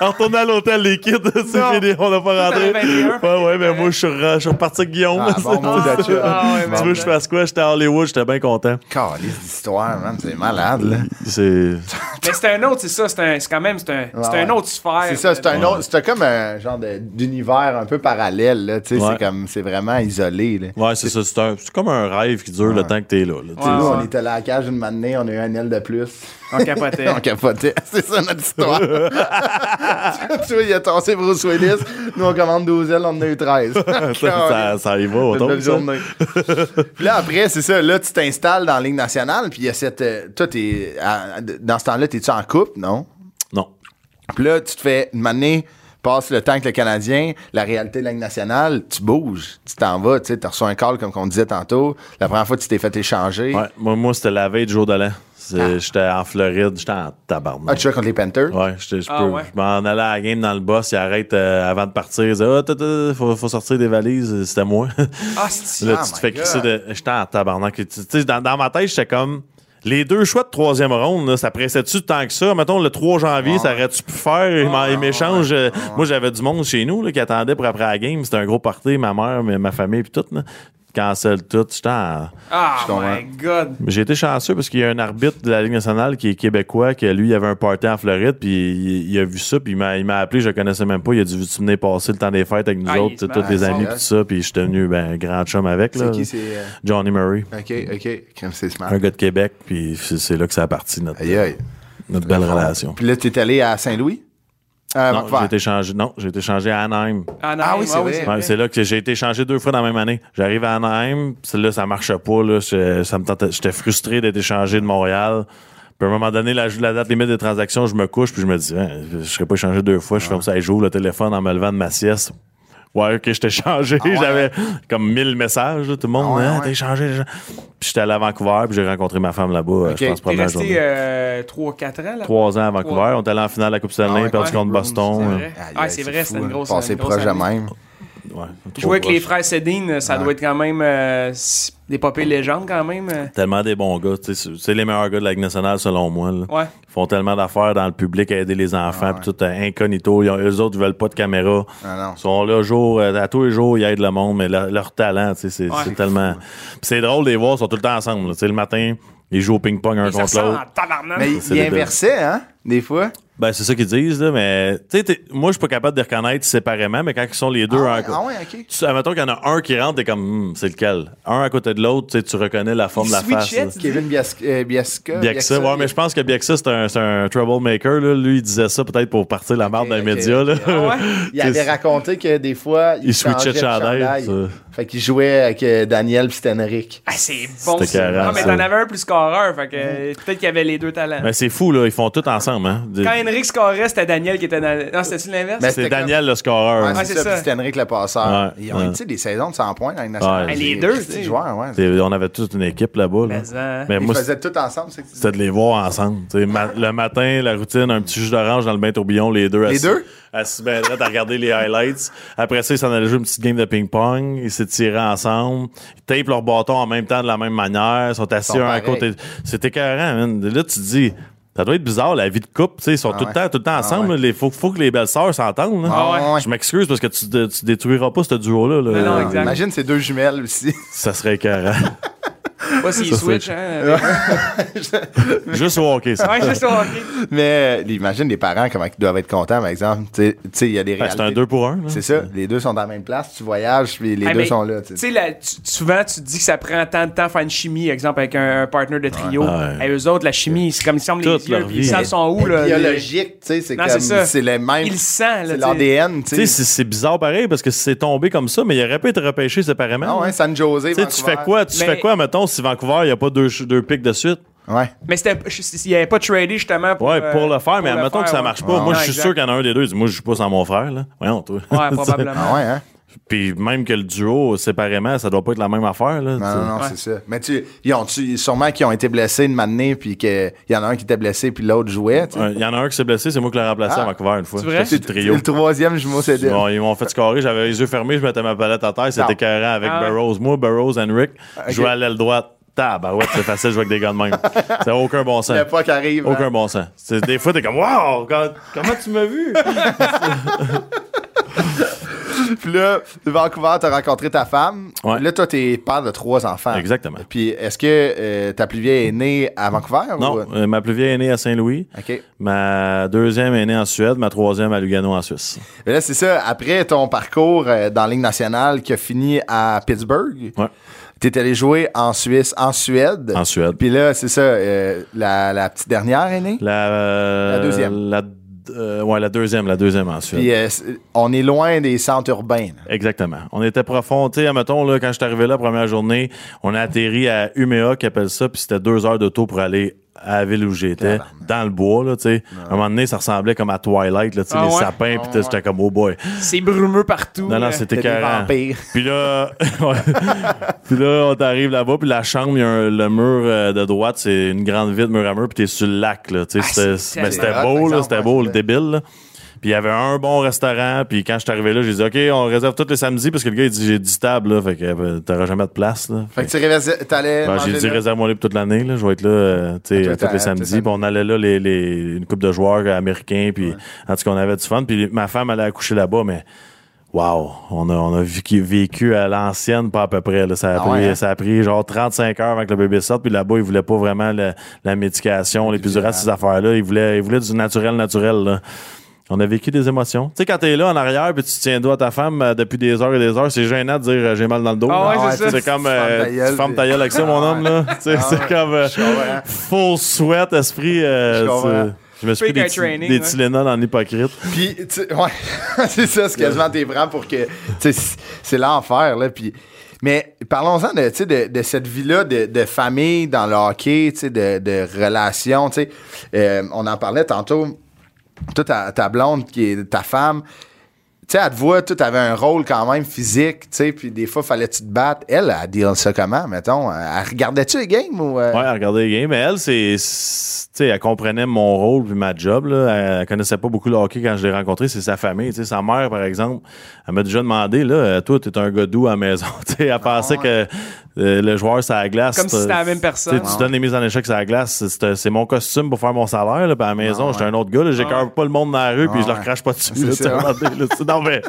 Speaker 4: On retourne à l'hôtel, les kids.
Speaker 1: Non.
Speaker 4: C'est fini, on n'a pas rentré.
Speaker 2: 21.
Speaker 4: Ouais, ouais, mais moi, je suis re- je suis reparti avec Guillaume.
Speaker 1: Ah, bon, moi,
Speaker 4: C'est-
Speaker 1: là-dessus.
Speaker 2: Ah, ouais,
Speaker 4: tu
Speaker 2: man.
Speaker 4: veux que je fasse quoi? J'étais à Hollywood, j'étais bien content.
Speaker 1: Calice d'histoire, man, c'est malade, là.
Speaker 4: C'est.
Speaker 2: Mais c'est un autre, c'est ça, c'est un- c'est quand même, c'est un, c'est
Speaker 1: ouais.
Speaker 2: un autre sphère. euh,
Speaker 1: C'est ça, c'est un autre. C'était comme un genre de- d'univers un peu parallèle, là. Tu sais,
Speaker 4: Ouais.
Speaker 1: c'est comme. C'est vraiment isolé, là.
Speaker 4: Ouais, c'est ça. C'est un- c'est comme un rêve qui dure le temps que t'es là. là, tu sais.
Speaker 1: Nous,
Speaker 2: ouais.
Speaker 1: on était à la cage une matinée, on a eu un aile de plus.
Speaker 2: On capotait.
Speaker 1: On capotait. C'est ça notre histoire. tu vois, il a tassé Bruce Willis. Nous, on commande 12 ailes, on en a eu 13.
Speaker 4: Ah, ça, ça, ça y va, on
Speaker 1: C'est une
Speaker 4: tombe,
Speaker 1: belle
Speaker 4: ça.
Speaker 1: journée. puis là, après, c'est ça. Là, tu t'installes dans la Ligue nationale. Puis il y a cette. euh, toi, t'es. à- Dans ce temps-là, t'es-tu en couple, non?
Speaker 4: Non.
Speaker 1: Puis là, tu te fais une année, passe le temps avec le Canadien, la réalité de la Ligue nationale, tu bouges, tu t'en vas, tu sais, t'as reçu un call comme qu'on disait tantôt. La première fois, tu t'es fait échanger.
Speaker 4: Ouais, moi, moi c'était la veille du jour de l'an. C'est-
Speaker 2: Ah.
Speaker 4: J'étais en Floride, j'étais en
Speaker 1: Ah,
Speaker 4: tabarnak.
Speaker 1: tu jouais contre les Panthers?
Speaker 4: Ouais, j'étais- je
Speaker 2: Ah,
Speaker 4: peux-
Speaker 2: ouais.
Speaker 4: je m'en allais à la game dans le boss, il arrête euh, avant de partir, il dit Ah, t'as- t'as- faut, faut sortir des valises, c'était moi.
Speaker 2: Ah, c'est
Speaker 4: Là,
Speaker 1: Ah,
Speaker 4: tu te
Speaker 1: my
Speaker 4: fais
Speaker 1: God.
Speaker 4: crisser de. J'étais en tabarnak. Tu tu sais, dans, dans ma tête, j'étais comme. Les deux choix de troisième ronde, là, ça pressait-tu tant que ça? Mettons, le 3 janvier, ça aurait-tu pu faire? Ils m'en- ils m'échangent. euh, Moi, j'avais du monde chez nous là, qui attendait pour après la game. C'était un gros party, ma mère, mais ma famille, puis tout. Là. Cancel tout. J'étais en-
Speaker 2: Ah,
Speaker 1: Je comprends.
Speaker 2: my God.
Speaker 4: J'ai été chanceux parce qu'il y a un arbitre de la Ligue nationale qui est québécois, que lui, il avait un party en Floride, puis il, il a vu ça, puis il m'a il m'a appelé, je le connaissais même pas. Il a dû tu venir passer le temps des fêtes avec nous
Speaker 2: Ah, il
Speaker 4: autres,
Speaker 2: se
Speaker 4: tous les
Speaker 1: marre.
Speaker 4: amis, puis tout ça, puis je suis devenu ben, un grand chum avec.
Speaker 1: C'est
Speaker 4: là.
Speaker 1: qui? C'est. euh,
Speaker 4: Johnny Murray.
Speaker 1: Ok, ok. Crème, C'est smart.
Speaker 4: un gars de Québec, puis c'est c'est là que ça a parti notre,
Speaker 1: Aïe, aïe.
Speaker 4: notre belle relation.
Speaker 1: Puis là, t'es allé à Saint-Louis? À
Speaker 4: Non,
Speaker 1: Vancouver.
Speaker 4: j'ai été changé, non, j'ai été changé à Anaheim.
Speaker 1: Ah oui, c'est vrai.
Speaker 4: Ouais, c'est là que j'ai été changé deux fois dans la même année. J'arrive à Anaheim, puis là, ça marchait pas. Là, je- ça me tentait- j'étais frustré d'être échangé de Montréal. Puis à un moment donné, la, la date limite des transactions, je me couche, puis je me dis, Hein, je serais pas échangé deux fois. Je ferme ça, et j'ouvre le téléphone en me levant de ma sieste. Ouais, ok, j'étais changé.
Speaker 1: ouais?
Speaker 4: J'avais comme 1000 messages, là, tout le monde.
Speaker 1: Ah ouais,
Speaker 4: Hein,
Speaker 1: ouais.
Speaker 4: t'es changé. les gens. Puis j'étais allé à Vancouver, puis j'ai rencontré ma femme là-bas, euh, je pense,
Speaker 2: T'es
Speaker 4: première journée.
Speaker 2: resté euh, 3-4 ans, là?
Speaker 4: trois ans à Vancouver.
Speaker 2: Trois.
Speaker 4: On est allé en finale de la Coupe Stanley,
Speaker 1: Ah ouais,
Speaker 4: perdu
Speaker 1: ouais.
Speaker 4: contre
Speaker 1: C'est
Speaker 4: Boston. euh,
Speaker 1: vrai.
Speaker 2: Ah,
Speaker 1: Aïe, aïe,
Speaker 2: c'est
Speaker 1: c'est
Speaker 2: vrai,
Speaker 1: fou,
Speaker 2: c'est
Speaker 1: hein.
Speaker 2: une grosse
Speaker 1: Passer
Speaker 2: une grosse
Speaker 1: proche de
Speaker 2: année.
Speaker 1: même.
Speaker 4: Ouais,
Speaker 2: Jouer avec
Speaker 4: Trois
Speaker 2: les
Speaker 4: proches.
Speaker 2: frères Sedin, ça doit être quand même euh, c'est des papiers légendes, quand même. euh.
Speaker 4: Tellement des bons gars. tu sais, C'est c'est les meilleurs gars de la Ligue nationale, selon moi. là.
Speaker 2: Ouais.
Speaker 4: Ils font tellement d'affaires dans le public à aider les enfants, puis tout euh, incognito. Ils ont- eux autres, ils veulent pas de caméra.
Speaker 1: Ah non.
Speaker 4: Ils sont là jour, euh, à tous les jours, ils aident le monde, mais leur, leur talent, tu sais, c'est
Speaker 2: Ouais.
Speaker 4: c'est tellement.
Speaker 1: hein.
Speaker 4: Puis c'est drôle de les voir, ils sont tout le temps ensemble. là. Tu sais, Le matin, ils jouent au ping-pong un
Speaker 2: Ça
Speaker 4: contre
Speaker 2: sent
Speaker 4: l'autre.
Speaker 2: en tabarnak.
Speaker 1: Mais
Speaker 4: C'est
Speaker 1: il
Speaker 4: débile.
Speaker 1: inversait, hein? Des fois.
Speaker 4: Ben, c'est ça qu'ils disent, là, mais tu sais, t'es- moi, je suis pas capable de les reconnaître séparément, mais quand ils sont les deux en-
Speaker 1: Ah ouais, ah ouais, ok.
Speaker 4: Tu sais, admettons qu'il y en a un qui rentre, t'es comme, Hmm, c'est lequel? Un à côté de l'autre, tu sais, tu reconnais la forme,
Speaker 2: Il
Speaker 4: la face.
Speaker 2: switchait,
Speaker 4: là.
Speaker 2: tu dis-
Speaker 1: Kevin Bias- euh, Biasca.
Speaker 4: Biaxa, ouais, mais je pense que Biaxa, c'est un, c'est un troublemaker, là. Lui, il disait ça peut-être pour partir la merde
Speaker 1: Ok,
Speaker 4: dans les
Speaker 1: ok,
Speaker 4: médias, là.
Speaker 1: ok.
Speaker 2: Ah ouais?
Speaker 1: Il avait raconté que des fois, il,
Speaker 4: Il switchait de
Speaker 1: changeait
Speaker 4: chandail,
Speaker 1: chandail.
Speaker 4: ça.
Speaker 1: Fait qu'il jouait avec euh, Daniel puis Stenrick.
Speaker 2: Ah, c'est bon,
Speaker 4: C'était
Speaker 2: ça.
Speaker 4: carré,
Speaker 2: Non, mais
Speaker 4: ça.
Speaker 2: t'en avais un plus scoreur, fait
Speaker 1: Mm.
Speaker 2: que euh, peut-être qu'il y avait les deux talents.
Speaker 4: Mais c'est fou, là. Ils font tout ensemble, hein. Des-
Speaker 2: Quand Henrik scorait, c'était Daniel qui était dans... Non, c'était-tu l'inverse?
Speaker 1: Mais-
Speaker 4: C'est
Speaker 1: c'était
Speaker 4: Daniel, le scoreur.
Speaker 1: Ouais,
Speaker 2: Ah,
Speaker 1: c'est
Speaker 2: c'est
Speaker 1: ça,
Speaker 2: ça.
Speaker 1: puis Stenrick le passeur.
Speaker 4: Ouais,
Speaker 1: Ils ont eu,
Speaker 4: ouais.
Speaker 1: tu sais, des saisons de 100 points dans la Ligue nationale.
Speaker 4: Ouais.
Speaker 1: C'est-
Speaker 2: Les deux,
Speaker 1: c'est
Speaker 2: tu
Speaker 1: des
Speaker 2: sais.
Speaker 1: joueurs, ouais.
Speaker 4: C'est- On avait toute une équipe là-bas, là.
Speaker 2: Mais, hein.
Speaker 4: Mais
Speaker 1: Ils
Speaker 4: moi,
Speaker 1: faisaient tout ensemble. c'est-
Speaker 4: c'était de les voir ensemble. Tu sais, ma- le matin, la routine, un petit jus d'orange dans le bain tourbillon, les deux. assis-
Speaker 1: deux?
Speaker 4: Assis ben là, t'as regardé les highlights. Après ça, ils s'en allaient jouer une petite game de ping-pong. Ils s'étiraient ensemble. Ils tapent leur bâton en même temps de la même manière. Ils sont assis
Speaker 1: Ils sont
Speaker 4: un à
Speaker 1: pareils.
Speaker 4: côté. C'était carrément, man. Là, tu te dis, Ça doit être bizarre, la vie de couple. tu sais, Ils sont tout, le
Speaker 1: Ah ouais.
Speaker 4: temps, tout le temps ensemble. Il faut, faut que les belles sœurs s'entendent. là.
Speaker 2: Ah ouais.
Speaker 1: ouais.
Speaker 4: Je m'excuse parce que tu, te- tu détruiras pas ce duo-là. là.
Speaker 2: Mais non, exact.
Speaker 1: Imagine ces deux jumelles aussi.
Speaker 4: Ça serait écœurant.
Speaker 2: Pas s'ils
Speaker 4: Ça, c'est-
Speaker 2: switch, hein.
Speaker 4: Juste au hockey, ça.
Speaker 2: Ouais, c'est ça, ok.
Speaker 1: Mais euh, imagine les parents, comment ils doivent être contents, par exemple. Tu sais- tu sais, il y a des
Speaker 4: Ben, c'est
Speaker 1: réalités.
Speaker 4: un 2 pour 1.
Speaker 1: C'est ça, les deux sont dans la même place, tu voyages, puis les
Speaker 2: Ah,
Speaker 1: deux
Speaker 2: mais,
Speaker 1: sont là. tu
Speaker 2: Tu
Speaker 1: sais.
Speaker 2: sais, la- tu- souvent, tu te dis que ça prend tant de temps à faire une chimie, exemple, avec un, un partner de trio.
Speaker 4: Ouais.
Speaker 2: Et eux autres, la chimie, c'est comme ils semblent
Speaker 4: Toute
Speaker 2: les yeux,
Speaker 4: leur
Speaker 2: puis
Speaker 4: vie.
Speaker 2: ils savent sont où, là.
Speaker 1: biologique, tu sais, c'est
Speaker 2: Non,
Speaker 1: comme
Speaker 2: c'est ça.
Speaker 1: c'est les mêmes
Speaker 2: Il le sent, là,
Speaker 1: c'est
Speaker 2: tu sais.
Speaker 1: l'ADN,
Speaker 4: Tu
Speaker 1: tu sais.
Speaker 4: sais, c'est c'est bizarre pareil parce que c'est tombé comme ça, mais il aurait pu être repêché séparément.
Speaker 2: Ah
Speaker 1: Non, hein, San Jose,
Speaker 4: Tu sais, tu
Speaker 1: Vancouver.
Speaker 4: fais quoi, tu
Speaker 2: Mais-
Speaker 4: fais quoi, mettons, si Vancouver, il n'y a pas deux, ch- deux pics de suite?
Speaker 1: Ouais.
Speaker 2: Mais c'était, je- il avait pas tradé, justement, pour.
Speaker 4: Ouais,
Speaker 2: euh,
Speaker 4: pour le faire, mais
Speaker 2: pour le
Speaker 4: admettons que ça
Speaker 2: ouais.
Speaker 4: marche pas. Moi,
Speaker 2: Ouais,
Speaker 4: je suis
Speaker 2: exact.
Speaker 4: sûr qu'il y en a un des deux. Il dit, Moi, je joue pas sans mon frère, là. Voyons, toi.
Speaker 2: Ouais, probablement.
Speaker 1: Ah ouais, hein?
Speaker 4: Puis même que le duo, séparément, ça doit pas être la même affaire, là.
Speaker 1: Non, non, non,
Speaker 2: Ouais.
Speaker 1: c'est ça. Mais tu, ils ont, tu, sûrement qu'ils ont été blessés une matinée, puis qu'il y en a un qui était blessé, puis l'autre jouait, tu sais.
Speaker 4: Ouais, Il y en a un qui s'est blessé, c'est moi qui l'ai remplacé
Speaker 1: Ah.
Speaker 4: à Vancouver une fois.
Speaker 2: C'est vrai?
Speaker 4: J'étais sur le trio.
Speaker 1: Le troisième jumeau, c'est
Speaker 4: Bon, ils m'ont fait scorer, j'avais les yeux fermés, je mettais ma palette à terre,
Speaker 1: Non.
Speaker 4: c'était carré avec
Speaker 2: Ah ouais.
Speaker 4: Burroughs. Moi, Burroughs, Henrik, je jouais à l'aile droite. Tab, ah ouais, c'est facile, je joue avec des gars de même. C'est aucun bon sens.
Speaker 1: Le pas qui arrive. hein.
Speaker 4: Aucun bon sens. C'est- Des fois, t'es comme, wow, quand- comment tu m'as vu?
Speaker 1: Puis là, Vancouver, t'as rencontré ta femme.
Speaker 4: Ouais.
Speaker 1: Là, toi, t'es père de trois enfants.
Speaker 4: Exactement.
Speaker 1: Puis est-ce que euh, ta plus vieille est née à Vancouver?
Speaker 4: Non,
Speaker 1: ou-
Speaker 4: euh, ma plus vieille est née à Saint-Louis.
Speaker 1: OK.
Speaker 4: Ma deuxième est née en Suède, ma troisième à Lugano en Suisse.
Speaker 1: Mais là, c'est ça. Après ton parcours euh, dans la Ligue nationale qui a fini à Pittsburgh,
Speaker 4: Ouais.
Speaker 1: t'es allé jouer en Suisse, en Suède.
Speaker 4: En Suède.
Speaker 1: Puis là, c'est ça. euh, la, la petite dernière est née.
Speaker 4: La, euh,
Speaker 1: La deuxième.
Speaker 4: La, euh, ouais, la deuxième, la deuxième en Suède.
Speaker 1: Puis euh, c'est- on est loin des centres urbains. là.
Speaker 4: Exactement. On était profond. Tu sais, mettons, là, quand je suis arrivé là, la première journée, on a atterri à Umea, qui appelle ça, puis c'était deux heures de tour pour aller à la ville où j'étais, dans le bois, là, tu sais. À un moment donné, ça ressemblait comme à Twilight, là, tu sais,
Speaker 2: Ah
Speaker 4: les
Speaker 2: ouais?
Speaker 4: sapins, puis j'étais comme, oh boy.
Speaker 2: C'est brumeux partout.
Speaker 4: Non, non,
Speaker 2: euh,
Speaker 1: T'es
Speaker 4: c'était
Speaker 1: des
Speaker 4: carrément.
Speaker 1: vampires.
Speaker 4: Puis là, ouais. puis là, on t'arrive là-bas, puis la chambre, il y a un- le mur euh, de droite, c'est une grande vitre mur à mur, puis t'es sur le lac, là. Tu sais, c'était-
Speaker 2: c'est
Speaker 4: mais
Speaker 2: tellement
Speaker 1: hot,
Speaker 4: c'était beau,
Speaker 1: par
Speaker 4: là,
Speaker 1: exemple,
Speaker 4: c'était
Speaker 1: ouais,
Speaker 4: beau, le
Speaker 1: c'était-
Speaker 4: débile, là. Puis il y avait un bon restaurant, puis quand je suis arrivé là, j'ai dit, OK, on réserve tous les samedis, parce que le gars, il dit, j'ai 10 tables, là, fait que euh, t'auras jamais de place, là.
Speaker 1: Fait que tu réversais- t'allais.
Speaker 4: Ben,
Speaker 1: manger
Speaker 4: j'ai dit
Speaker 1: là.
Speaker 4: réserve-moi pour toute l'année, là. Je vais être là, euh, tu sais,
Speaker 1: Ah, toi,
Speaker 4: tous
Speaker 1: t'as-
Speaker 4: les
Speaker 1: t'as-
Speaker 4: samedis. Puis on allait là, les, les- une coupe de joueurs américains, puis en tout cas, on avait du fun. Puis ma femme allait accoucher là-bas, mais wow, on a, on a vécu, vécu à l'ancienne, pas à peu près. là. Ça, a
Speaker 1: Ah
Speaker 4: pris,
Speaker 1: ouais, hein?
Speaker 4: ça a pris genre 35 heures avant que le bébé sorte. Puis là-bas, ils voulaient pas vraiment la, la médication, l'épidurale, ces affaires-là. Ils voulaient, ils voulaient du naturel, naturel, là. On a vécu des émotions. Tu sais, quand t'es là en arrière puis tu tiens le doigt à ta femme euh, depuis des heures et des heures, c'est gênant de dire euh, j'ai mal dans le dos.
Speaker 2: Ah
Speaker 4: là.
Speaker 2: ouais, c'est ça.
Speaker 4: C'est comme
Speaker 1: Tu
Speaker 4: euh,
Speaker 1: fermes ta gueule,
Speaker 4: tu fermes
Speaker 1: puis-
Speaker 4: ta gueule avec ça, mon homme, là. Tu sais, c'est comme euh,
Speaker 1: comprends.
Speaker 4: full sweat, esprit. euh,
Speaker 1: Je comprends.
Speaker 4: c'est- je me suis pris
Speaker 2: Freak
Speaker 4: des,
Speaker 2: out training,
Speaker 4: ti- des
Speaker 2: ouais.
Speaker 4: Tylenol en hypocrite.
Speaker 1: Puis, tu sais, ouais, c'est ça, c'est quasiment tes bras pour que. Tu sais, c'est- c'est l'enfer, là. Puis, mais parlons-en de, tu sais, de, de cette vie-là, de, de famille dans le hockey, tu sais, de, de relations, tu sais. Euh, on en parlait tantôt. Toi, ta, ta blonde, qui est ta femme, tu sais, elle te voit, tu avais un rôle quand même physique, tu sais, puis des fois, fallait-tu te battre. Elle, elle deal ça comment, mettons? Elle regardait-tu les games ou. euh,
Speaker 4: Ouais, elle regardait les games. Mais elle, c'est. c'est- Tu sais, elle comprenait mon rôle puis ma job. Là. Elle, elle connaissait pas beaucoup le hockey quand je l'ai rencontré. C'est sa famille. Tu sais, sa mère, par exemple, elle m'a déjà demandé, là, euh, toi, t'es un gars doux à la maison. Tu sais, elle
Speaker 1: Ah
Speaker 4: pensait que euh, le joueur, ça la glace.
Speaker 2: Comme si c'était la même
Speaker 4: Tu sais,
Speaker 2: personne.
Speaker 1: Ah
Speaker 4: Tu donnes les mises en échec, ça la glace. C'est- C'est c'est mon costume pour faire mon salaire. Là, puis à la
Speaker 1: Ah
Speaker 4: maison, j'étais un autre gars. là.
Speaker 2: Ah
Speaker 4: J'écœure pas le monde dans la rue puis je leur crache pas dessus. là,
Speaker 1: C'est
Speaker 4: tu sais,
Speaker 1: ça.
Speaker 4: à un moment donné, là, tu sais. non, mais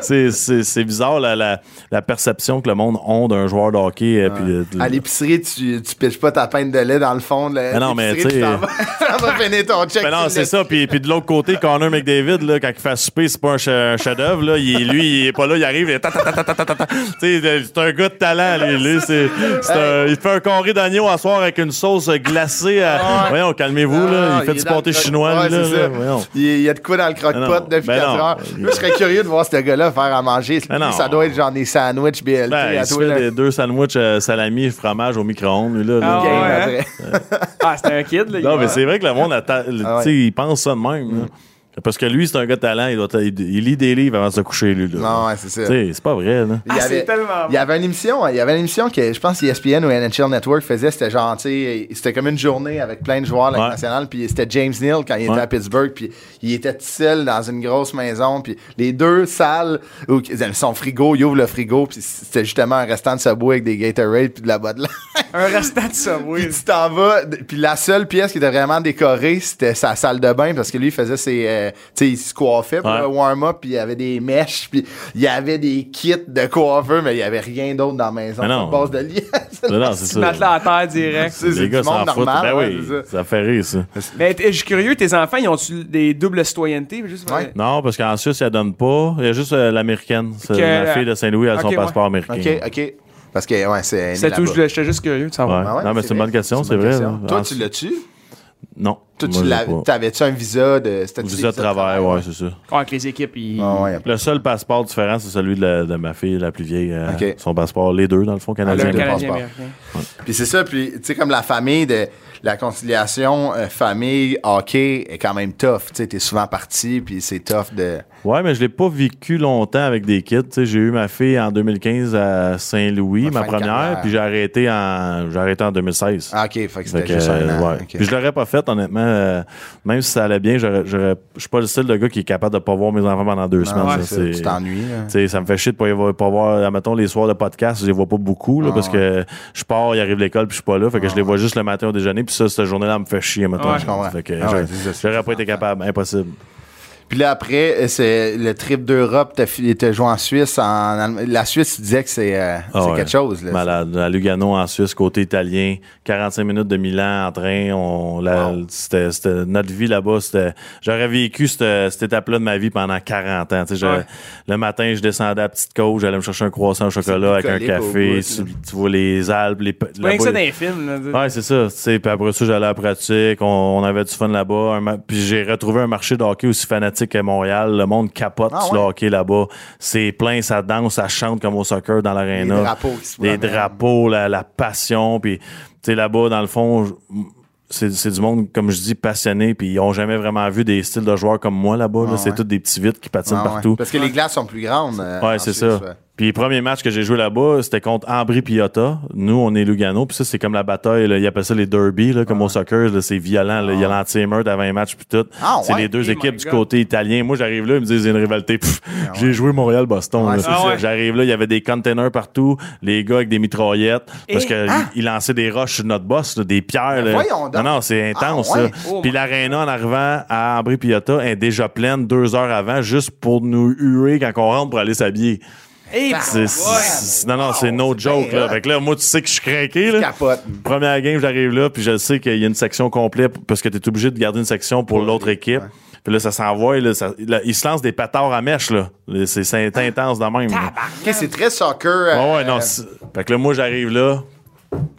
Speaker 4: c'est- c'est c'est bizarre la, la, la perception que le monde a d'un joueur de hockey. euh, puis, euh, de-
Speaker 1: À l'épicerie, tu, tu pitches pas ta peine de lait dans le fond de la-
Speaker 4: Ah non, mais
Speaker 1: l'épicerie,
Speaker 4: tu sais-
Speaker 1: t'en vas- t'en vas finir ton check.
Speaker 4: Mais non,
Speaker 1: tu
Speaker 4: c'est
Speaker 1: le-
Speaker 4: ça. Puis, puis de l'autre côté, Connor McDavid, là, quand il fait souper, c'est pas un, che- un chef-d'œuvre. là. Il est- Lui, il est pas là, il arrive. il est ta, ta, ta, ta, ta, ta, ta. Tu sais, euh, C'est un gars de talent, lui. Lui, c'est- c'est un- il fait un carré d'agneau à soir avec une sauce glacée. à- Voyons, calmez-vous. là.
Speaker 1: Ah,
Speaker 4: Il fait
Speaker 1: est
Speaker 4: du
Speaker 1: dans
Speaker 4: pâté
Speaker 1: le croque-
Speaker 4: chinois,
Speaker 1: Ouais,
Speaker 4: lui. là,
Speaker 1: c'est
Speaker 4: là.
Speaker 1: ça.
Speaker 4: Voyons.
Speaker 1: Il y- il y a de quoi dans le
Speaker 4: Ah non,
Speaker 1: croque-pot depuis
Speaker 4: ben
Speaker 1: 4
Speaker 4: non.
Speaker 1: heures. Moi, je serais curieux de voir ce gars-là faire à manger.
Speaker 4: Ben non.
Speaker 1: ça doit être genre des sandwichs BLT
Speaker 4: Ben,
Speaker 1: à
Speaker 4: il se
Speaker 1: toi.
Speaker 4: fait
Speaker 1: là.
Speaker 4: des deux sandwichs euh, salami et fromage au micro-ondes. lui, là, là.
Speaker 2: Ah ouais.
Speaker 1: Après.
Speaker 2: Ah, c'était un kid, là. il-
Speaker 4: Non, mais c'est vrai que le monde, atta- le-
Speaker 1: Ah ouais.
Speaker 4: tu sais, il pense ça de même. là. Parce que lui, c'est un gars de talent. Il, doit il, il lit des livres avant de se coucher, lui. Là.
Speaker 1: Non, ouais, c'est ça.
Speaker 4: Tu sais, c'est pas vrai, là.
Speaker 1: Il y,
Speaker 2: Ah, c'est
Speaker 1: avait,
Speaker 2: tellement
Speaker 1: il y avait une émission, il y avait une émission que E je pense ESPN ou NHL Network faisait, c'était genre, tu sais, c'était comme une journée avec plein de joueurs de la Ligue
Speaker 4: Ouais.
Speaker 1: nationale, puis c'était James Neal quand il était
Speaker 4: Ouais.
Speaker 1: à Pittsburgh, puis il était tout seul dans une grosse maison, puis les deux salles où son frigo, il ouvre le frigo, puis c'était justement un restant de Subway avec des Gatorade puis de la Bud Light.
Speaker 2: Un restant de ça,
Speaker 1: Puis
Speaker 2: oui.
Speaker 1: tu t'en vas. d- Puis la seule pièce qui était vraiment décorée, c'était sa salle de bain parce que lui, il faisait ses. euh, tu sais, il se coiffait pour
Speaker 4: Ouais.
Speaker 1: le warm-up, puis il y avait des mèches, puis il y avait des kits de coiffeur, mais il y avait rien d'autre dans la maison.
Speaker 4: Mais non.
Speaker 1: Une base de liesse.
Speaker 4: Non, non, c'est
Speaker 2: Tu mets
Speaker 4: ça.
Speaker 2: la à terre direct.
Speaker 1: C'est c'est
Speaker 4: Les
Speaker 1: du
Speaker 4: gars
Speaker 1: monde
Speaker 4: s'en foutent.
Speaker 1: normal.
Speaker 4: Ben
Speaker 1: ouais,
Speaker 4: oui,
Speaker 1: c'est ça.
Speaker 4: ça fait rire, ça.
Speaker 2: Mais t- je suis curieux, tes enfants, ils ont-tu des doubles citoyennetés? Juste
Speaker 1: Ouais.
Speaker 4: Non, parce qu'en Suisse, elle donne pas. Il y a juste euh, l'américaine. C'est
Speaker 2: Que-
Speaker 4: la fille de Saint-Louis, elle a
Speaker 2: Ok,
Speaker 4: son passeport américain.
Speaker 1: euh, Ok, ok. Parce que, ouais, c'est.
Speaker 2: C'est tout, je voulais- j'étais juste curieux de
Speaker 4: Ouais.
Speaker 2: savoir.
Speaker 1: Ah ouais,
Speaker 4: non, mais c'est une bonne
Speaker 1: vrai.
Speaker 4: question, c'est
Speaker 1: une bonne
Speaker 4: vrai.
Speaker 1: question.
Speaker 4: là.
Speaker 1: Toi,
Speaker 4: En-
Speaker 1: tu l'as-tu?
Speaker 4: Non.
Speaker 1: Toi,
Speaker 4: moi,
Speaker 1: tu
Speaker 4: je l'ai
Speaker 1: l'avais-
Speaker 4: pas.
Speaker 1: t'avais-tu un visa de. c'était-tu des
Speaker 4: Visa de
Speaker 1: visas
Speaker 4: travail, ouais, c'est ça.
Speaker 2: Ah, Avec les équipes, ils...
Speaker 1: Ah ouais, y a-
Speaker 4: Le seul passeport différent, c'est celui de, la- de ma fille, la plus vieille. euh,
Speaker 1: Ok. Ah,
Speaker 4: Son passeport, les deux, dans le fond,
Speaker 2: Le
Speaker 4: canadien.
Speaker 1: Les deux
Speaker 2: Canadien
Speaker 1: passeports.
Speaker 2: américain.
Speaker 1: Puis c'est ça, puis tu sais, comme la famille, de la conciliation euh, famille-hockey est quand même tough. Tu sais, t'es souvent parti, puis c'est tough de.
Speaker 4: Ouais, mais je l'ai pas vécu longtemps avec des kids. Tu sais, j'ai eu ma fille en 2015 à Saint-Louis,
Speaker 1: Ouais,
Speaker 4: ma
Speaker 1: fin de carrière.
Speaker 4: première, puis j'ai arrêté en j'ai arrêté en 2016.
Speaker 1: Ah, OK, fait que
Speaker 4: Fait
Speaker 1: c'était
Speaker 4: que,
Speaker 1: juste un an.
Speaker 4: ouais.
Speaker 1: ok.
Speaker 4: Puis je l'aurais pas fait, honnêtement. euh, même si ça allait bien, j'aurais- j'aurais- je suis pas le style de gars qui est capable de pas voir mes enfants pendant deux semaines.
Speaker 1: ouais,
Speaker 4: ça,
Speaker 1: c'est-
Speaker 4: c'est-
Speaker 1: tu t'ennuies, là.
Speaker 4: Tu sais, ça me fait chier de pas, y voir- pas voir, admettons, les soirs de podcast, je les vois pas beaucoup, là,
Speaker 1: Ah,
Speaker 4: parce que je pars, ils arrivent de l'école, puis je suis pas là. Fait que je les vois juste le matin au déjeuner, puis ça, cette journée-là me fait chier, mettons.
Speaker 2: Ouais. Je
Speaker 1: comprends.
Speaker 4: Fait que
Speaker 1: Ah Ah, ouais,
Speaker 4: je-
Speaker 1: c'est ça,
Speaker 4: j'aurais pas été capable, impossible.
Speaker 1: Puis là, après, euh, c'est le trip d'Europe, t'as fi- t'as joué en Suisse. En Allemagne. La Suisse, tu disais que c'est euh,
Speaker 4: Ah
Speaker 1: c'est
Speaker 4: ouais.
Speaker 1: quelque chose. Là.
Speaker 4: Malade. À Lugano, en Suisse, côté italien, 45 minutes de Milan en train. On, la- c'était, c'était- notre vie là-bas, c'était, j'aurais vécu cette, cette étape-là de ma vie pendant 40 ans. Tu sais, je-
Speaker 2: Ouais.
Speaker 4: Le matin, je descendais à Petite Côte, j'allais me chercher un croissant au chocolat avec un
Speaker 1: bucolique au
Speaker 4: café.
Speaker 1: bout,
Speaker 4: sur-
Speaker 1: là.
Speaker 4: tu vois les Alpes, les.
Speaker 2: C'est Rien que ça dans les films, là. tu sais.
Speaker 4: Ouais, c'est ça. tu sais, Puis après ça, j'allais à la pratique. On, on avait du fun là-bas. Un ma- Puis j'ai retrouvé un marché de hockey aussi fanatique qu'à Montréal. Le monde capote
Speaker 1: Ah
Speaker 4: sur
Speaker 1: ouais?
Speaker 4: le hockey là-bas. C'est plein, ça danse, ça chante comme au soccer dans l'aréna.
Speaker 1: Les drapeaux qui se
Speaker 4: Les
Speaker 1: promènent.
Speaker 4: drapeaux, la, la passion. Puis tu sais, là-bas, dans le fond, je- c'est c'est du monde, comme je dis, passionné. Puis ils ont jamais vraiment vu des styles de joueurs comme moi là-bas. là. C'est tous des petits vites qui patinent
Speaker 1: Ah ouais.
Speaker 4: partout.
Speaker 1: Parce que les glaces sont plus grandes. euh, en
Speaker 4: Ouais, c'est
Speaker 1: Suisse,
Speaker 4: ça.
Speaker 1: ouais.
Speaker 4: Puis le premier match que j'ai joué là-bas, c'était contre Ambry Piotta. Nous, on est Lugano. Puis ça, c'est comme la bataille. Là. Ils appellent ça les derbies, là, comme au soccer. là, C'est violent. Là. Il y a l'anti-meurt avant un match, puis tout.
Speaker 1: Ah,
Speaker 4: c'est
Speaker 1: ouais?
Speaker 4: les
Speaker 2: Oh my
Speaker 4: deux équipes du
Speaker 2: God.
Speaker 4: côté italien. Moi, j'arrive là, ils me disent, c'est une rivalité. Pff, J'ai joué Montréal-Boston.
Speaker 1: Ah, Ouais,
Speaker 4: là.
Speaker 1: c'est Ah
Speaker 2: ça. ouais.
Speaker 4: J'arrive là, il y avait des containers partout. Les gars avec des mitraillettes. Parce qu'ils
Speaker 1: ah!
Speaker 4: lançaient des roches sur notre boss, là, des pierres. là.
Speaker 1: Ben, voyons donc.
Speaker 4: Non, non, c'est intense.
Speaker 1: Ah, ouais?
Speaker 4: là.
Speaker 2: Oh
Speaker 4: Puis
Speaker 2: my
Speaker 4: l'aréna en arrivant à Ambry Piotta est déjà pleine deux heures avant, juste pour nous huer quand on rentre pour aller s'habiller.
Speaker 2: Eh,
Speaker 4: C'est-
Speaker 2: ouais.
Speaker 4: c'est- Non, non, c'est no joke.
Speaker 1: Ah, bien
Speaker 4: Là.
Speaker 1: hot.
Speaker 4: Fait que là, moi, tu sais que je suis craqué. Là.
Speaker 1: Capote.
Speaker 4: Première game, j'arrive là, puis je sais qu'il y a une section complète parce que tu es obligé de garder une section pour l'autre équipe. Puis là, ça s'envoie. Là, ça- là, ils se lancent des patards à mèche. Là. Là, C'est c'est
Speaker 1: Ah.
Speaker 4: intense dans même. là.
Speaker 1: Ok, c'est très soccer. euh,
Speaker 4: Ah ouais, non. c'est- Fait que là, moi, j'arrive là,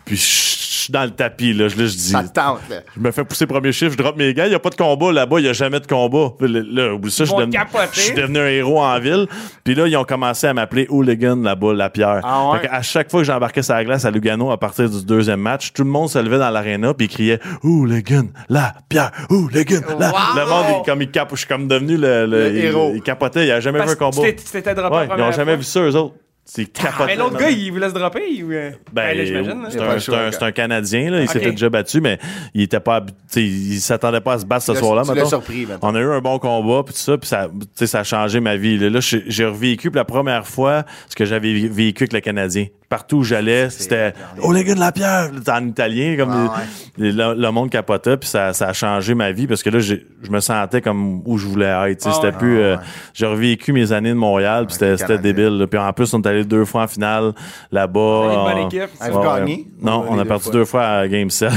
Speaker 4: puis je je suis dans le tapis. Là, je, là, je dis.
Speaker 1: ça te tente. là.
Speaker 4: Je me fais pousser premier chiffre, je drop mes gars. Il n'y a pas de combat là-bas, il n'y a jamais de combat. Là, là, oublie ça, je suis,
Speaker 2: vont
Speaker 4: devenu,
Speaker 2: capoter.
Speaker 4: je suis devenu un héros en ville. Puis là, ils ont commencé à m'appeler Hooligan là-bas, la pierre.
Speaker 2: Ah ouais?
Speaker 4: à chaque fois que j'embarquais sur la glace à Lugano à partir du deuxième match, tout le monde se levait dans l'aréna puis il criait Hooligan, la pierre, Hooligan, la. Le monde, il- comme il cap- je suis comme devenu le, le-
Speaker 1: Le
Speaker 4: il-
Speaker 1: héros.
Speaker 4: Il capotait, il n'y a jamais
Speaker 2: Parce
Speaker 4: vu un
Speaker 2: que
Speaker 4: combat.
Speaker 2: tu t'es- tu t'étais droppé
Speaker 4: Ouais,
Speaker 2: la
Speaker 4: ils n'ont
Speaker 2: première
Speaker 4: jamais
Speaker 2: fois.
Speaker 4: vu ça, eux autres. C'est capoté.
Speaker 2: Ah, Mais l'autre gars, il vous laisse dropper? ou, euh?
Speaker 4: Ben,
Speaker 2: là, j'imagine, là.
Speaker 4: c'est
Speaker 1: a pas
Speaker 4: un,
Speaker 1: le
Speaker 4: c'est
Speaker 1: choix,
Speaker 4: un-
Speaker 1: gars.
Speaker 4: c'est un Canadien, là. Il
Speaker 2: Ok.
Speaker 4: s'était déjà battu, mais il était pas, hab- tu sais, il s'attendait pas à se battre ce
Speaker 1: l'as-
Speaker 4: soir-là.
Speaker 1: tu l'as
Speaker 4: mettons.
Speaker 1: surpris, mettons.
Speaker 4: On a eu un bon combat, puis tout ça, puis ça, tu sais, ça a changé ma vie. Là, Là, j'ai j'ai revécu pour la première fois ce que j'avais vé- vécu avec le Canadien. Partout où j'allais, c'était Oh les gars de la pierre! Là, En italien, comme
Speaker 1: Ah,
Speaker 4: les- les- le, le monde capotait, puis ça, ça a changé ma vie parce que là, j'ai- je me sentais comme où je voulais être.
Speaker 1: Ah,
Speaker 4: tu sais, C'était plus. euh, J'ai revécu mes années de Montréal, puis c'était-
Speaker 1: le
Speaker 4: c'était
Speaker 1: Canadien.
Speaker 4: débile. là. Puis en plus, on est allé deux fois en finale là-bas.
Speaker 2: bonne
Speaker 4: Ah,
Speaker 2: équipe.
Speaker 1: Avez-vous
Speaker 4: ouais.
Speaker 1: gagné?
Speaker 4: Non,
Speaker 1: Vous avez
Speaker 4: on a
Speaker 1: deux
Speaker 4: perdu
Speaker 1: fois.
Speaker 4: deux fois à Game 7.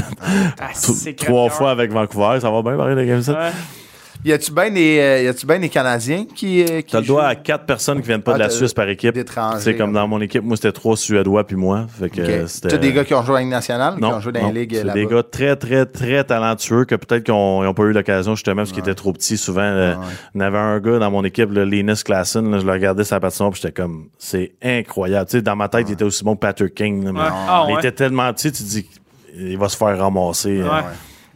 Speaker 2: Ah, c'est
Speaker 4: Trois
Speaker 2: craqueur.
Speaker 4: fois avec Vancouver. Ça va bien pareil, le Game 7.
Speaker 2: Ouais.
Speaker 1: Y a-tu bien des, euh, y a-tu ben des Canadiens qui. euh, qui
Speaker 4: T'as le droit
Speaker 1: jouent?
Speaker 4: à quatre personnes qui viennent pas
Speaker 1: Ah,
Speaker 4: de la
Speaker 1: t'as-
Speaker 4: Suisse par équipe.
Speaker 1: d'étrangers,
Speaker 4: C'est comme dans mon équipe, moi c'était trois Suédois puis moi. Fait que
Speaker 1: Ok.
Speaker 4: euh, c'était.
Speaker 1: T'as des gars qui ont joué en Ligue nationale,
Speaker 4: non,
Speaker 1: qui ont joué dans
Speaker 4: non,
Speaker 1: les ligues
Speaker 4: c'est
Speaker 1: là-bas.
Speaker 4: des gars très, très, très talentueux que peut-être qu'on n'ont pas eu l'occasion justement parce qu'ils étaient trop petits souvent.
Speaker 1: Ah
Speaker 4: là. On avait un gars dans mon équipe, là, Linus Klassen, là, je le regardais sa patinoire puis j'étais comme, c'est incroyable. Tu sais, dans ma tête, il était aussi bon que Patrick King. là, mais
Speaker 2: Ah,
Speaker 4: il
Speaker 2: ouais.
Speaker 4: était tellement petit, tu dis, il va se faire ramasser. euh,
Speaker 2: Ouais.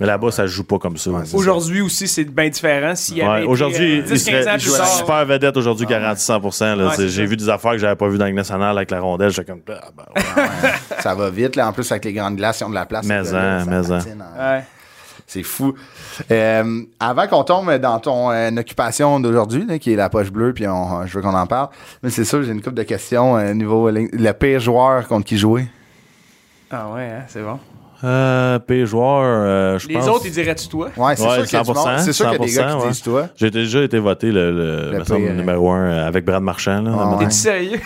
Speaker 4: Mais là-bas, ça se joue pas comme ça.
Speaker 2: Aujourd'hui aussi, c'est bien différent. S'il y
Speaker 4: Ouais,
Speaker 2: avait été,
Speaker 4: aujourd'hui,
Speaker 2: euh,
Speaker 4: il
Speaker 2: 10, 15 ans
Speaker 4: serait
Speaker 2: plus
Speaker 4: il serait
Speaker 2: tard.
Speaker 4: super vedette aujourd'hui,
Speaker 1: Ah
Speaker 4: garanti 100%. là.
Speaker 2: Ouais,
Speaker 4: C'est-
Speaker 2: c'est
Speaker 4: J'ai
Speaker 2: ça.
Speaker 4: vu des affaires que j'avais pas vues dans le national avec la rondelle. J'étais comme, ah, ben, ouais.
Speaker 1: Ça va vite, là. En plus, avec les grandes glaces, ils ont de la place.
Speaker 4: Mais
Speaker 1: Ces gars-là,
Speaker 4: en,
Speaker 1: ça
Speaker 4: mais en.
Speaker 1: patine en-
Speaker 2: Ouais.
Speaker 1: C'est fou. Euh, avant qu'on tombe dans ton euh, occupation d'aujourd'hui, là, qui est la poche bleue, puis on- euh, je veux qu'on en parle. Mais c'est sûr, j'ai une couple de questions euh, niveau ligne- le pire joueur contre qui jouer.
Speaker 2: Ah ouais, hein, c'est bon.
Speaker 4: Euh, P joueur, euh, je
Speaker 2: Les
Speaker 4: pense.
Speaker 2: autres, ils diraient-tu toi?
Speaker 1: Ouais, Ah, c'est
Speaker 4: Ouais,
Speaker 1: sûr qu'il y a du monde.
Speaker 4: 100%,
Speaker 1: C'est sûr qu'il y a des gars qui
Speaker 4: 100%,
Speaker 1: disent
Speaker 4: ouais.
Speaker 1: toi.
Speaker 4: J'ai déjà été voté le, le,
Speaker 1: Le
Speaker 4: me semble,
Speaker 1: pire.
Speaker 4: numéro un euh, avec Brad Marchand. Là,
Speaker 1: Ah, ouais.
Speaker 2: T'es-tu sérieux?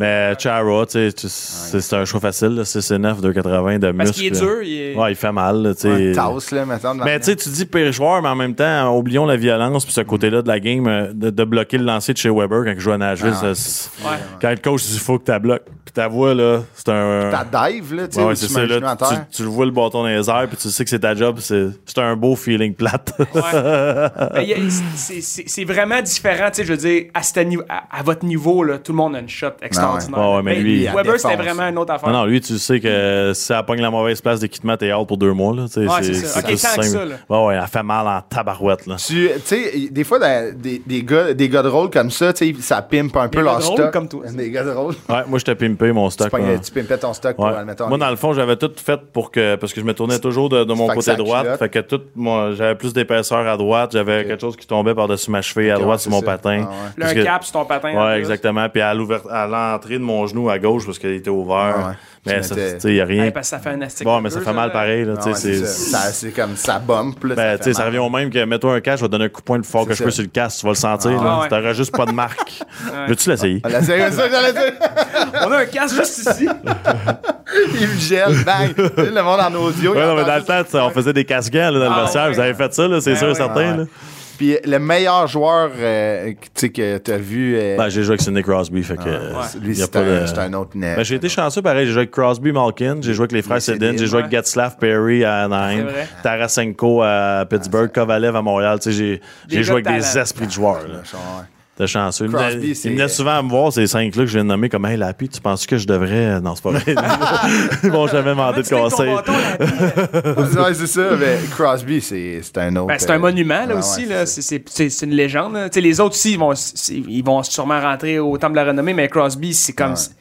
Speaker 4: Mais Chara, tu sais, tu- c'est c'est un choix facile, là, 6'9", 2,80 de muscle.
Speaker 2: Parce qu'il est dur, il est-
Speaker 4: Ouais, il fait mal. là, tu sais.
Speaker 1: Taos, là, maintenant.
Speaker 4: Mais Ben, tu sais, tu dis pire joueur, mais en même temps, oublions la violence puis
Speaker 1: Mm.
Speaker 4: ce côté-là de la game, euh, de, de bloquer le lancer de chez Weber quand il joue à Nashville.
Speaker 1: Ah.
Speaker 4: ça, c'est-
Speaker 2: Ouais.
Speaker 4: Quand le coach dit faut que tu bloques, puis ta voix, là, c'est un.
Speaker 1: ta dive, là, tu sais,
Speaker 4: Ouais,
Speaker 1: où
Speaker 4: ouais,
Speaker 1: tu
Speaker 4: c'est
Speaker 1: mets
Speaker 4: ça,
Speaker 1: le
Speaker 4: là,
Speaker 1: genou à terre.
Speaker 4: tu, tu le vois le bâton dans les airs, puis tu sais que c'est ta job, c'est c'est un beau feeling plate.
Speaker 2: Ben, y a- c'est- C'est c'est vraiment différent, tu sais, je veux dire, à, cet ani- à, à votre niveau, là, tout le monde a une shot extraordinaire.
Speaker 4: Ouais, ouais, mais lui, il a
Speaker 2: Weber,
Speaker 1: défense.
Speaker 2: c'était vraiment une autre affaire.
Speaker 4: non, non, lui, tu sais que si ça pogne la mauvaise place d'équipement, t'es out pour deux mois. Là, tu sais,
Speaker 2: Ouais, c'est ça. Ok,
Speaker 4: tout
Speaker 2: tant que
Speaker 4: simple.
Speaker 2: ça, là.
Speaker 4: Ouais, ouais, elle fait mal en tabarouette. Là.
Speaker 1: Tu tu sais, des fois, dans- des, des gars, des gars de rôle comme ça, tu sais, ça pimpe un peu
Speaker 2: gars
Speaker 1: leur
Speaker 2: de rôle
Speaker 1: stock.
Speaker 2: comme toi, ça.
Speaker 1: Des gars de rôle.
Speaker 4: Ouais, moi, j'étais pimpé mon
Speaker 1: Tu
Speaker 4: stock.
Speaker 1: pognes-
Speaker 4: ouais.
Speaker 1: Tu pimpais ton stock pour
Speaker 4: Ouais.
Speaker 1: le mettre en
Speaker 4: Moi, dans le fond, j'avais tout fait pour que. Parce que je me tournais toujours de, de mon
Speaker 1: Fait que
Speaker 4: côté
Speaker 1: ça
Speaker 4: droit.
Speaker 1: culotte.
Speaker 4: Fait que tout. Moi, j'avais plus d'épaisseur à droite. J'avais quelque chose qui tombait par-dessus ma cheville à
Speaker 1: Ok,
Speaker 4: droite
Speaker 1: ouais,
Speaker 4: sur mon
Speaker 1: c'est ça.
Speaker 4: patin.
Speaker 1: Ah, ouais.
Speaker 2: Là, un
Speaker 4: Parce que-
Speaker 2: cap sur ton patin. en
Speaker 4: Ouais,
Speaker 2: plus.
Speaker 4: exactement. Puis à l'ouvert- à l'entrée de mon genou à gauche parce qu'il était ouvert.
Speaker 1: Ah, ouais.
Speaker 4: Mais
Speaker 1: Tu
Speaker 4: ça, tu
Speaker 1: mettais-
Speaker 4: sais, il n'y a rien.
Speaker 2: Ouais, parce que ça fait un astic.
Speaker 4: bon, mais ça fait mal pareil. Là,
Speaker 1: Ah
Speaker 4: tu
Speaker 1: ouais,
Speaker 4: sais,
Speaker 1: c'est
Speaker 4: c'est-
Speaker 1: ça. Ça, c'est comme ça bombe. Là,
Speaker 4: Ben,
Speaker 1: fait
Speaker 4: tu sais, ça
Speaker 1: mal.
Speaker 4: revient au même que mets-toi un casque, je vais te donner un coup de poing le plus fort que
Speaker 1: C'est
Speaker 4: je peux
Speaker 1: ça.
Speaker 4: sur le casque, tu vas le sentir. là.
Speaker 2: Ah ouais.
Speaker 4: T'auras juste pas de marque. Veux-tu l'essayer?
Speaker 1: Ah, là, c'est c'est ça que j'allais dire.
Speaker 2: On a un casque juste ici.
Speaker 1: Il me gèle, bang. Tu sais, Le monde en audio. il
Speaker 4: Ouais, non, mais
Speaker 1: entend
Speaker 4: dans le
Speaker 1: juste-
Speaker 4: temps, tu sais, on faisait des casquets là, dans
Speaker 2: Ah
Speaker 4: le vestiaire.
Speaker 2: ouais.
Speaker 4: Vous avez fait ça, là, c'est
Speaker 2: Ben
Speaker 4: sûr et
Speaker 2: ouais.
Speaker 4: certain.
Speaker 1: Ah
Speaker 4: là.
Speaker 1: ouais. Puis le meilleur joueur euh, tu sais, que tu as vu, euh,
Speaker 4: Ben, j'ai joué avec Sidney Crosby, fait que. euh,
Speaker 1: lui,
Speaker 4: y a
Speaker 1: c'est
Speaker 4: pas
Speaker 1: un,
Speaker 4: de-
Speaker 1: c'est un autre net.
Speaker 4: Ben, j'ai été chanceux, pareil. J'ai joué avec Crosby, Malkin, j'ai joué avec les frères Sedin, j'ai joué avec
Speaker 2: ouais.
Speaker 4: Gatslav Perry à Anaheim,
Speaker 2: C'est vrai.
Speaker 4: Tarasenko à Pittsburgh, Kovalev à Montréal. Tu sais, j'ai-
Speaker 2: gars
Speaker 4: j'ai joué avec
Speaker 2: de
Speaker 4: des
Speaker 2: talent.
Speaker 4: esprits de joueurs. là. T'es chanceux.
Speaker 1: Crosby,
Speaker 4: il venait,
Speaker 1: c'est-
Speaker 4: il venait souvent me voir, ces cinq-là que je viens de nommer, comme Hey Lappy, tu penses que je devrais. Non, c'est pas vrai. Ils m'ont jamais demandé de
Speaker 2: Tu fais ton
Speaker 4: conseils.
Speaker 2: bâton, là.
Speaker 1: ouais, c'est ça. Mais Crosby, c'est c'est un autre.
Speaker 2: Ben, c'est un
Speaker 1: euh,
Speaker 2: monument, là
Speaker 1: ouais,
Speaker 2: aussi.
Speaker 1: ouais,
Speaker 2: là.
Speaker 1: c'est
Speaker 2: C'est- C'est c'est- c'est une légende. là. Tu sais, Les autres aussi, ils vont, c'est- ils vont sûrement rentrer au Temple de la Renommée, mais Crosby, c'est comme. c'est-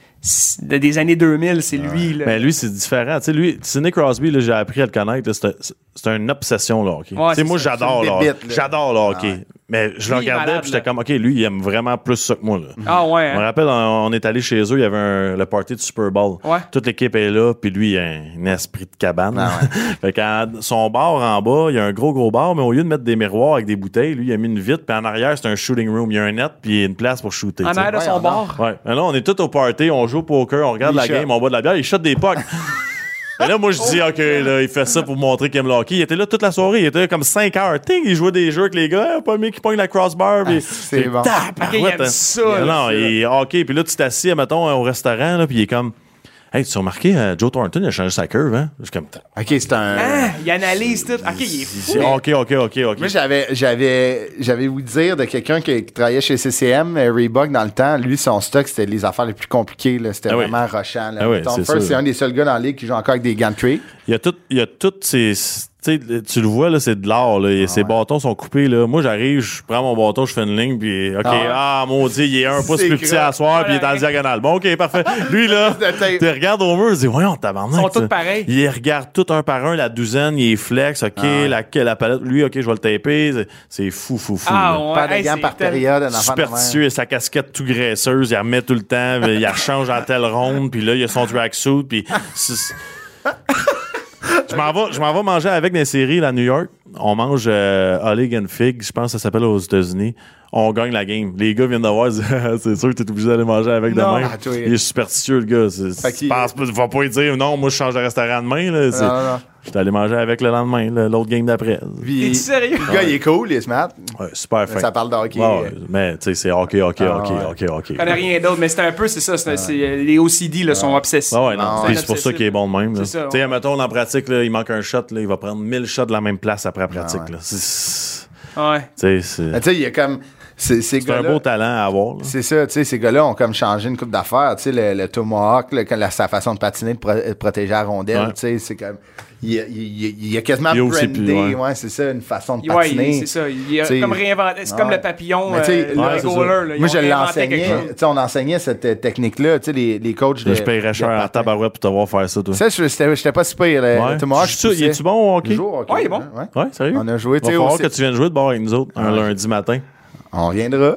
Speaker 2: Des années 2000, c'est lui. Là.
Speaker 4: Mais Ben, lui, c'est différent. Tu sais, lui, Sidney Crosby, là, j'ai appris à le connaître. là, C'est un- c'est une obsession, là, hockey.
Speaker 2: Ouais,
Speaker 4: Tu sais,
Speaker 2: c'est
Speaker 4: moi,
Speaker 2: ça,
Speaker 4: j'adore,
Speaker 1: c'est une
Speaker 4: là.
Speaker 1: bébite, là.
Speaker 4: J'adore, là, hockey. Mais je le
Speaker 2: Lui, il est
Speaker 4: regardais,
Speaker 2: malade,
Speaker 4: puis j'étais
Speaker 2: là.
Speaker 4: comme, OK, lui, il aime vraiment plus ça que moi, là.
Speaker 2: Ah ouais.
Speaker 4: Je me
Speaker 2: hein?
Speaker 4: rappelle, on on est allé chez eux, il y avait un- le party du Super Bowl.
Speaker 2: Ouais.
Speaker 4: Toute l'équipe est là, puis lui, il a un esprit de cabane.
Speaker 1: Ah ouais.
Speaker 4: fait qu'en- son bar en bas, il y a un gros, gros bar, mais au lieu de mettre des miroirs avec des bouteilles, lui, il a mis une vitre, puis en arrière, c'est un shooting room. Il y a un net, puis une place pour shooter.
Speaker 2: En
Speaker 4: tu sais.
Speaker 2: arrière de son
Speaker 1: Ouais, on
Speaker 2: bord.
Speaker 4: Ouais. Mais là, on est tous au party, on joue au poker, on regarde
Speaker 1: Il
Speaker 4: la
Speaker 1: shot.
Speaker 4: game, on boit de la bière, il shot des pucks. Et là, moi, je
Speaker 2: Oh.
Speaker 4: dis, OK, là, il fait ça pour montrer qu'il aime le hockey. Il était là toute la soirée, il était là comme 5 heures. Ting, il jouait des jeux avec les gars, Ah, pas mieux qui pogne la crossbar.
Speaker 2: Ah,
Speaker 4: puis-
Speaker 1: C'est
Speaker 4: puis
Speaker 1: bon.
Speaker 4: tabarouette,
Speaker 2: Ok, il aime
Speaker 4: hein.
Speaker 2: ça,
Speaker 4: Non,
Speaker 2: là,
Speaker 4: Non,
Speaker 2: ça.
Speaker 4: il est hockey. Puis là, tu t'assis, mettons, au restaurant, là, puis il est comme, Hey, tu as remarqué, euh, Joe Thornton, il a changé sa curve, hein? Je suis comme,
Speaker 1: Ok, c'est un.
Speaker 2: Hein? Il analyse tout. Ok, il est fou.
Speaker 4: OK, OK, OK, OK.
Speaker 1: Moi, j'avais, j'avais, j'avais vous dire de quelqu'un qui, qui travaillait chez CCM, euh, Reebok, dans le temps. Lui, son stock, c'était les affaires les plus compliquées. là. C'était
Speaker 4: Ah oui.
Speaker 1: vraiment rochant. là.
Speaker 4: Ah oui,
Speaker 1: Mettons,
Speaker 4: c'est
Speaker 1: First,
Speaker 4: sûr.
Speaker 1: c'est un des seuls gars dans la ligue qui joue encore avec des gantries.
Speaker 4: Il y a tout, il y a toutes ces. Tu sais, tu le vois, là, c'est de l'art. Là.
Speaker 2: Ah,
Speaker 4: Ses bâtons sont coupés. Là. Moi, j'arrive, je prends mon bâton, je fais une ligne, puis OK,
Speaker 1: Ah ouais.
Speaker 4: ah, maudit, il est un pouce
Speaker 1: C'est
Speaker 4: plus petit
Speaker 1: grave.
Speaker 4: à soir, puis il est en
Speaker 2: Voilà.
Speaker 4: diagonale. Bon, OK, parfait. Lui, là,
Speaker 1: De tape.
Speaker 4: tu regardes au mur, tu dis, voyons, tabarnak.
Speaker 2: Ils sont tous
Speaker 4: ça.
Speaker 2: pareils. Ah,
Speaker 4: Il regarde tout un par un, la douzaine, il est flex, OK, la, la palette, lui, OK, je vais le taper. C'est, c'est fou, fou, fou.
Speaker 2: Ah,
Speaker 4: là.
Speaker 2: ouais.
Speaker 1: Pas de
Speaker 2: hey,
Speaker 1: gants
Speaker 2: c'est
Speaker 1: par
Speaker 2: tel-
Speaker 1: période. un enfant de même.
Speaker 4: Superstitieux, et sa casquette tout graisseuse, il la remet tout le temps, puis il la change en telle ronde, puis là, il a son tracksuit, puis... c'est- Je m'en vais, je m'en vais manger avec des séries là, à New York. On mange euh, Oleg and Fig, je pense que ça s'appelle aux États-Unis. On gagne la game. Les gars viennent de voir, ils disent, Ah, c'est sûr que t'es obligé d'aller manger avec
Speaker 2: Non.
Speaker 4: demain.
Speaker 1: Ah, toi.
Speaker 4: il est superstitieux, le gars. C'est-
Speaker 1: Fait
Speaker 4: tu
Speaker 1: qu'il-
Speaker 4: penses pas, va pas lui dire non, moi je change de restaurant demain. Là. C'est-
Speaker 1: non, non.
Speaker 4: Je suis allé manger avec le lendemain, là, l'autre game d'après.
Speaker 1: Puis,
Speaker 2: T'es-tu sérieux?
Speaker 1: Le gars, il est cool, il est smart.
Speaker 4: Ouais, super fin.
Speaker 1: Ça parle de hockey. euh.
Speaker 4: Ouais, ouais. mais tu sais, c'est hockey, hockey,
Speaker 1: Ah,
Speaker 4: hockey,
Speaker 1: ouais.
Speaker 4: hockey, hockey.
Speaker 2: Je connais rien d'autre, mais c'est un peu, c'est ça. c'est un- c'est, euh, les OCD là, sont obsessifs.
Speaker 4: Ah ouais, non.
Speaker 1: Non,
Speaker 4: Puis
Speaker 2: ouais.
Speaker 4: c'est pour ça qu'il est bon de même. là. Tu
Speaker 2: C'est ça,
Speaker 4: sais,
Speaker 2: ouais.
Speaker 4: mettons, en pratique, là, il manque un shot, là, il va prendre 1000 shots de la même place après la pratique.
Speaker 1: Ah, ouais.
Speaker 4: là. C'est-
Speaker 2: Ouais.
Speaker 4: Tu sais, c'est-
Speaker 1: Mais Tu sais, il y a comme. c'est ces
Speaker 4: C'est un
Speaker 1: gars-là-
Speaker 4: beau talent à avoir. là.
Speaker 1: C'est ça, tu sais, ces gars-là ont comme changé une coupe d'affaires, tu sais, le, le tomahawk, le- la- sa façon de patiner, de, pro- euh, de protéger la rondelle,
Speaker 4: Ouais.
Speaker 1: tu sais, c'est comme, il, a- il, il- il a quasiment
Speaker 4: Il a aussi
Speaker 1: brandé,
Speaker 4: plus, ouais.
Speaker 1: ouais, c'est ça, une façon de
Speaker 2: Ouais,
Speaker 1: patiner.
Speaker 2: c'est ça. Il a
Speaker 1: T'sais,
Speaker 2: comme réinventé. C'est comme
Speaker 1: ouais.
Speaker 2: le papillon,
Speaker 1: Mais tu sais,
Speaker 2: euh,
Speaker 1: ouais,
Speaker 2: le
Speaker 4: c'est
Speaker 2: goaler. là. Ils
Speaker 1: Moi,
Speaker 2: ont
Speaker 1: je
Speaker 2: réinventé quelque
Speaker 1: l'enseignais,
Speaker 2: chose.
Speaker 1: tu sais, on enseignait cette euh, technique-là, tu sais, les, les coachs de...
Speaker 4: Là, je paierais cher
Speaker 1: de
Speaker 4: en
Speaker 1: patin.
Speaker 4: tabarouette pour t'avoir faire ça, toi.
Speaker 1: Ça, je- j'étais j'étais pas euh, super, le,
Speaker 4: Ouais.
Speaker 1: le tomahawk.
Speaker 4: Tu- tu- es-tu bon au hockey?
Speaker 1: Toujours,
Speaker 2: Ouais, il est bon.
Speaker 4: Ouais, sérieux?
Speaker 1: On a joué, tu
Speaker 4: Il
Speaker 1: sais,
Speaker 4: va falloir
Speaker 1: aussi-
Speaker 4: que tu viennes jouer de bord avec nous autres un lundi matin.
Speaker 1: On reviendra,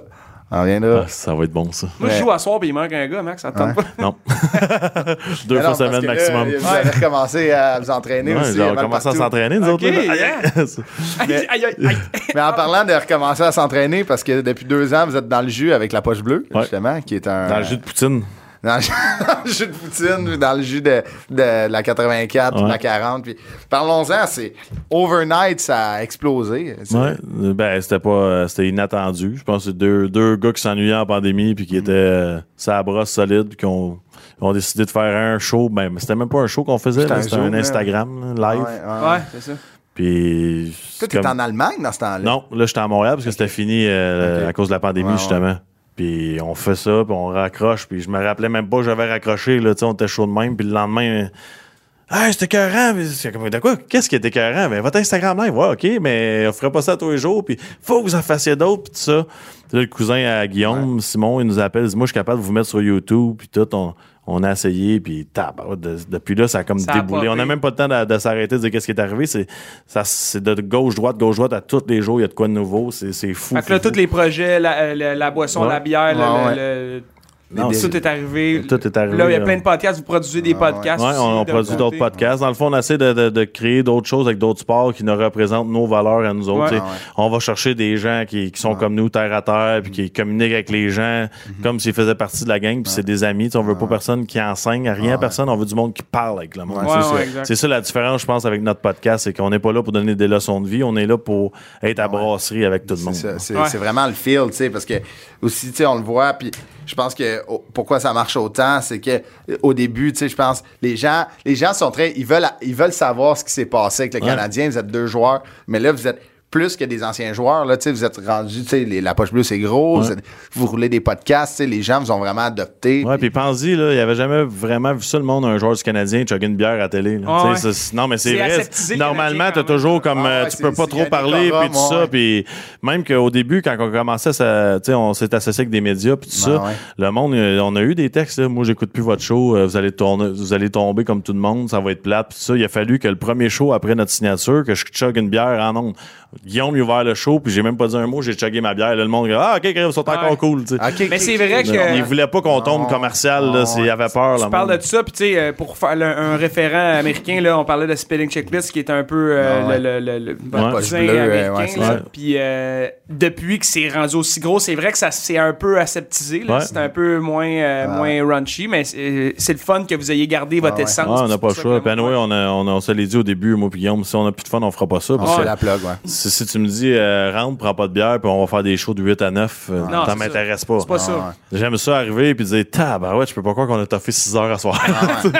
Speaker 1: on reviendra.
Speaker 4: Ah, ça va être bon, ça.
Speaker 2: Moi, je
Speaker 1: Ouais.
Speaker 2: joue à soir puis il manque un gars, Max. Ça te tente pas.
Speaker 4: Non.
Speaker 1: Mais
Speaker 4: Deux fois
Speaker 1: Ah non, parce
Speaker 4: semaine
Speaker 1: que euh, là,
Speaker 4: maximum.
Speaker 1: Vous avez recommencé à vous entraîner
Speaker 4: Ouais,
Speaker 1: aussi.
Speaker 4: genre, on
Speaker 1: mal
Speaker 4: commence à
Speaker 1: partout.
Speaker 4: s'entraîner, nous
Speaker 2: Ok,
Speaker 4: autres. là.
Speaker 2: yeah. Aïe, aïe, aïe.
Speaker 1: Mais en parlant de recommencer à s'entraîner, parce que depuis deux ans, vous êtes dans le jus avec la poche bleue,
Speaker 4: Ouais.
Speaker 1: justement, qui est un.
Speaker 4: Dans le jus de Poutine.
Speaker 1: dans le jus- dans le jus de Poutine, dans le jus de, de la 84, puis de la
Speaker 4: Ouais.
Speaker 1: 40. Puis parlons-en, c'est overnight, ça a explosé. C'est-
Speaker 4: Ouais. Euh, Ben, c'était pas. euh, C'était inattendu. Je pense que c'est deux, deux gars qui s'ennuyaient en pandémie puis
Speaker 1: Mm.
Speaker 4: qui étaient. euh, ça à brosse solide puis qui ont, ont décidé de faire un show. Ben, mais c'était même pas un show qu'on faisait.
Speaker 1: C'était
Speaker 4: là,
Speaker 1: un
Speaker 4: C'était un,
Speaker 1: Zoom, là.
Speaker 4: Instagram là,
Speaker 1: Ouais,
Speaker 4: live.
Speaker 1: ouais.
Speaker 2: Ouais, c'est ça.
Speaker 4: Puis.
Speaker 1: Toi,
Speaker 4: c'est
Speaker 1: t'es
Speaker 4: comme-
Speaker 1: en Allemagne dans ce temps-là.
Speaker 4: Non, là, j'étais à Montréal parce que c'était fini euh,
Speaker 1: Ok.
Speaker 4: à cause de la pandémie,
Speaker 1: Ouais, ouais.
Speaker 4: justement. Puis on fait ça, puis on raccroche. Puis je me rappelais même pas que j'avais raccroché. Là, tu sais, on était chaud de même. Puis le lendemain, « Hey, c'était écœurant! » Mais c'est comme, De quoi? Qu'est-ce qui est écœurant? Ben, votre Instagram live, ouais, OK, mais on ferait pas ça tous les jours, puis faut que vous en fassiez d'autres, puis tout ça. Puis là, le cousin à Guillaume, Simon, il nous appelle, il dit, moi, je suis capable de vous mettre sur YouTube, puis tout, on, on a essayé, puis tab, depuis là, ça a comme
Speaker 2: Ça a
Speaker 4: déboulé.
Speaker 2: popé.
Speaker 4: on n'a même pas le temps de, de s'arrêter, de dire qu'est-ce qui est arrivé. C'est, ça, c'est de gauche-droite, gauche-droite, à tous les jours, il y a de quoi de nouveau, c'est, c'est fou.
Speaker 2: Fait que là,
Speaker 4: fou,
Speaker 2: tous les projets, la, euh, la- la boisson,
Speaker 4: Ouais.
Speaker 2: la bière, le-
Speaker 1: Ouais,
Speaker 2: le- le-
Speaker 4: Non,
Speaker 2: tout
Speaker 4: c'est-
Speaker 2: est arrivé.
Speaker 4: tout est arrivé,
Speaker 2: Là, il y a
Speaker 4: là.
Speaker 2: plein de podcasts. Vous produisez des podcasts.
Speaker 4: Ouais, on, on
Speaker 2: aussi, de
Speaker 4: produit
Speaker 2: votre côté.
Speaker 4: d'autres podcasts. Dans le fond, on essaie de, de- de créer d'autres choses avec d'autres sports qui nous représentent nos valeurs à nous
Speaker 2: Ouais.
Speaker 4: autres. tu sais.
Speaker 1: Ah ouais.
Speaker 4: On va chercher des gens qui, qui sont comme nous, terre à terre, puis qui communiquent avec les gens comme s'ils faisaient partie de la gang, puis c'est des amis. Tu sais, on veut pas personne qui enseigne à rien, à personne. On veut du monde qui parle avec le monde.
Speaker 2: Ouais,
Speaker 4: C'est
Speaker 2: ouais,
Speaker 4: ça.
Speaker 2: exact.
Speaker 4: c'est ça la différence, je pense, avec notre podcast, c'est qu'on n'est pas là pour donner des leçons de vie, on est là pour être à brasserie avec tout le monde.
Speaker 1: C'est ça, c'est
Speaker 2: Ouais.
Speaker 1: c'est vraiment le feel, tu sais, parce que aussi, tu sais, on le voit, puis je pense que oh, pourquoi ça marche autant, c'est que euh, au début, tu sais, je pense, les gens, les gens sont très, ils veulent, ils veulent savoir ce qui s'est passé avec le
Speaker 4: Ouais.
Speaker 1: Canadien. Vous êtes deux joueurs, mais là, vous êtes plus que des anciens joueurs, là, tu sais, vous êtes rendus, tu sais, les- la poche bleue, c'est gros, vous, êtes- vous roulez des podcasts, tu sais, les gens vous ont vraiment adopté.
Speaker 4: Ouais, puis pense-y, là, il avait jamais vraiment vu ça le monde, un joueur du Canadien chugger une bière à télé. là.
Speaker 2: Ah
Speaker 4: Tu
Speaker 2: ouais.
Speaker 4: sais, c'est- Non, mais c'est
Speaker 2: C'est
Speaker 4: vrai.
Speaker 2: aseptisé, le
Speaker 4: Normalement,
Speaker 2: Canadien,
Speaker 4: t'as
Speaker 2: quand même.
Speaker 4: toujours comme.
Speaker 1: Ah
Speaker 4: euh,
Speaker 1: ouais,
Speaker 4: tu
Speaker 1: c'est-
Speaker 4: peux pas
Speaker 1: c'est
Speaker 4: trop
Speaker 1: Yannick
Speaker 4: parler,
Speaker 1: Corum,
Speaker 4: puis tout ça.
Speaker 1: ouais.
Speaker 4: Puis même qu'au début, quand on commençait, ça, tu sais, on s'est associé avec des médias, puis tout ça.
Speaker 1: Ah ouais.
Speaker 4: Le monde, euh, on a eu des textes. là. Moi, j'écoute plus votre show. euh, Vous allez, tourner, vous allez tomber comme tout le monde. Ça va être plate. Puis ça, il a fallu que le premier show après notre signature, que je chug une bière en ondes. Guillaume, il a ouvert le show, puis j'ai même pas dit un mot. J'ai chuggé ma bière. Là, le monde, ah, ok, grave, ils sont encore
Speaker 2: Ouais.
Speaker 4: cool. tu sais.
Speaker 1: Ah, ok,
Speaker 2: Mais
Speaker 1: ok,
Speaker 2: c'est
Speaker 1: ok,
Speaker 2: vrai
Speaker 1: ok.
Speaker 2: que- Ah,
Speaker 4: Il voulait pas qu'on tombe
Speaker 1: Non.
Speaker 4: commercial, là,
Speaker 1: Non,
Speaker 4: s'il avait peur.
Speaker 2: Tu parles de tout ça, puis tu sais, euh, pour faire le- un référent américain, là, on parlait de Spelling Checklist, qui est un peu euh,
Speaker 1: Ah ouais.
Speaker 2: le, le, le, le
Speaker 4: Ouais.
Speaker 1: Poche
Speaker 2: voisin
Speaker 1: bleue, euh,
Speaker 2: américain.
Speaker 1: ouais, c'est
Speaker 2: là.
Speaker 4: ça.
Speaker 2: Puis euh, depuis que c'est rendu aussi gros, c'est vrai que ça c'est un peu aseptisé, là.
Speaker 4: Ouais.
Speaker 2: c'est un peu moins, euh, moins raunchy, mais c'est euh, c'est le fun que vous ayez gardé votre
Speaker 1: Ah ouais.
Speaker 2: essence.
Speaker 4: on n'a
Speaker 2: C'est
Speaker 4: pas
Speaker 2: pour
Speaker 4: le
Speaker 2: ça
Speaker 4: choix.
Speaker 2: que le
Speaker 4: Ben oui,
Speaker 2: monde-
Speaker 4: on, a- on, a- on se l'est dit au début, moi puis Guillaume, si on n'a plus de fun, on fera pas ça.
Speaker 1: On
Speaker 4: parce
Speaker 2: Ah,
Speaker 1: se
Speaker 4: que
Speaker 1: fait la plug, ouais.
Speaker 4: si, si tu me dis, euh, rentre, prends pas de bière, puis on va faire des shows de 8 à 9, euh,
Speaker 2: Non,
Speaker 4: ça
Speaker 2: c'est
Speaker 4: m'intéresse pas.
Speaker 2: C'est pas ça.
Speaker 1: ouais.
Speaker 4: J'aime ça arriver puis dire, tabarouette, je peux pas croire qu'on a toffé 6 heures à soir.
Speaker 1: Ah ouais.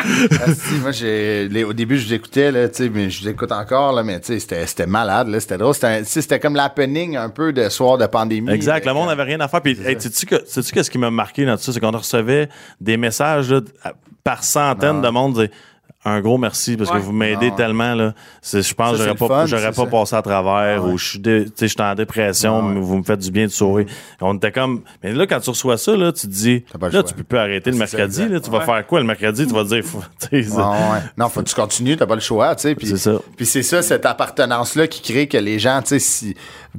Speaker 1: Ah, si, moi, j'ai, les- au début, je vous écoutais, là, tu sais, mais je vous écoute encore, là, mais tu sais, c'était, c'était malade, là, c'était drôle. C'était, un- tu sais, c'était comme l'happening un peu de soir de pandémie.
Speaker 4: Exact,
Speaker 1: Là,
Speaker 4: le monde
Speaker 1: euh, quand-
Speaker 4: n'avait rien à faire. Puis, hey, sais-tu que- sais-tu qu'est-ce qui m'a marqué dans tout ça? C'est qu'on recevait des messages là, à- par centaines
Speaker 1: Ah.
Speaker 4: de monde dire un gros merci parce
Speaker 2: Ouais.
Speaker 4: que vous m'aidez tellement. Là. C'est- Je pense
Speaker 1: Ça,
Speaker 4: que j'aurais
Speaker 1: c'est le
Speaker 4: pas,
Speaker 1: fun,
Speaker 4: j'aurais
Speaker 1: c'est
Speaker 4: pas
Speaker 1: ça.
Speaker 4: passé à travers
Speaker 1: Ah ouais. Ah
Speaker 4: ou je suis dé- tu sais, j'étais en dépression, mais vous me faites du bien de sourire. On était comme. Mais là, quand tu reçois ça, là, tu te dis
Speaker 1: Mhm. T'as pas
Speaker 4: là,
Speaker 1: le choix.
Speaker 4: tu peux plus arrêter le
Speaker 1: C'est ça,
Speaker 4: mercredi.
Speaker 1: exact.
Speaker 4: Là, tu vas faire quoi le mercredi? Tu vas dire. Faut- tu sais,
Speaker 1: Ah ouais. Non, faut que tu continues, t'as pas le choix, tu sais. puis-
Speaker 4: C'est ça.
Speaker 1: Puis c'est ça, cette appartenance-là qui crée que les gens, tu sais, si.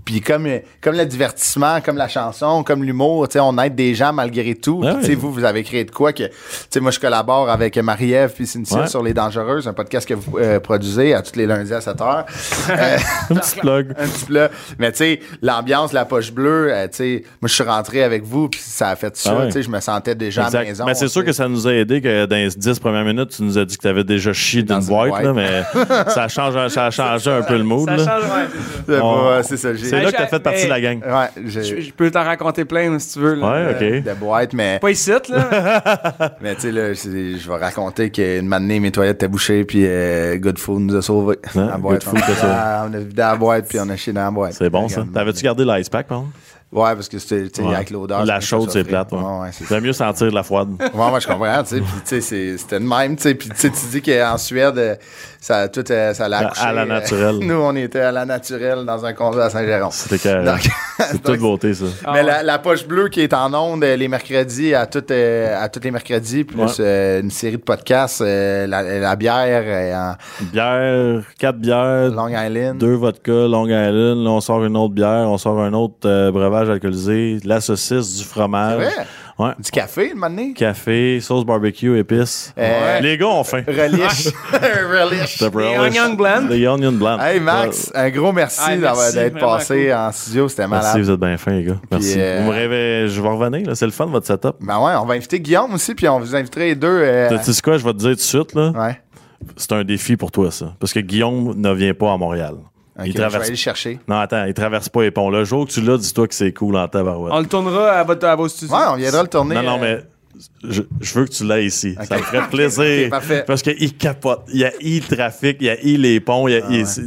Speaker 1: Puis comme, comme le divertissement, comme la chanson, comme l'humour, tu sais, on aide des gens malgré tout.
Speaker 4: Ah
Speaker 1: Puis, tu sais,
Speaker 4: oui.
Speaker 1: vous, vous avez créé de quoi que. Tu sais, moi, je collabore avec Marie-Ève puis Cynthia
Speaker 4: Ouais.
Speaker 1: sur Les Dangereuses, un podcast que vous euh, produisez à tous les lundis à 7 heures. Euh,
Speaker 4: Un petit plug.
Speaker 1: un petit peu là. Mais tu sais, l'ambiance, la poche bleue, euh, tu sais, moi je suis rentré avec vous, puis ça a fait ça,
Speaker 4: Ah ouais.
Speaker 1: tu sais, je me sentais déjà à
Speaker 4: Exact.
Speaker 1: la maison.
Speaker 4: Mais c'est sûr
Speaker 1: tu
Speaker 4: que
Speaker 1: sais.
Speaker 4: ça nous a aidé que dans les 10 premières minutes, tu nous as dit que tu avais déjà chié d'une
Speaker 1: Dans une
Speaker 4: boîte,
Speaker 1: boîte.
Speaker 4: là, mais ça, change, un- ça a changé un peu le mood.
Speaker 2: Ça
Speaker 4: là.
Speaker 2: change, ouais, c'est ça.
Speaker 1: C'est
Speaker 4: On-
Speaker 1: pas- C'est ça, j'ai.
Speaker 4: C'est là que t'as
Speaker 2: Mais-
Speaker 4: fait partie de la gang.
Speaker 1: Ouais,
Speaker 2: Je,
Speaker 1: j'ai. euh,
Speaker 2: je peux t'en raconter plein mais si tu veux. Là.
Speaker 4: Ouais, ok.
Speaker 1: De boîte, mais,
Speaker 2: Pas ici, là.
Speaker 1: mais tu sais, là, c'est- je vais raconter qu'une matinée, mes toilettes étaient bouchées, puis euh, Good Food nous a sauvés.
Speaker 4: Hein,
Speaker 1: La boîte,
Speaker 4: Good Food
Speaker 1: on,
Speaker 4: t'a sauvé.
Speaker 1: Ah, on a vidé la boîte, puis on a chié dans la boîte.
Speaker 4: C'est bon, ça. T'avais-tu gardé l'ice pack, par exemple?
Speaker 1: Ouais, parce que c'était tu sais,
Speaker 4: Ouais.
Speaker 1: avec l'odeur.
Speaker 4: La
Speaker 1: c'est quelque
Speaker 4: chaude,
Speaker 1: chose
Speaker 4: c'est
Speaker 1: d'offrir.
Speaker 4: plate. Ouais.
Speaker 1: Ouais, ouais, c'est ça.
Speaker 4: J'aime mieux sentir de la froide.
Speaker 1: Ouais, moi, je comprends, tu sais. Puis, tu sais, c'est- c'était de même, tu sais. Puis, tu sais, tu dis qu'en Suède, euh, ça, tout, euh, ça l'a
Speaker 4: À- à
Speaker 1: accouché,
Speaker 4: la
Speaker 1: euh,
Speaker 4: naturelle.
Speaker 1: Nous, on était à la naturelle dans un convoi à Saint-Jérôme.
Speaker 4: C'était carré.
Speaker 1: Donc-
Speaker 4: Euh, C'est toute beauté, ça.
Speaker 2: Ah
Speaker 1: Mais la, la poche bleue qui est en onde euh, les mercredis, à, toutes, euh, à tous les mercredis, plus
Speaker 4: Ouais.
Speaker 1: euh, une série de podcasts, euh, la, la bière euh,
Speaker 4: Bière, quatre
Speaker 1: en
Speaker 4: bières,
Speaker 1: Long Island.
Speaker 4: deux vodka, Long Island. Là, on sort une autre bière, on sort un autre euh, breuvage alcoolisé, de la saucisse, du fromage.
Speaker 1: C'est
Speaker 4: Ouais.
Speaker 1: Du café, le moment donné.
Speaker 4: Café, sauce barbecue, épices.
Speaker 1: Euh,
Speaker 4: Les gars ont faim.
Speaker 1: Relish. Relish.
Speaker 4: The Relish.
Speaker 2: Onion Blend.
Speaker 4: The Onion Euh, Blend.
Speaker 1: Hey Max, un gros merci,
Speaker 2: Ah, merci,
Speaker 1: d'avoir- d'être
Speaker 2: vraiment
Speaker 1: passé
Speaker 2: cool.
Speaker 1: en studio, c'était malade.
Speaker 4: Merci, vous êtes bien fin, les gars. Merci.
Speaker 1: euh,
Speaker 4: Vous me rêvez, je vais revenir, là. c'est le fun, votre setup.
Speaker 1: Ben ouais, on va inviter Guillaume aussi, puis on vous invitera les deux. euh,
Speaker 4: Tu sais quoi, je vais te dire tout de suite, là,
Speaker 1: Ouais.
Speaker 4: c'est un défi pour toi, ça. Parce que Guillaume ne vient pas à Montréal.
Speaker 1: Ok,
Speaker 4: il
Speaker 1: Je vais
Speaker 4: traverse.
Speaker 1: aller le chercher.
Speaker 4: Non, attends, il traverse pas les ponts. Le jour que tu l'as, dis-toi que c'est cool en tabarouette.
Speaker 2: On le tournera à, votre, à vos studios.
Speaker 1: Ouais, on viendra le tourner.
Speaker 4: Non, non,
Speaker 1: euh,
Speaker 4: mais je, je veux que tu l'aies ici. Ça me ferait plaisir.
Speaker 1: Ok, parfait.
Speaker 4: Parce qu'il capote. Il y a il trafic, il y a il les ponts, il
Speaker 1: Ah
Speaker 4: y a il- c'est-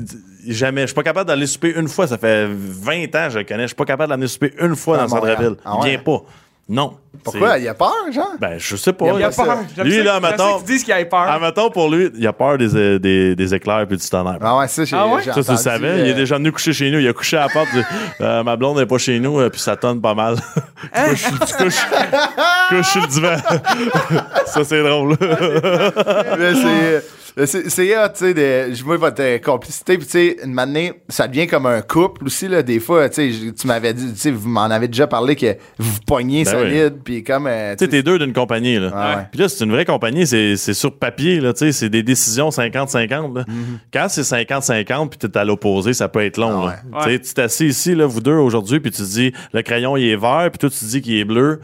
Speaker 4: Jamais. Je suis pas capable d'aller souper une fois. Ça fait 20 ans que je le connais. Je suis pas capable d'aller souper une fois
Speaker 1: Ah,
Speaker 4: dans le
Speaker 1: Montréal.
Speaker 4: centre-ville.
Speaker 1: Ah
Speaker 4: Il
Speaker 1: ouais?
Speaker 4: vient pas. Non.
Speaker 1: Pourquoi
Speaker 4: C'est-
Speaker 1: Il a peur, genre
Speaker 4: Ben, je sais pas.
Speaker 2: Il a
Speaker 1: Ouais, ça.
Speaker 2: peur. J'aime
Speaker 4: Lui,
Speaker 2: ça-
Speaker 4: là,
Speaker 2: j'aime ça
Speaker 4: mettons-
Speaker 2: qu'ils disent qu'il a peur.
Speaker 4: Ah, mettons, pour lui, il a peur des, euh, des, des éclairs puis du tonnerre.
Speaker 1: Ah ouais, ça, j'ai
Speaker 2: Ah ouais?
Speaker 1: j'ai
Speaker 4: Ça, tu le
Speaker 1: entendu,
Speaker 4: savais.
Speaker 1: euh,
Speaker 4: Il est déjà venu coucher chez nous. Il a couché à la porte. il dit, Euh, ma blonde n'est pas chez nous, euh, puis ça tonne pas mal. tu couches, tu couches, couches sur le divan. ça, c'est drôle.
Speaker 1: Mais c'est- mais c'est. C'est hot, tu sais, de- je vois votre euh, complicité, puis tu sais, une manée, ça devient comme un couple aussi, là, des fois, tu sais, je- tu m'avais dit, tu sais, vous m'en avez déjà parlé que vous vous pognez
Speaker 4: Ben
Speaker 1: solide, puis comme, euh,
Speaker 4: tu sais, t'es deux d'une compagnie, là.
Speaker 1: Ah ouais.
Speaker 4: Puis là, c'est une vraie compagnie, c'est c'est sur papier, là, tu sais, c'est des décisions 50-50. là. Quand c'est 50-50, puis t'es à l'opposé, ça peut être long,
Speaker 1: Mm-hmm. Ah
Speaker 4: là. Tu sais, Tu t'assis ici, là, vous deux, aujourd'hui, puis tu te dis, le crayon, il est vert, puis toi, tu te dis qu'il est bleu.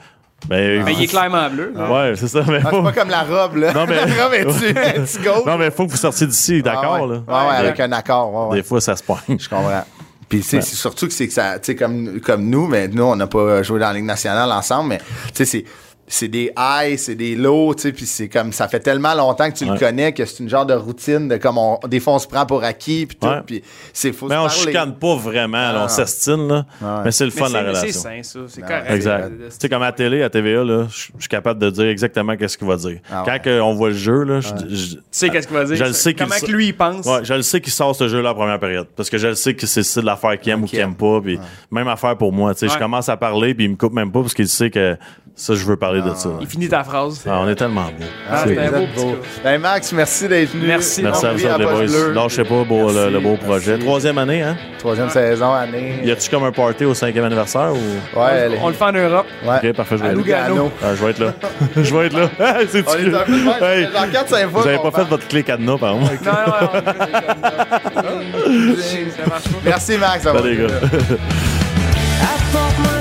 Speaker 4: Ben,
Speaker 2: Mais Ah. il est clairement bleu. là.
Speaker 4: Ouais, c'est ça. mais
Speaker 1: ah, c'est
Speaker 4: faut-
Speaker 1: pas comme la robe, là.
Speaker 4: Non, mais-
Speaker 1: la robe est-tu est-tu gauche?
Speaker 4: non, mais faut que vous sortiez d'ici,
Speaker 1: Ah
Speaker 4: d'accord,
Speaker 1: ouais.
Speaker 4: là.
Speaker 1: Ah ouais,
Speaker 4: Des-
Speaker 1: avec un accord, ouais, ouais.
Speaker 4: Des fois, ça se pointe.
Speaker 1: Je comprends. Puis tu sais, c'est surtout que c'est que ça, tu sais, comme, comme nous, mais nous, on n'a pas euh, joué dans la Ligue nationale ensemble, mais tu sais, c'est. C'est des highs, c'est des lows, tu sais, puis c'est comme ça fait tellement longtemps que tu
Speaker 4: Ouais.
Speaker 1: le connais que c'est une genre de routine de comme on des fois on se prend pour acquis puis tout,
Speaker 4: Ouais.
Speaker 1: puis c'est faut
Speaker 4: Mais
Speaker 1: se
Speaker 4: on
Speaker 1: parler.
Speaker 4: chicane pas vraiment, là, on
Speaker 1: non.
Speaker 4: s'estine, là.
Speaker 1: Ah. ouais.
Speaker 4: Mais c'est le fun,
Speaker 2: Mais
Speaker 4: la
Speaker 2: c'est- C'est
Speaker 4: relation.
Speaker 2: sain, ça. C'est
Speaker 1: Non,
Speaker 2: correct.
Speaker 4: Exact.
Speaker 2: C'est-
Speaker 4: Tu sais, comme à la télé, à TVA, là, je je suis capable de dire exactement qu'est-ce qu'il va dire.
Speaker 1: Ah ouais.
Speaker 4: Quand
Speaker 1: Ah
Speaker 4: que on voit le jeu, là, je- je-
Speaker 2: Tu sais qu'est-ce qu'il va dire.
Speaker 4: Je le sais qu'il
Speaker 2: Comment
Speaker 4: sa-
Speaker 2: que lui, il pense.
Speaker 4: Ouais, je le sais qu'il sort ce jeu-là en première période. Parce que je le sais que c'est le style d'affaire qu'il aime ou qu'il aime pas. Puis
Speaker 1: Ah.
Speaker 4: Même affaire pour moi. tu sais, Je
Speaker 2: Ouais.
Speaker 4: commence à parler, puis il me coupe même pas parce qu'il sait que ça, je veux parler de ça.
Speaker 2: Il finit ta phrase.
Speaker 4: Ah, on est tellement beaux.
Speaker 1: Ah,
Speaker 4: C'est-
Speaker 1: vous
Speaker 2: un beau
Speaker 1: êtes
Speaker 2: petit
Speaker 1: beau.
Speaker 2: coup.
Speaker 1: Ben, Max, merci d'être venu.
Speaker 2: Merci.
Speaker 4: Merci à vous
Speaker 1: Longue vie
Speaker 4: autres, les
Speaker 1: Poche
Speaker 4: boys.
Speaker 1: Bleue.
Speaker 4: Lâchez pas beau, le,
Speaker 1: Merci,
Speaker 4: le beau projet.
Speaker 1: merci.
Speaker 4: Troisième année, hein?
Speaker 1: Troisième saison année.
Speaker 4: Y a-tu comme un party au cinquième anniversaire ou.
Speaker 1: Ouais,
Speaker 2: On-
Speaker 1: elle est-
Speaker 2: On le fait en Europe.
Speaker 1: ouais.
Speaker 4: Ok, parfait, je vais
Speaker 1: À
Speaker 4: aller.
Speaker 1: Lugano.
Speaker 4: Ah, je vais être là. je vais être là. C'est
Speaker 1: On est un peu de même,
Speaker 4: Hey,
Speaker 1: ça fait genre quatre, cinq fois
Speaker 4: Vous avez
Speaker 1: qu'on
Speaker 4: pas fait
Speaker 1: parle.
Speaker 4: votre clé cadenas, par exemple.
Speaker 2: Non, non, non. on- Ça marche pas.
Speaker 1: Merci Max.
Speaker 4: Allez, les gars.
Speaker 3: I thought my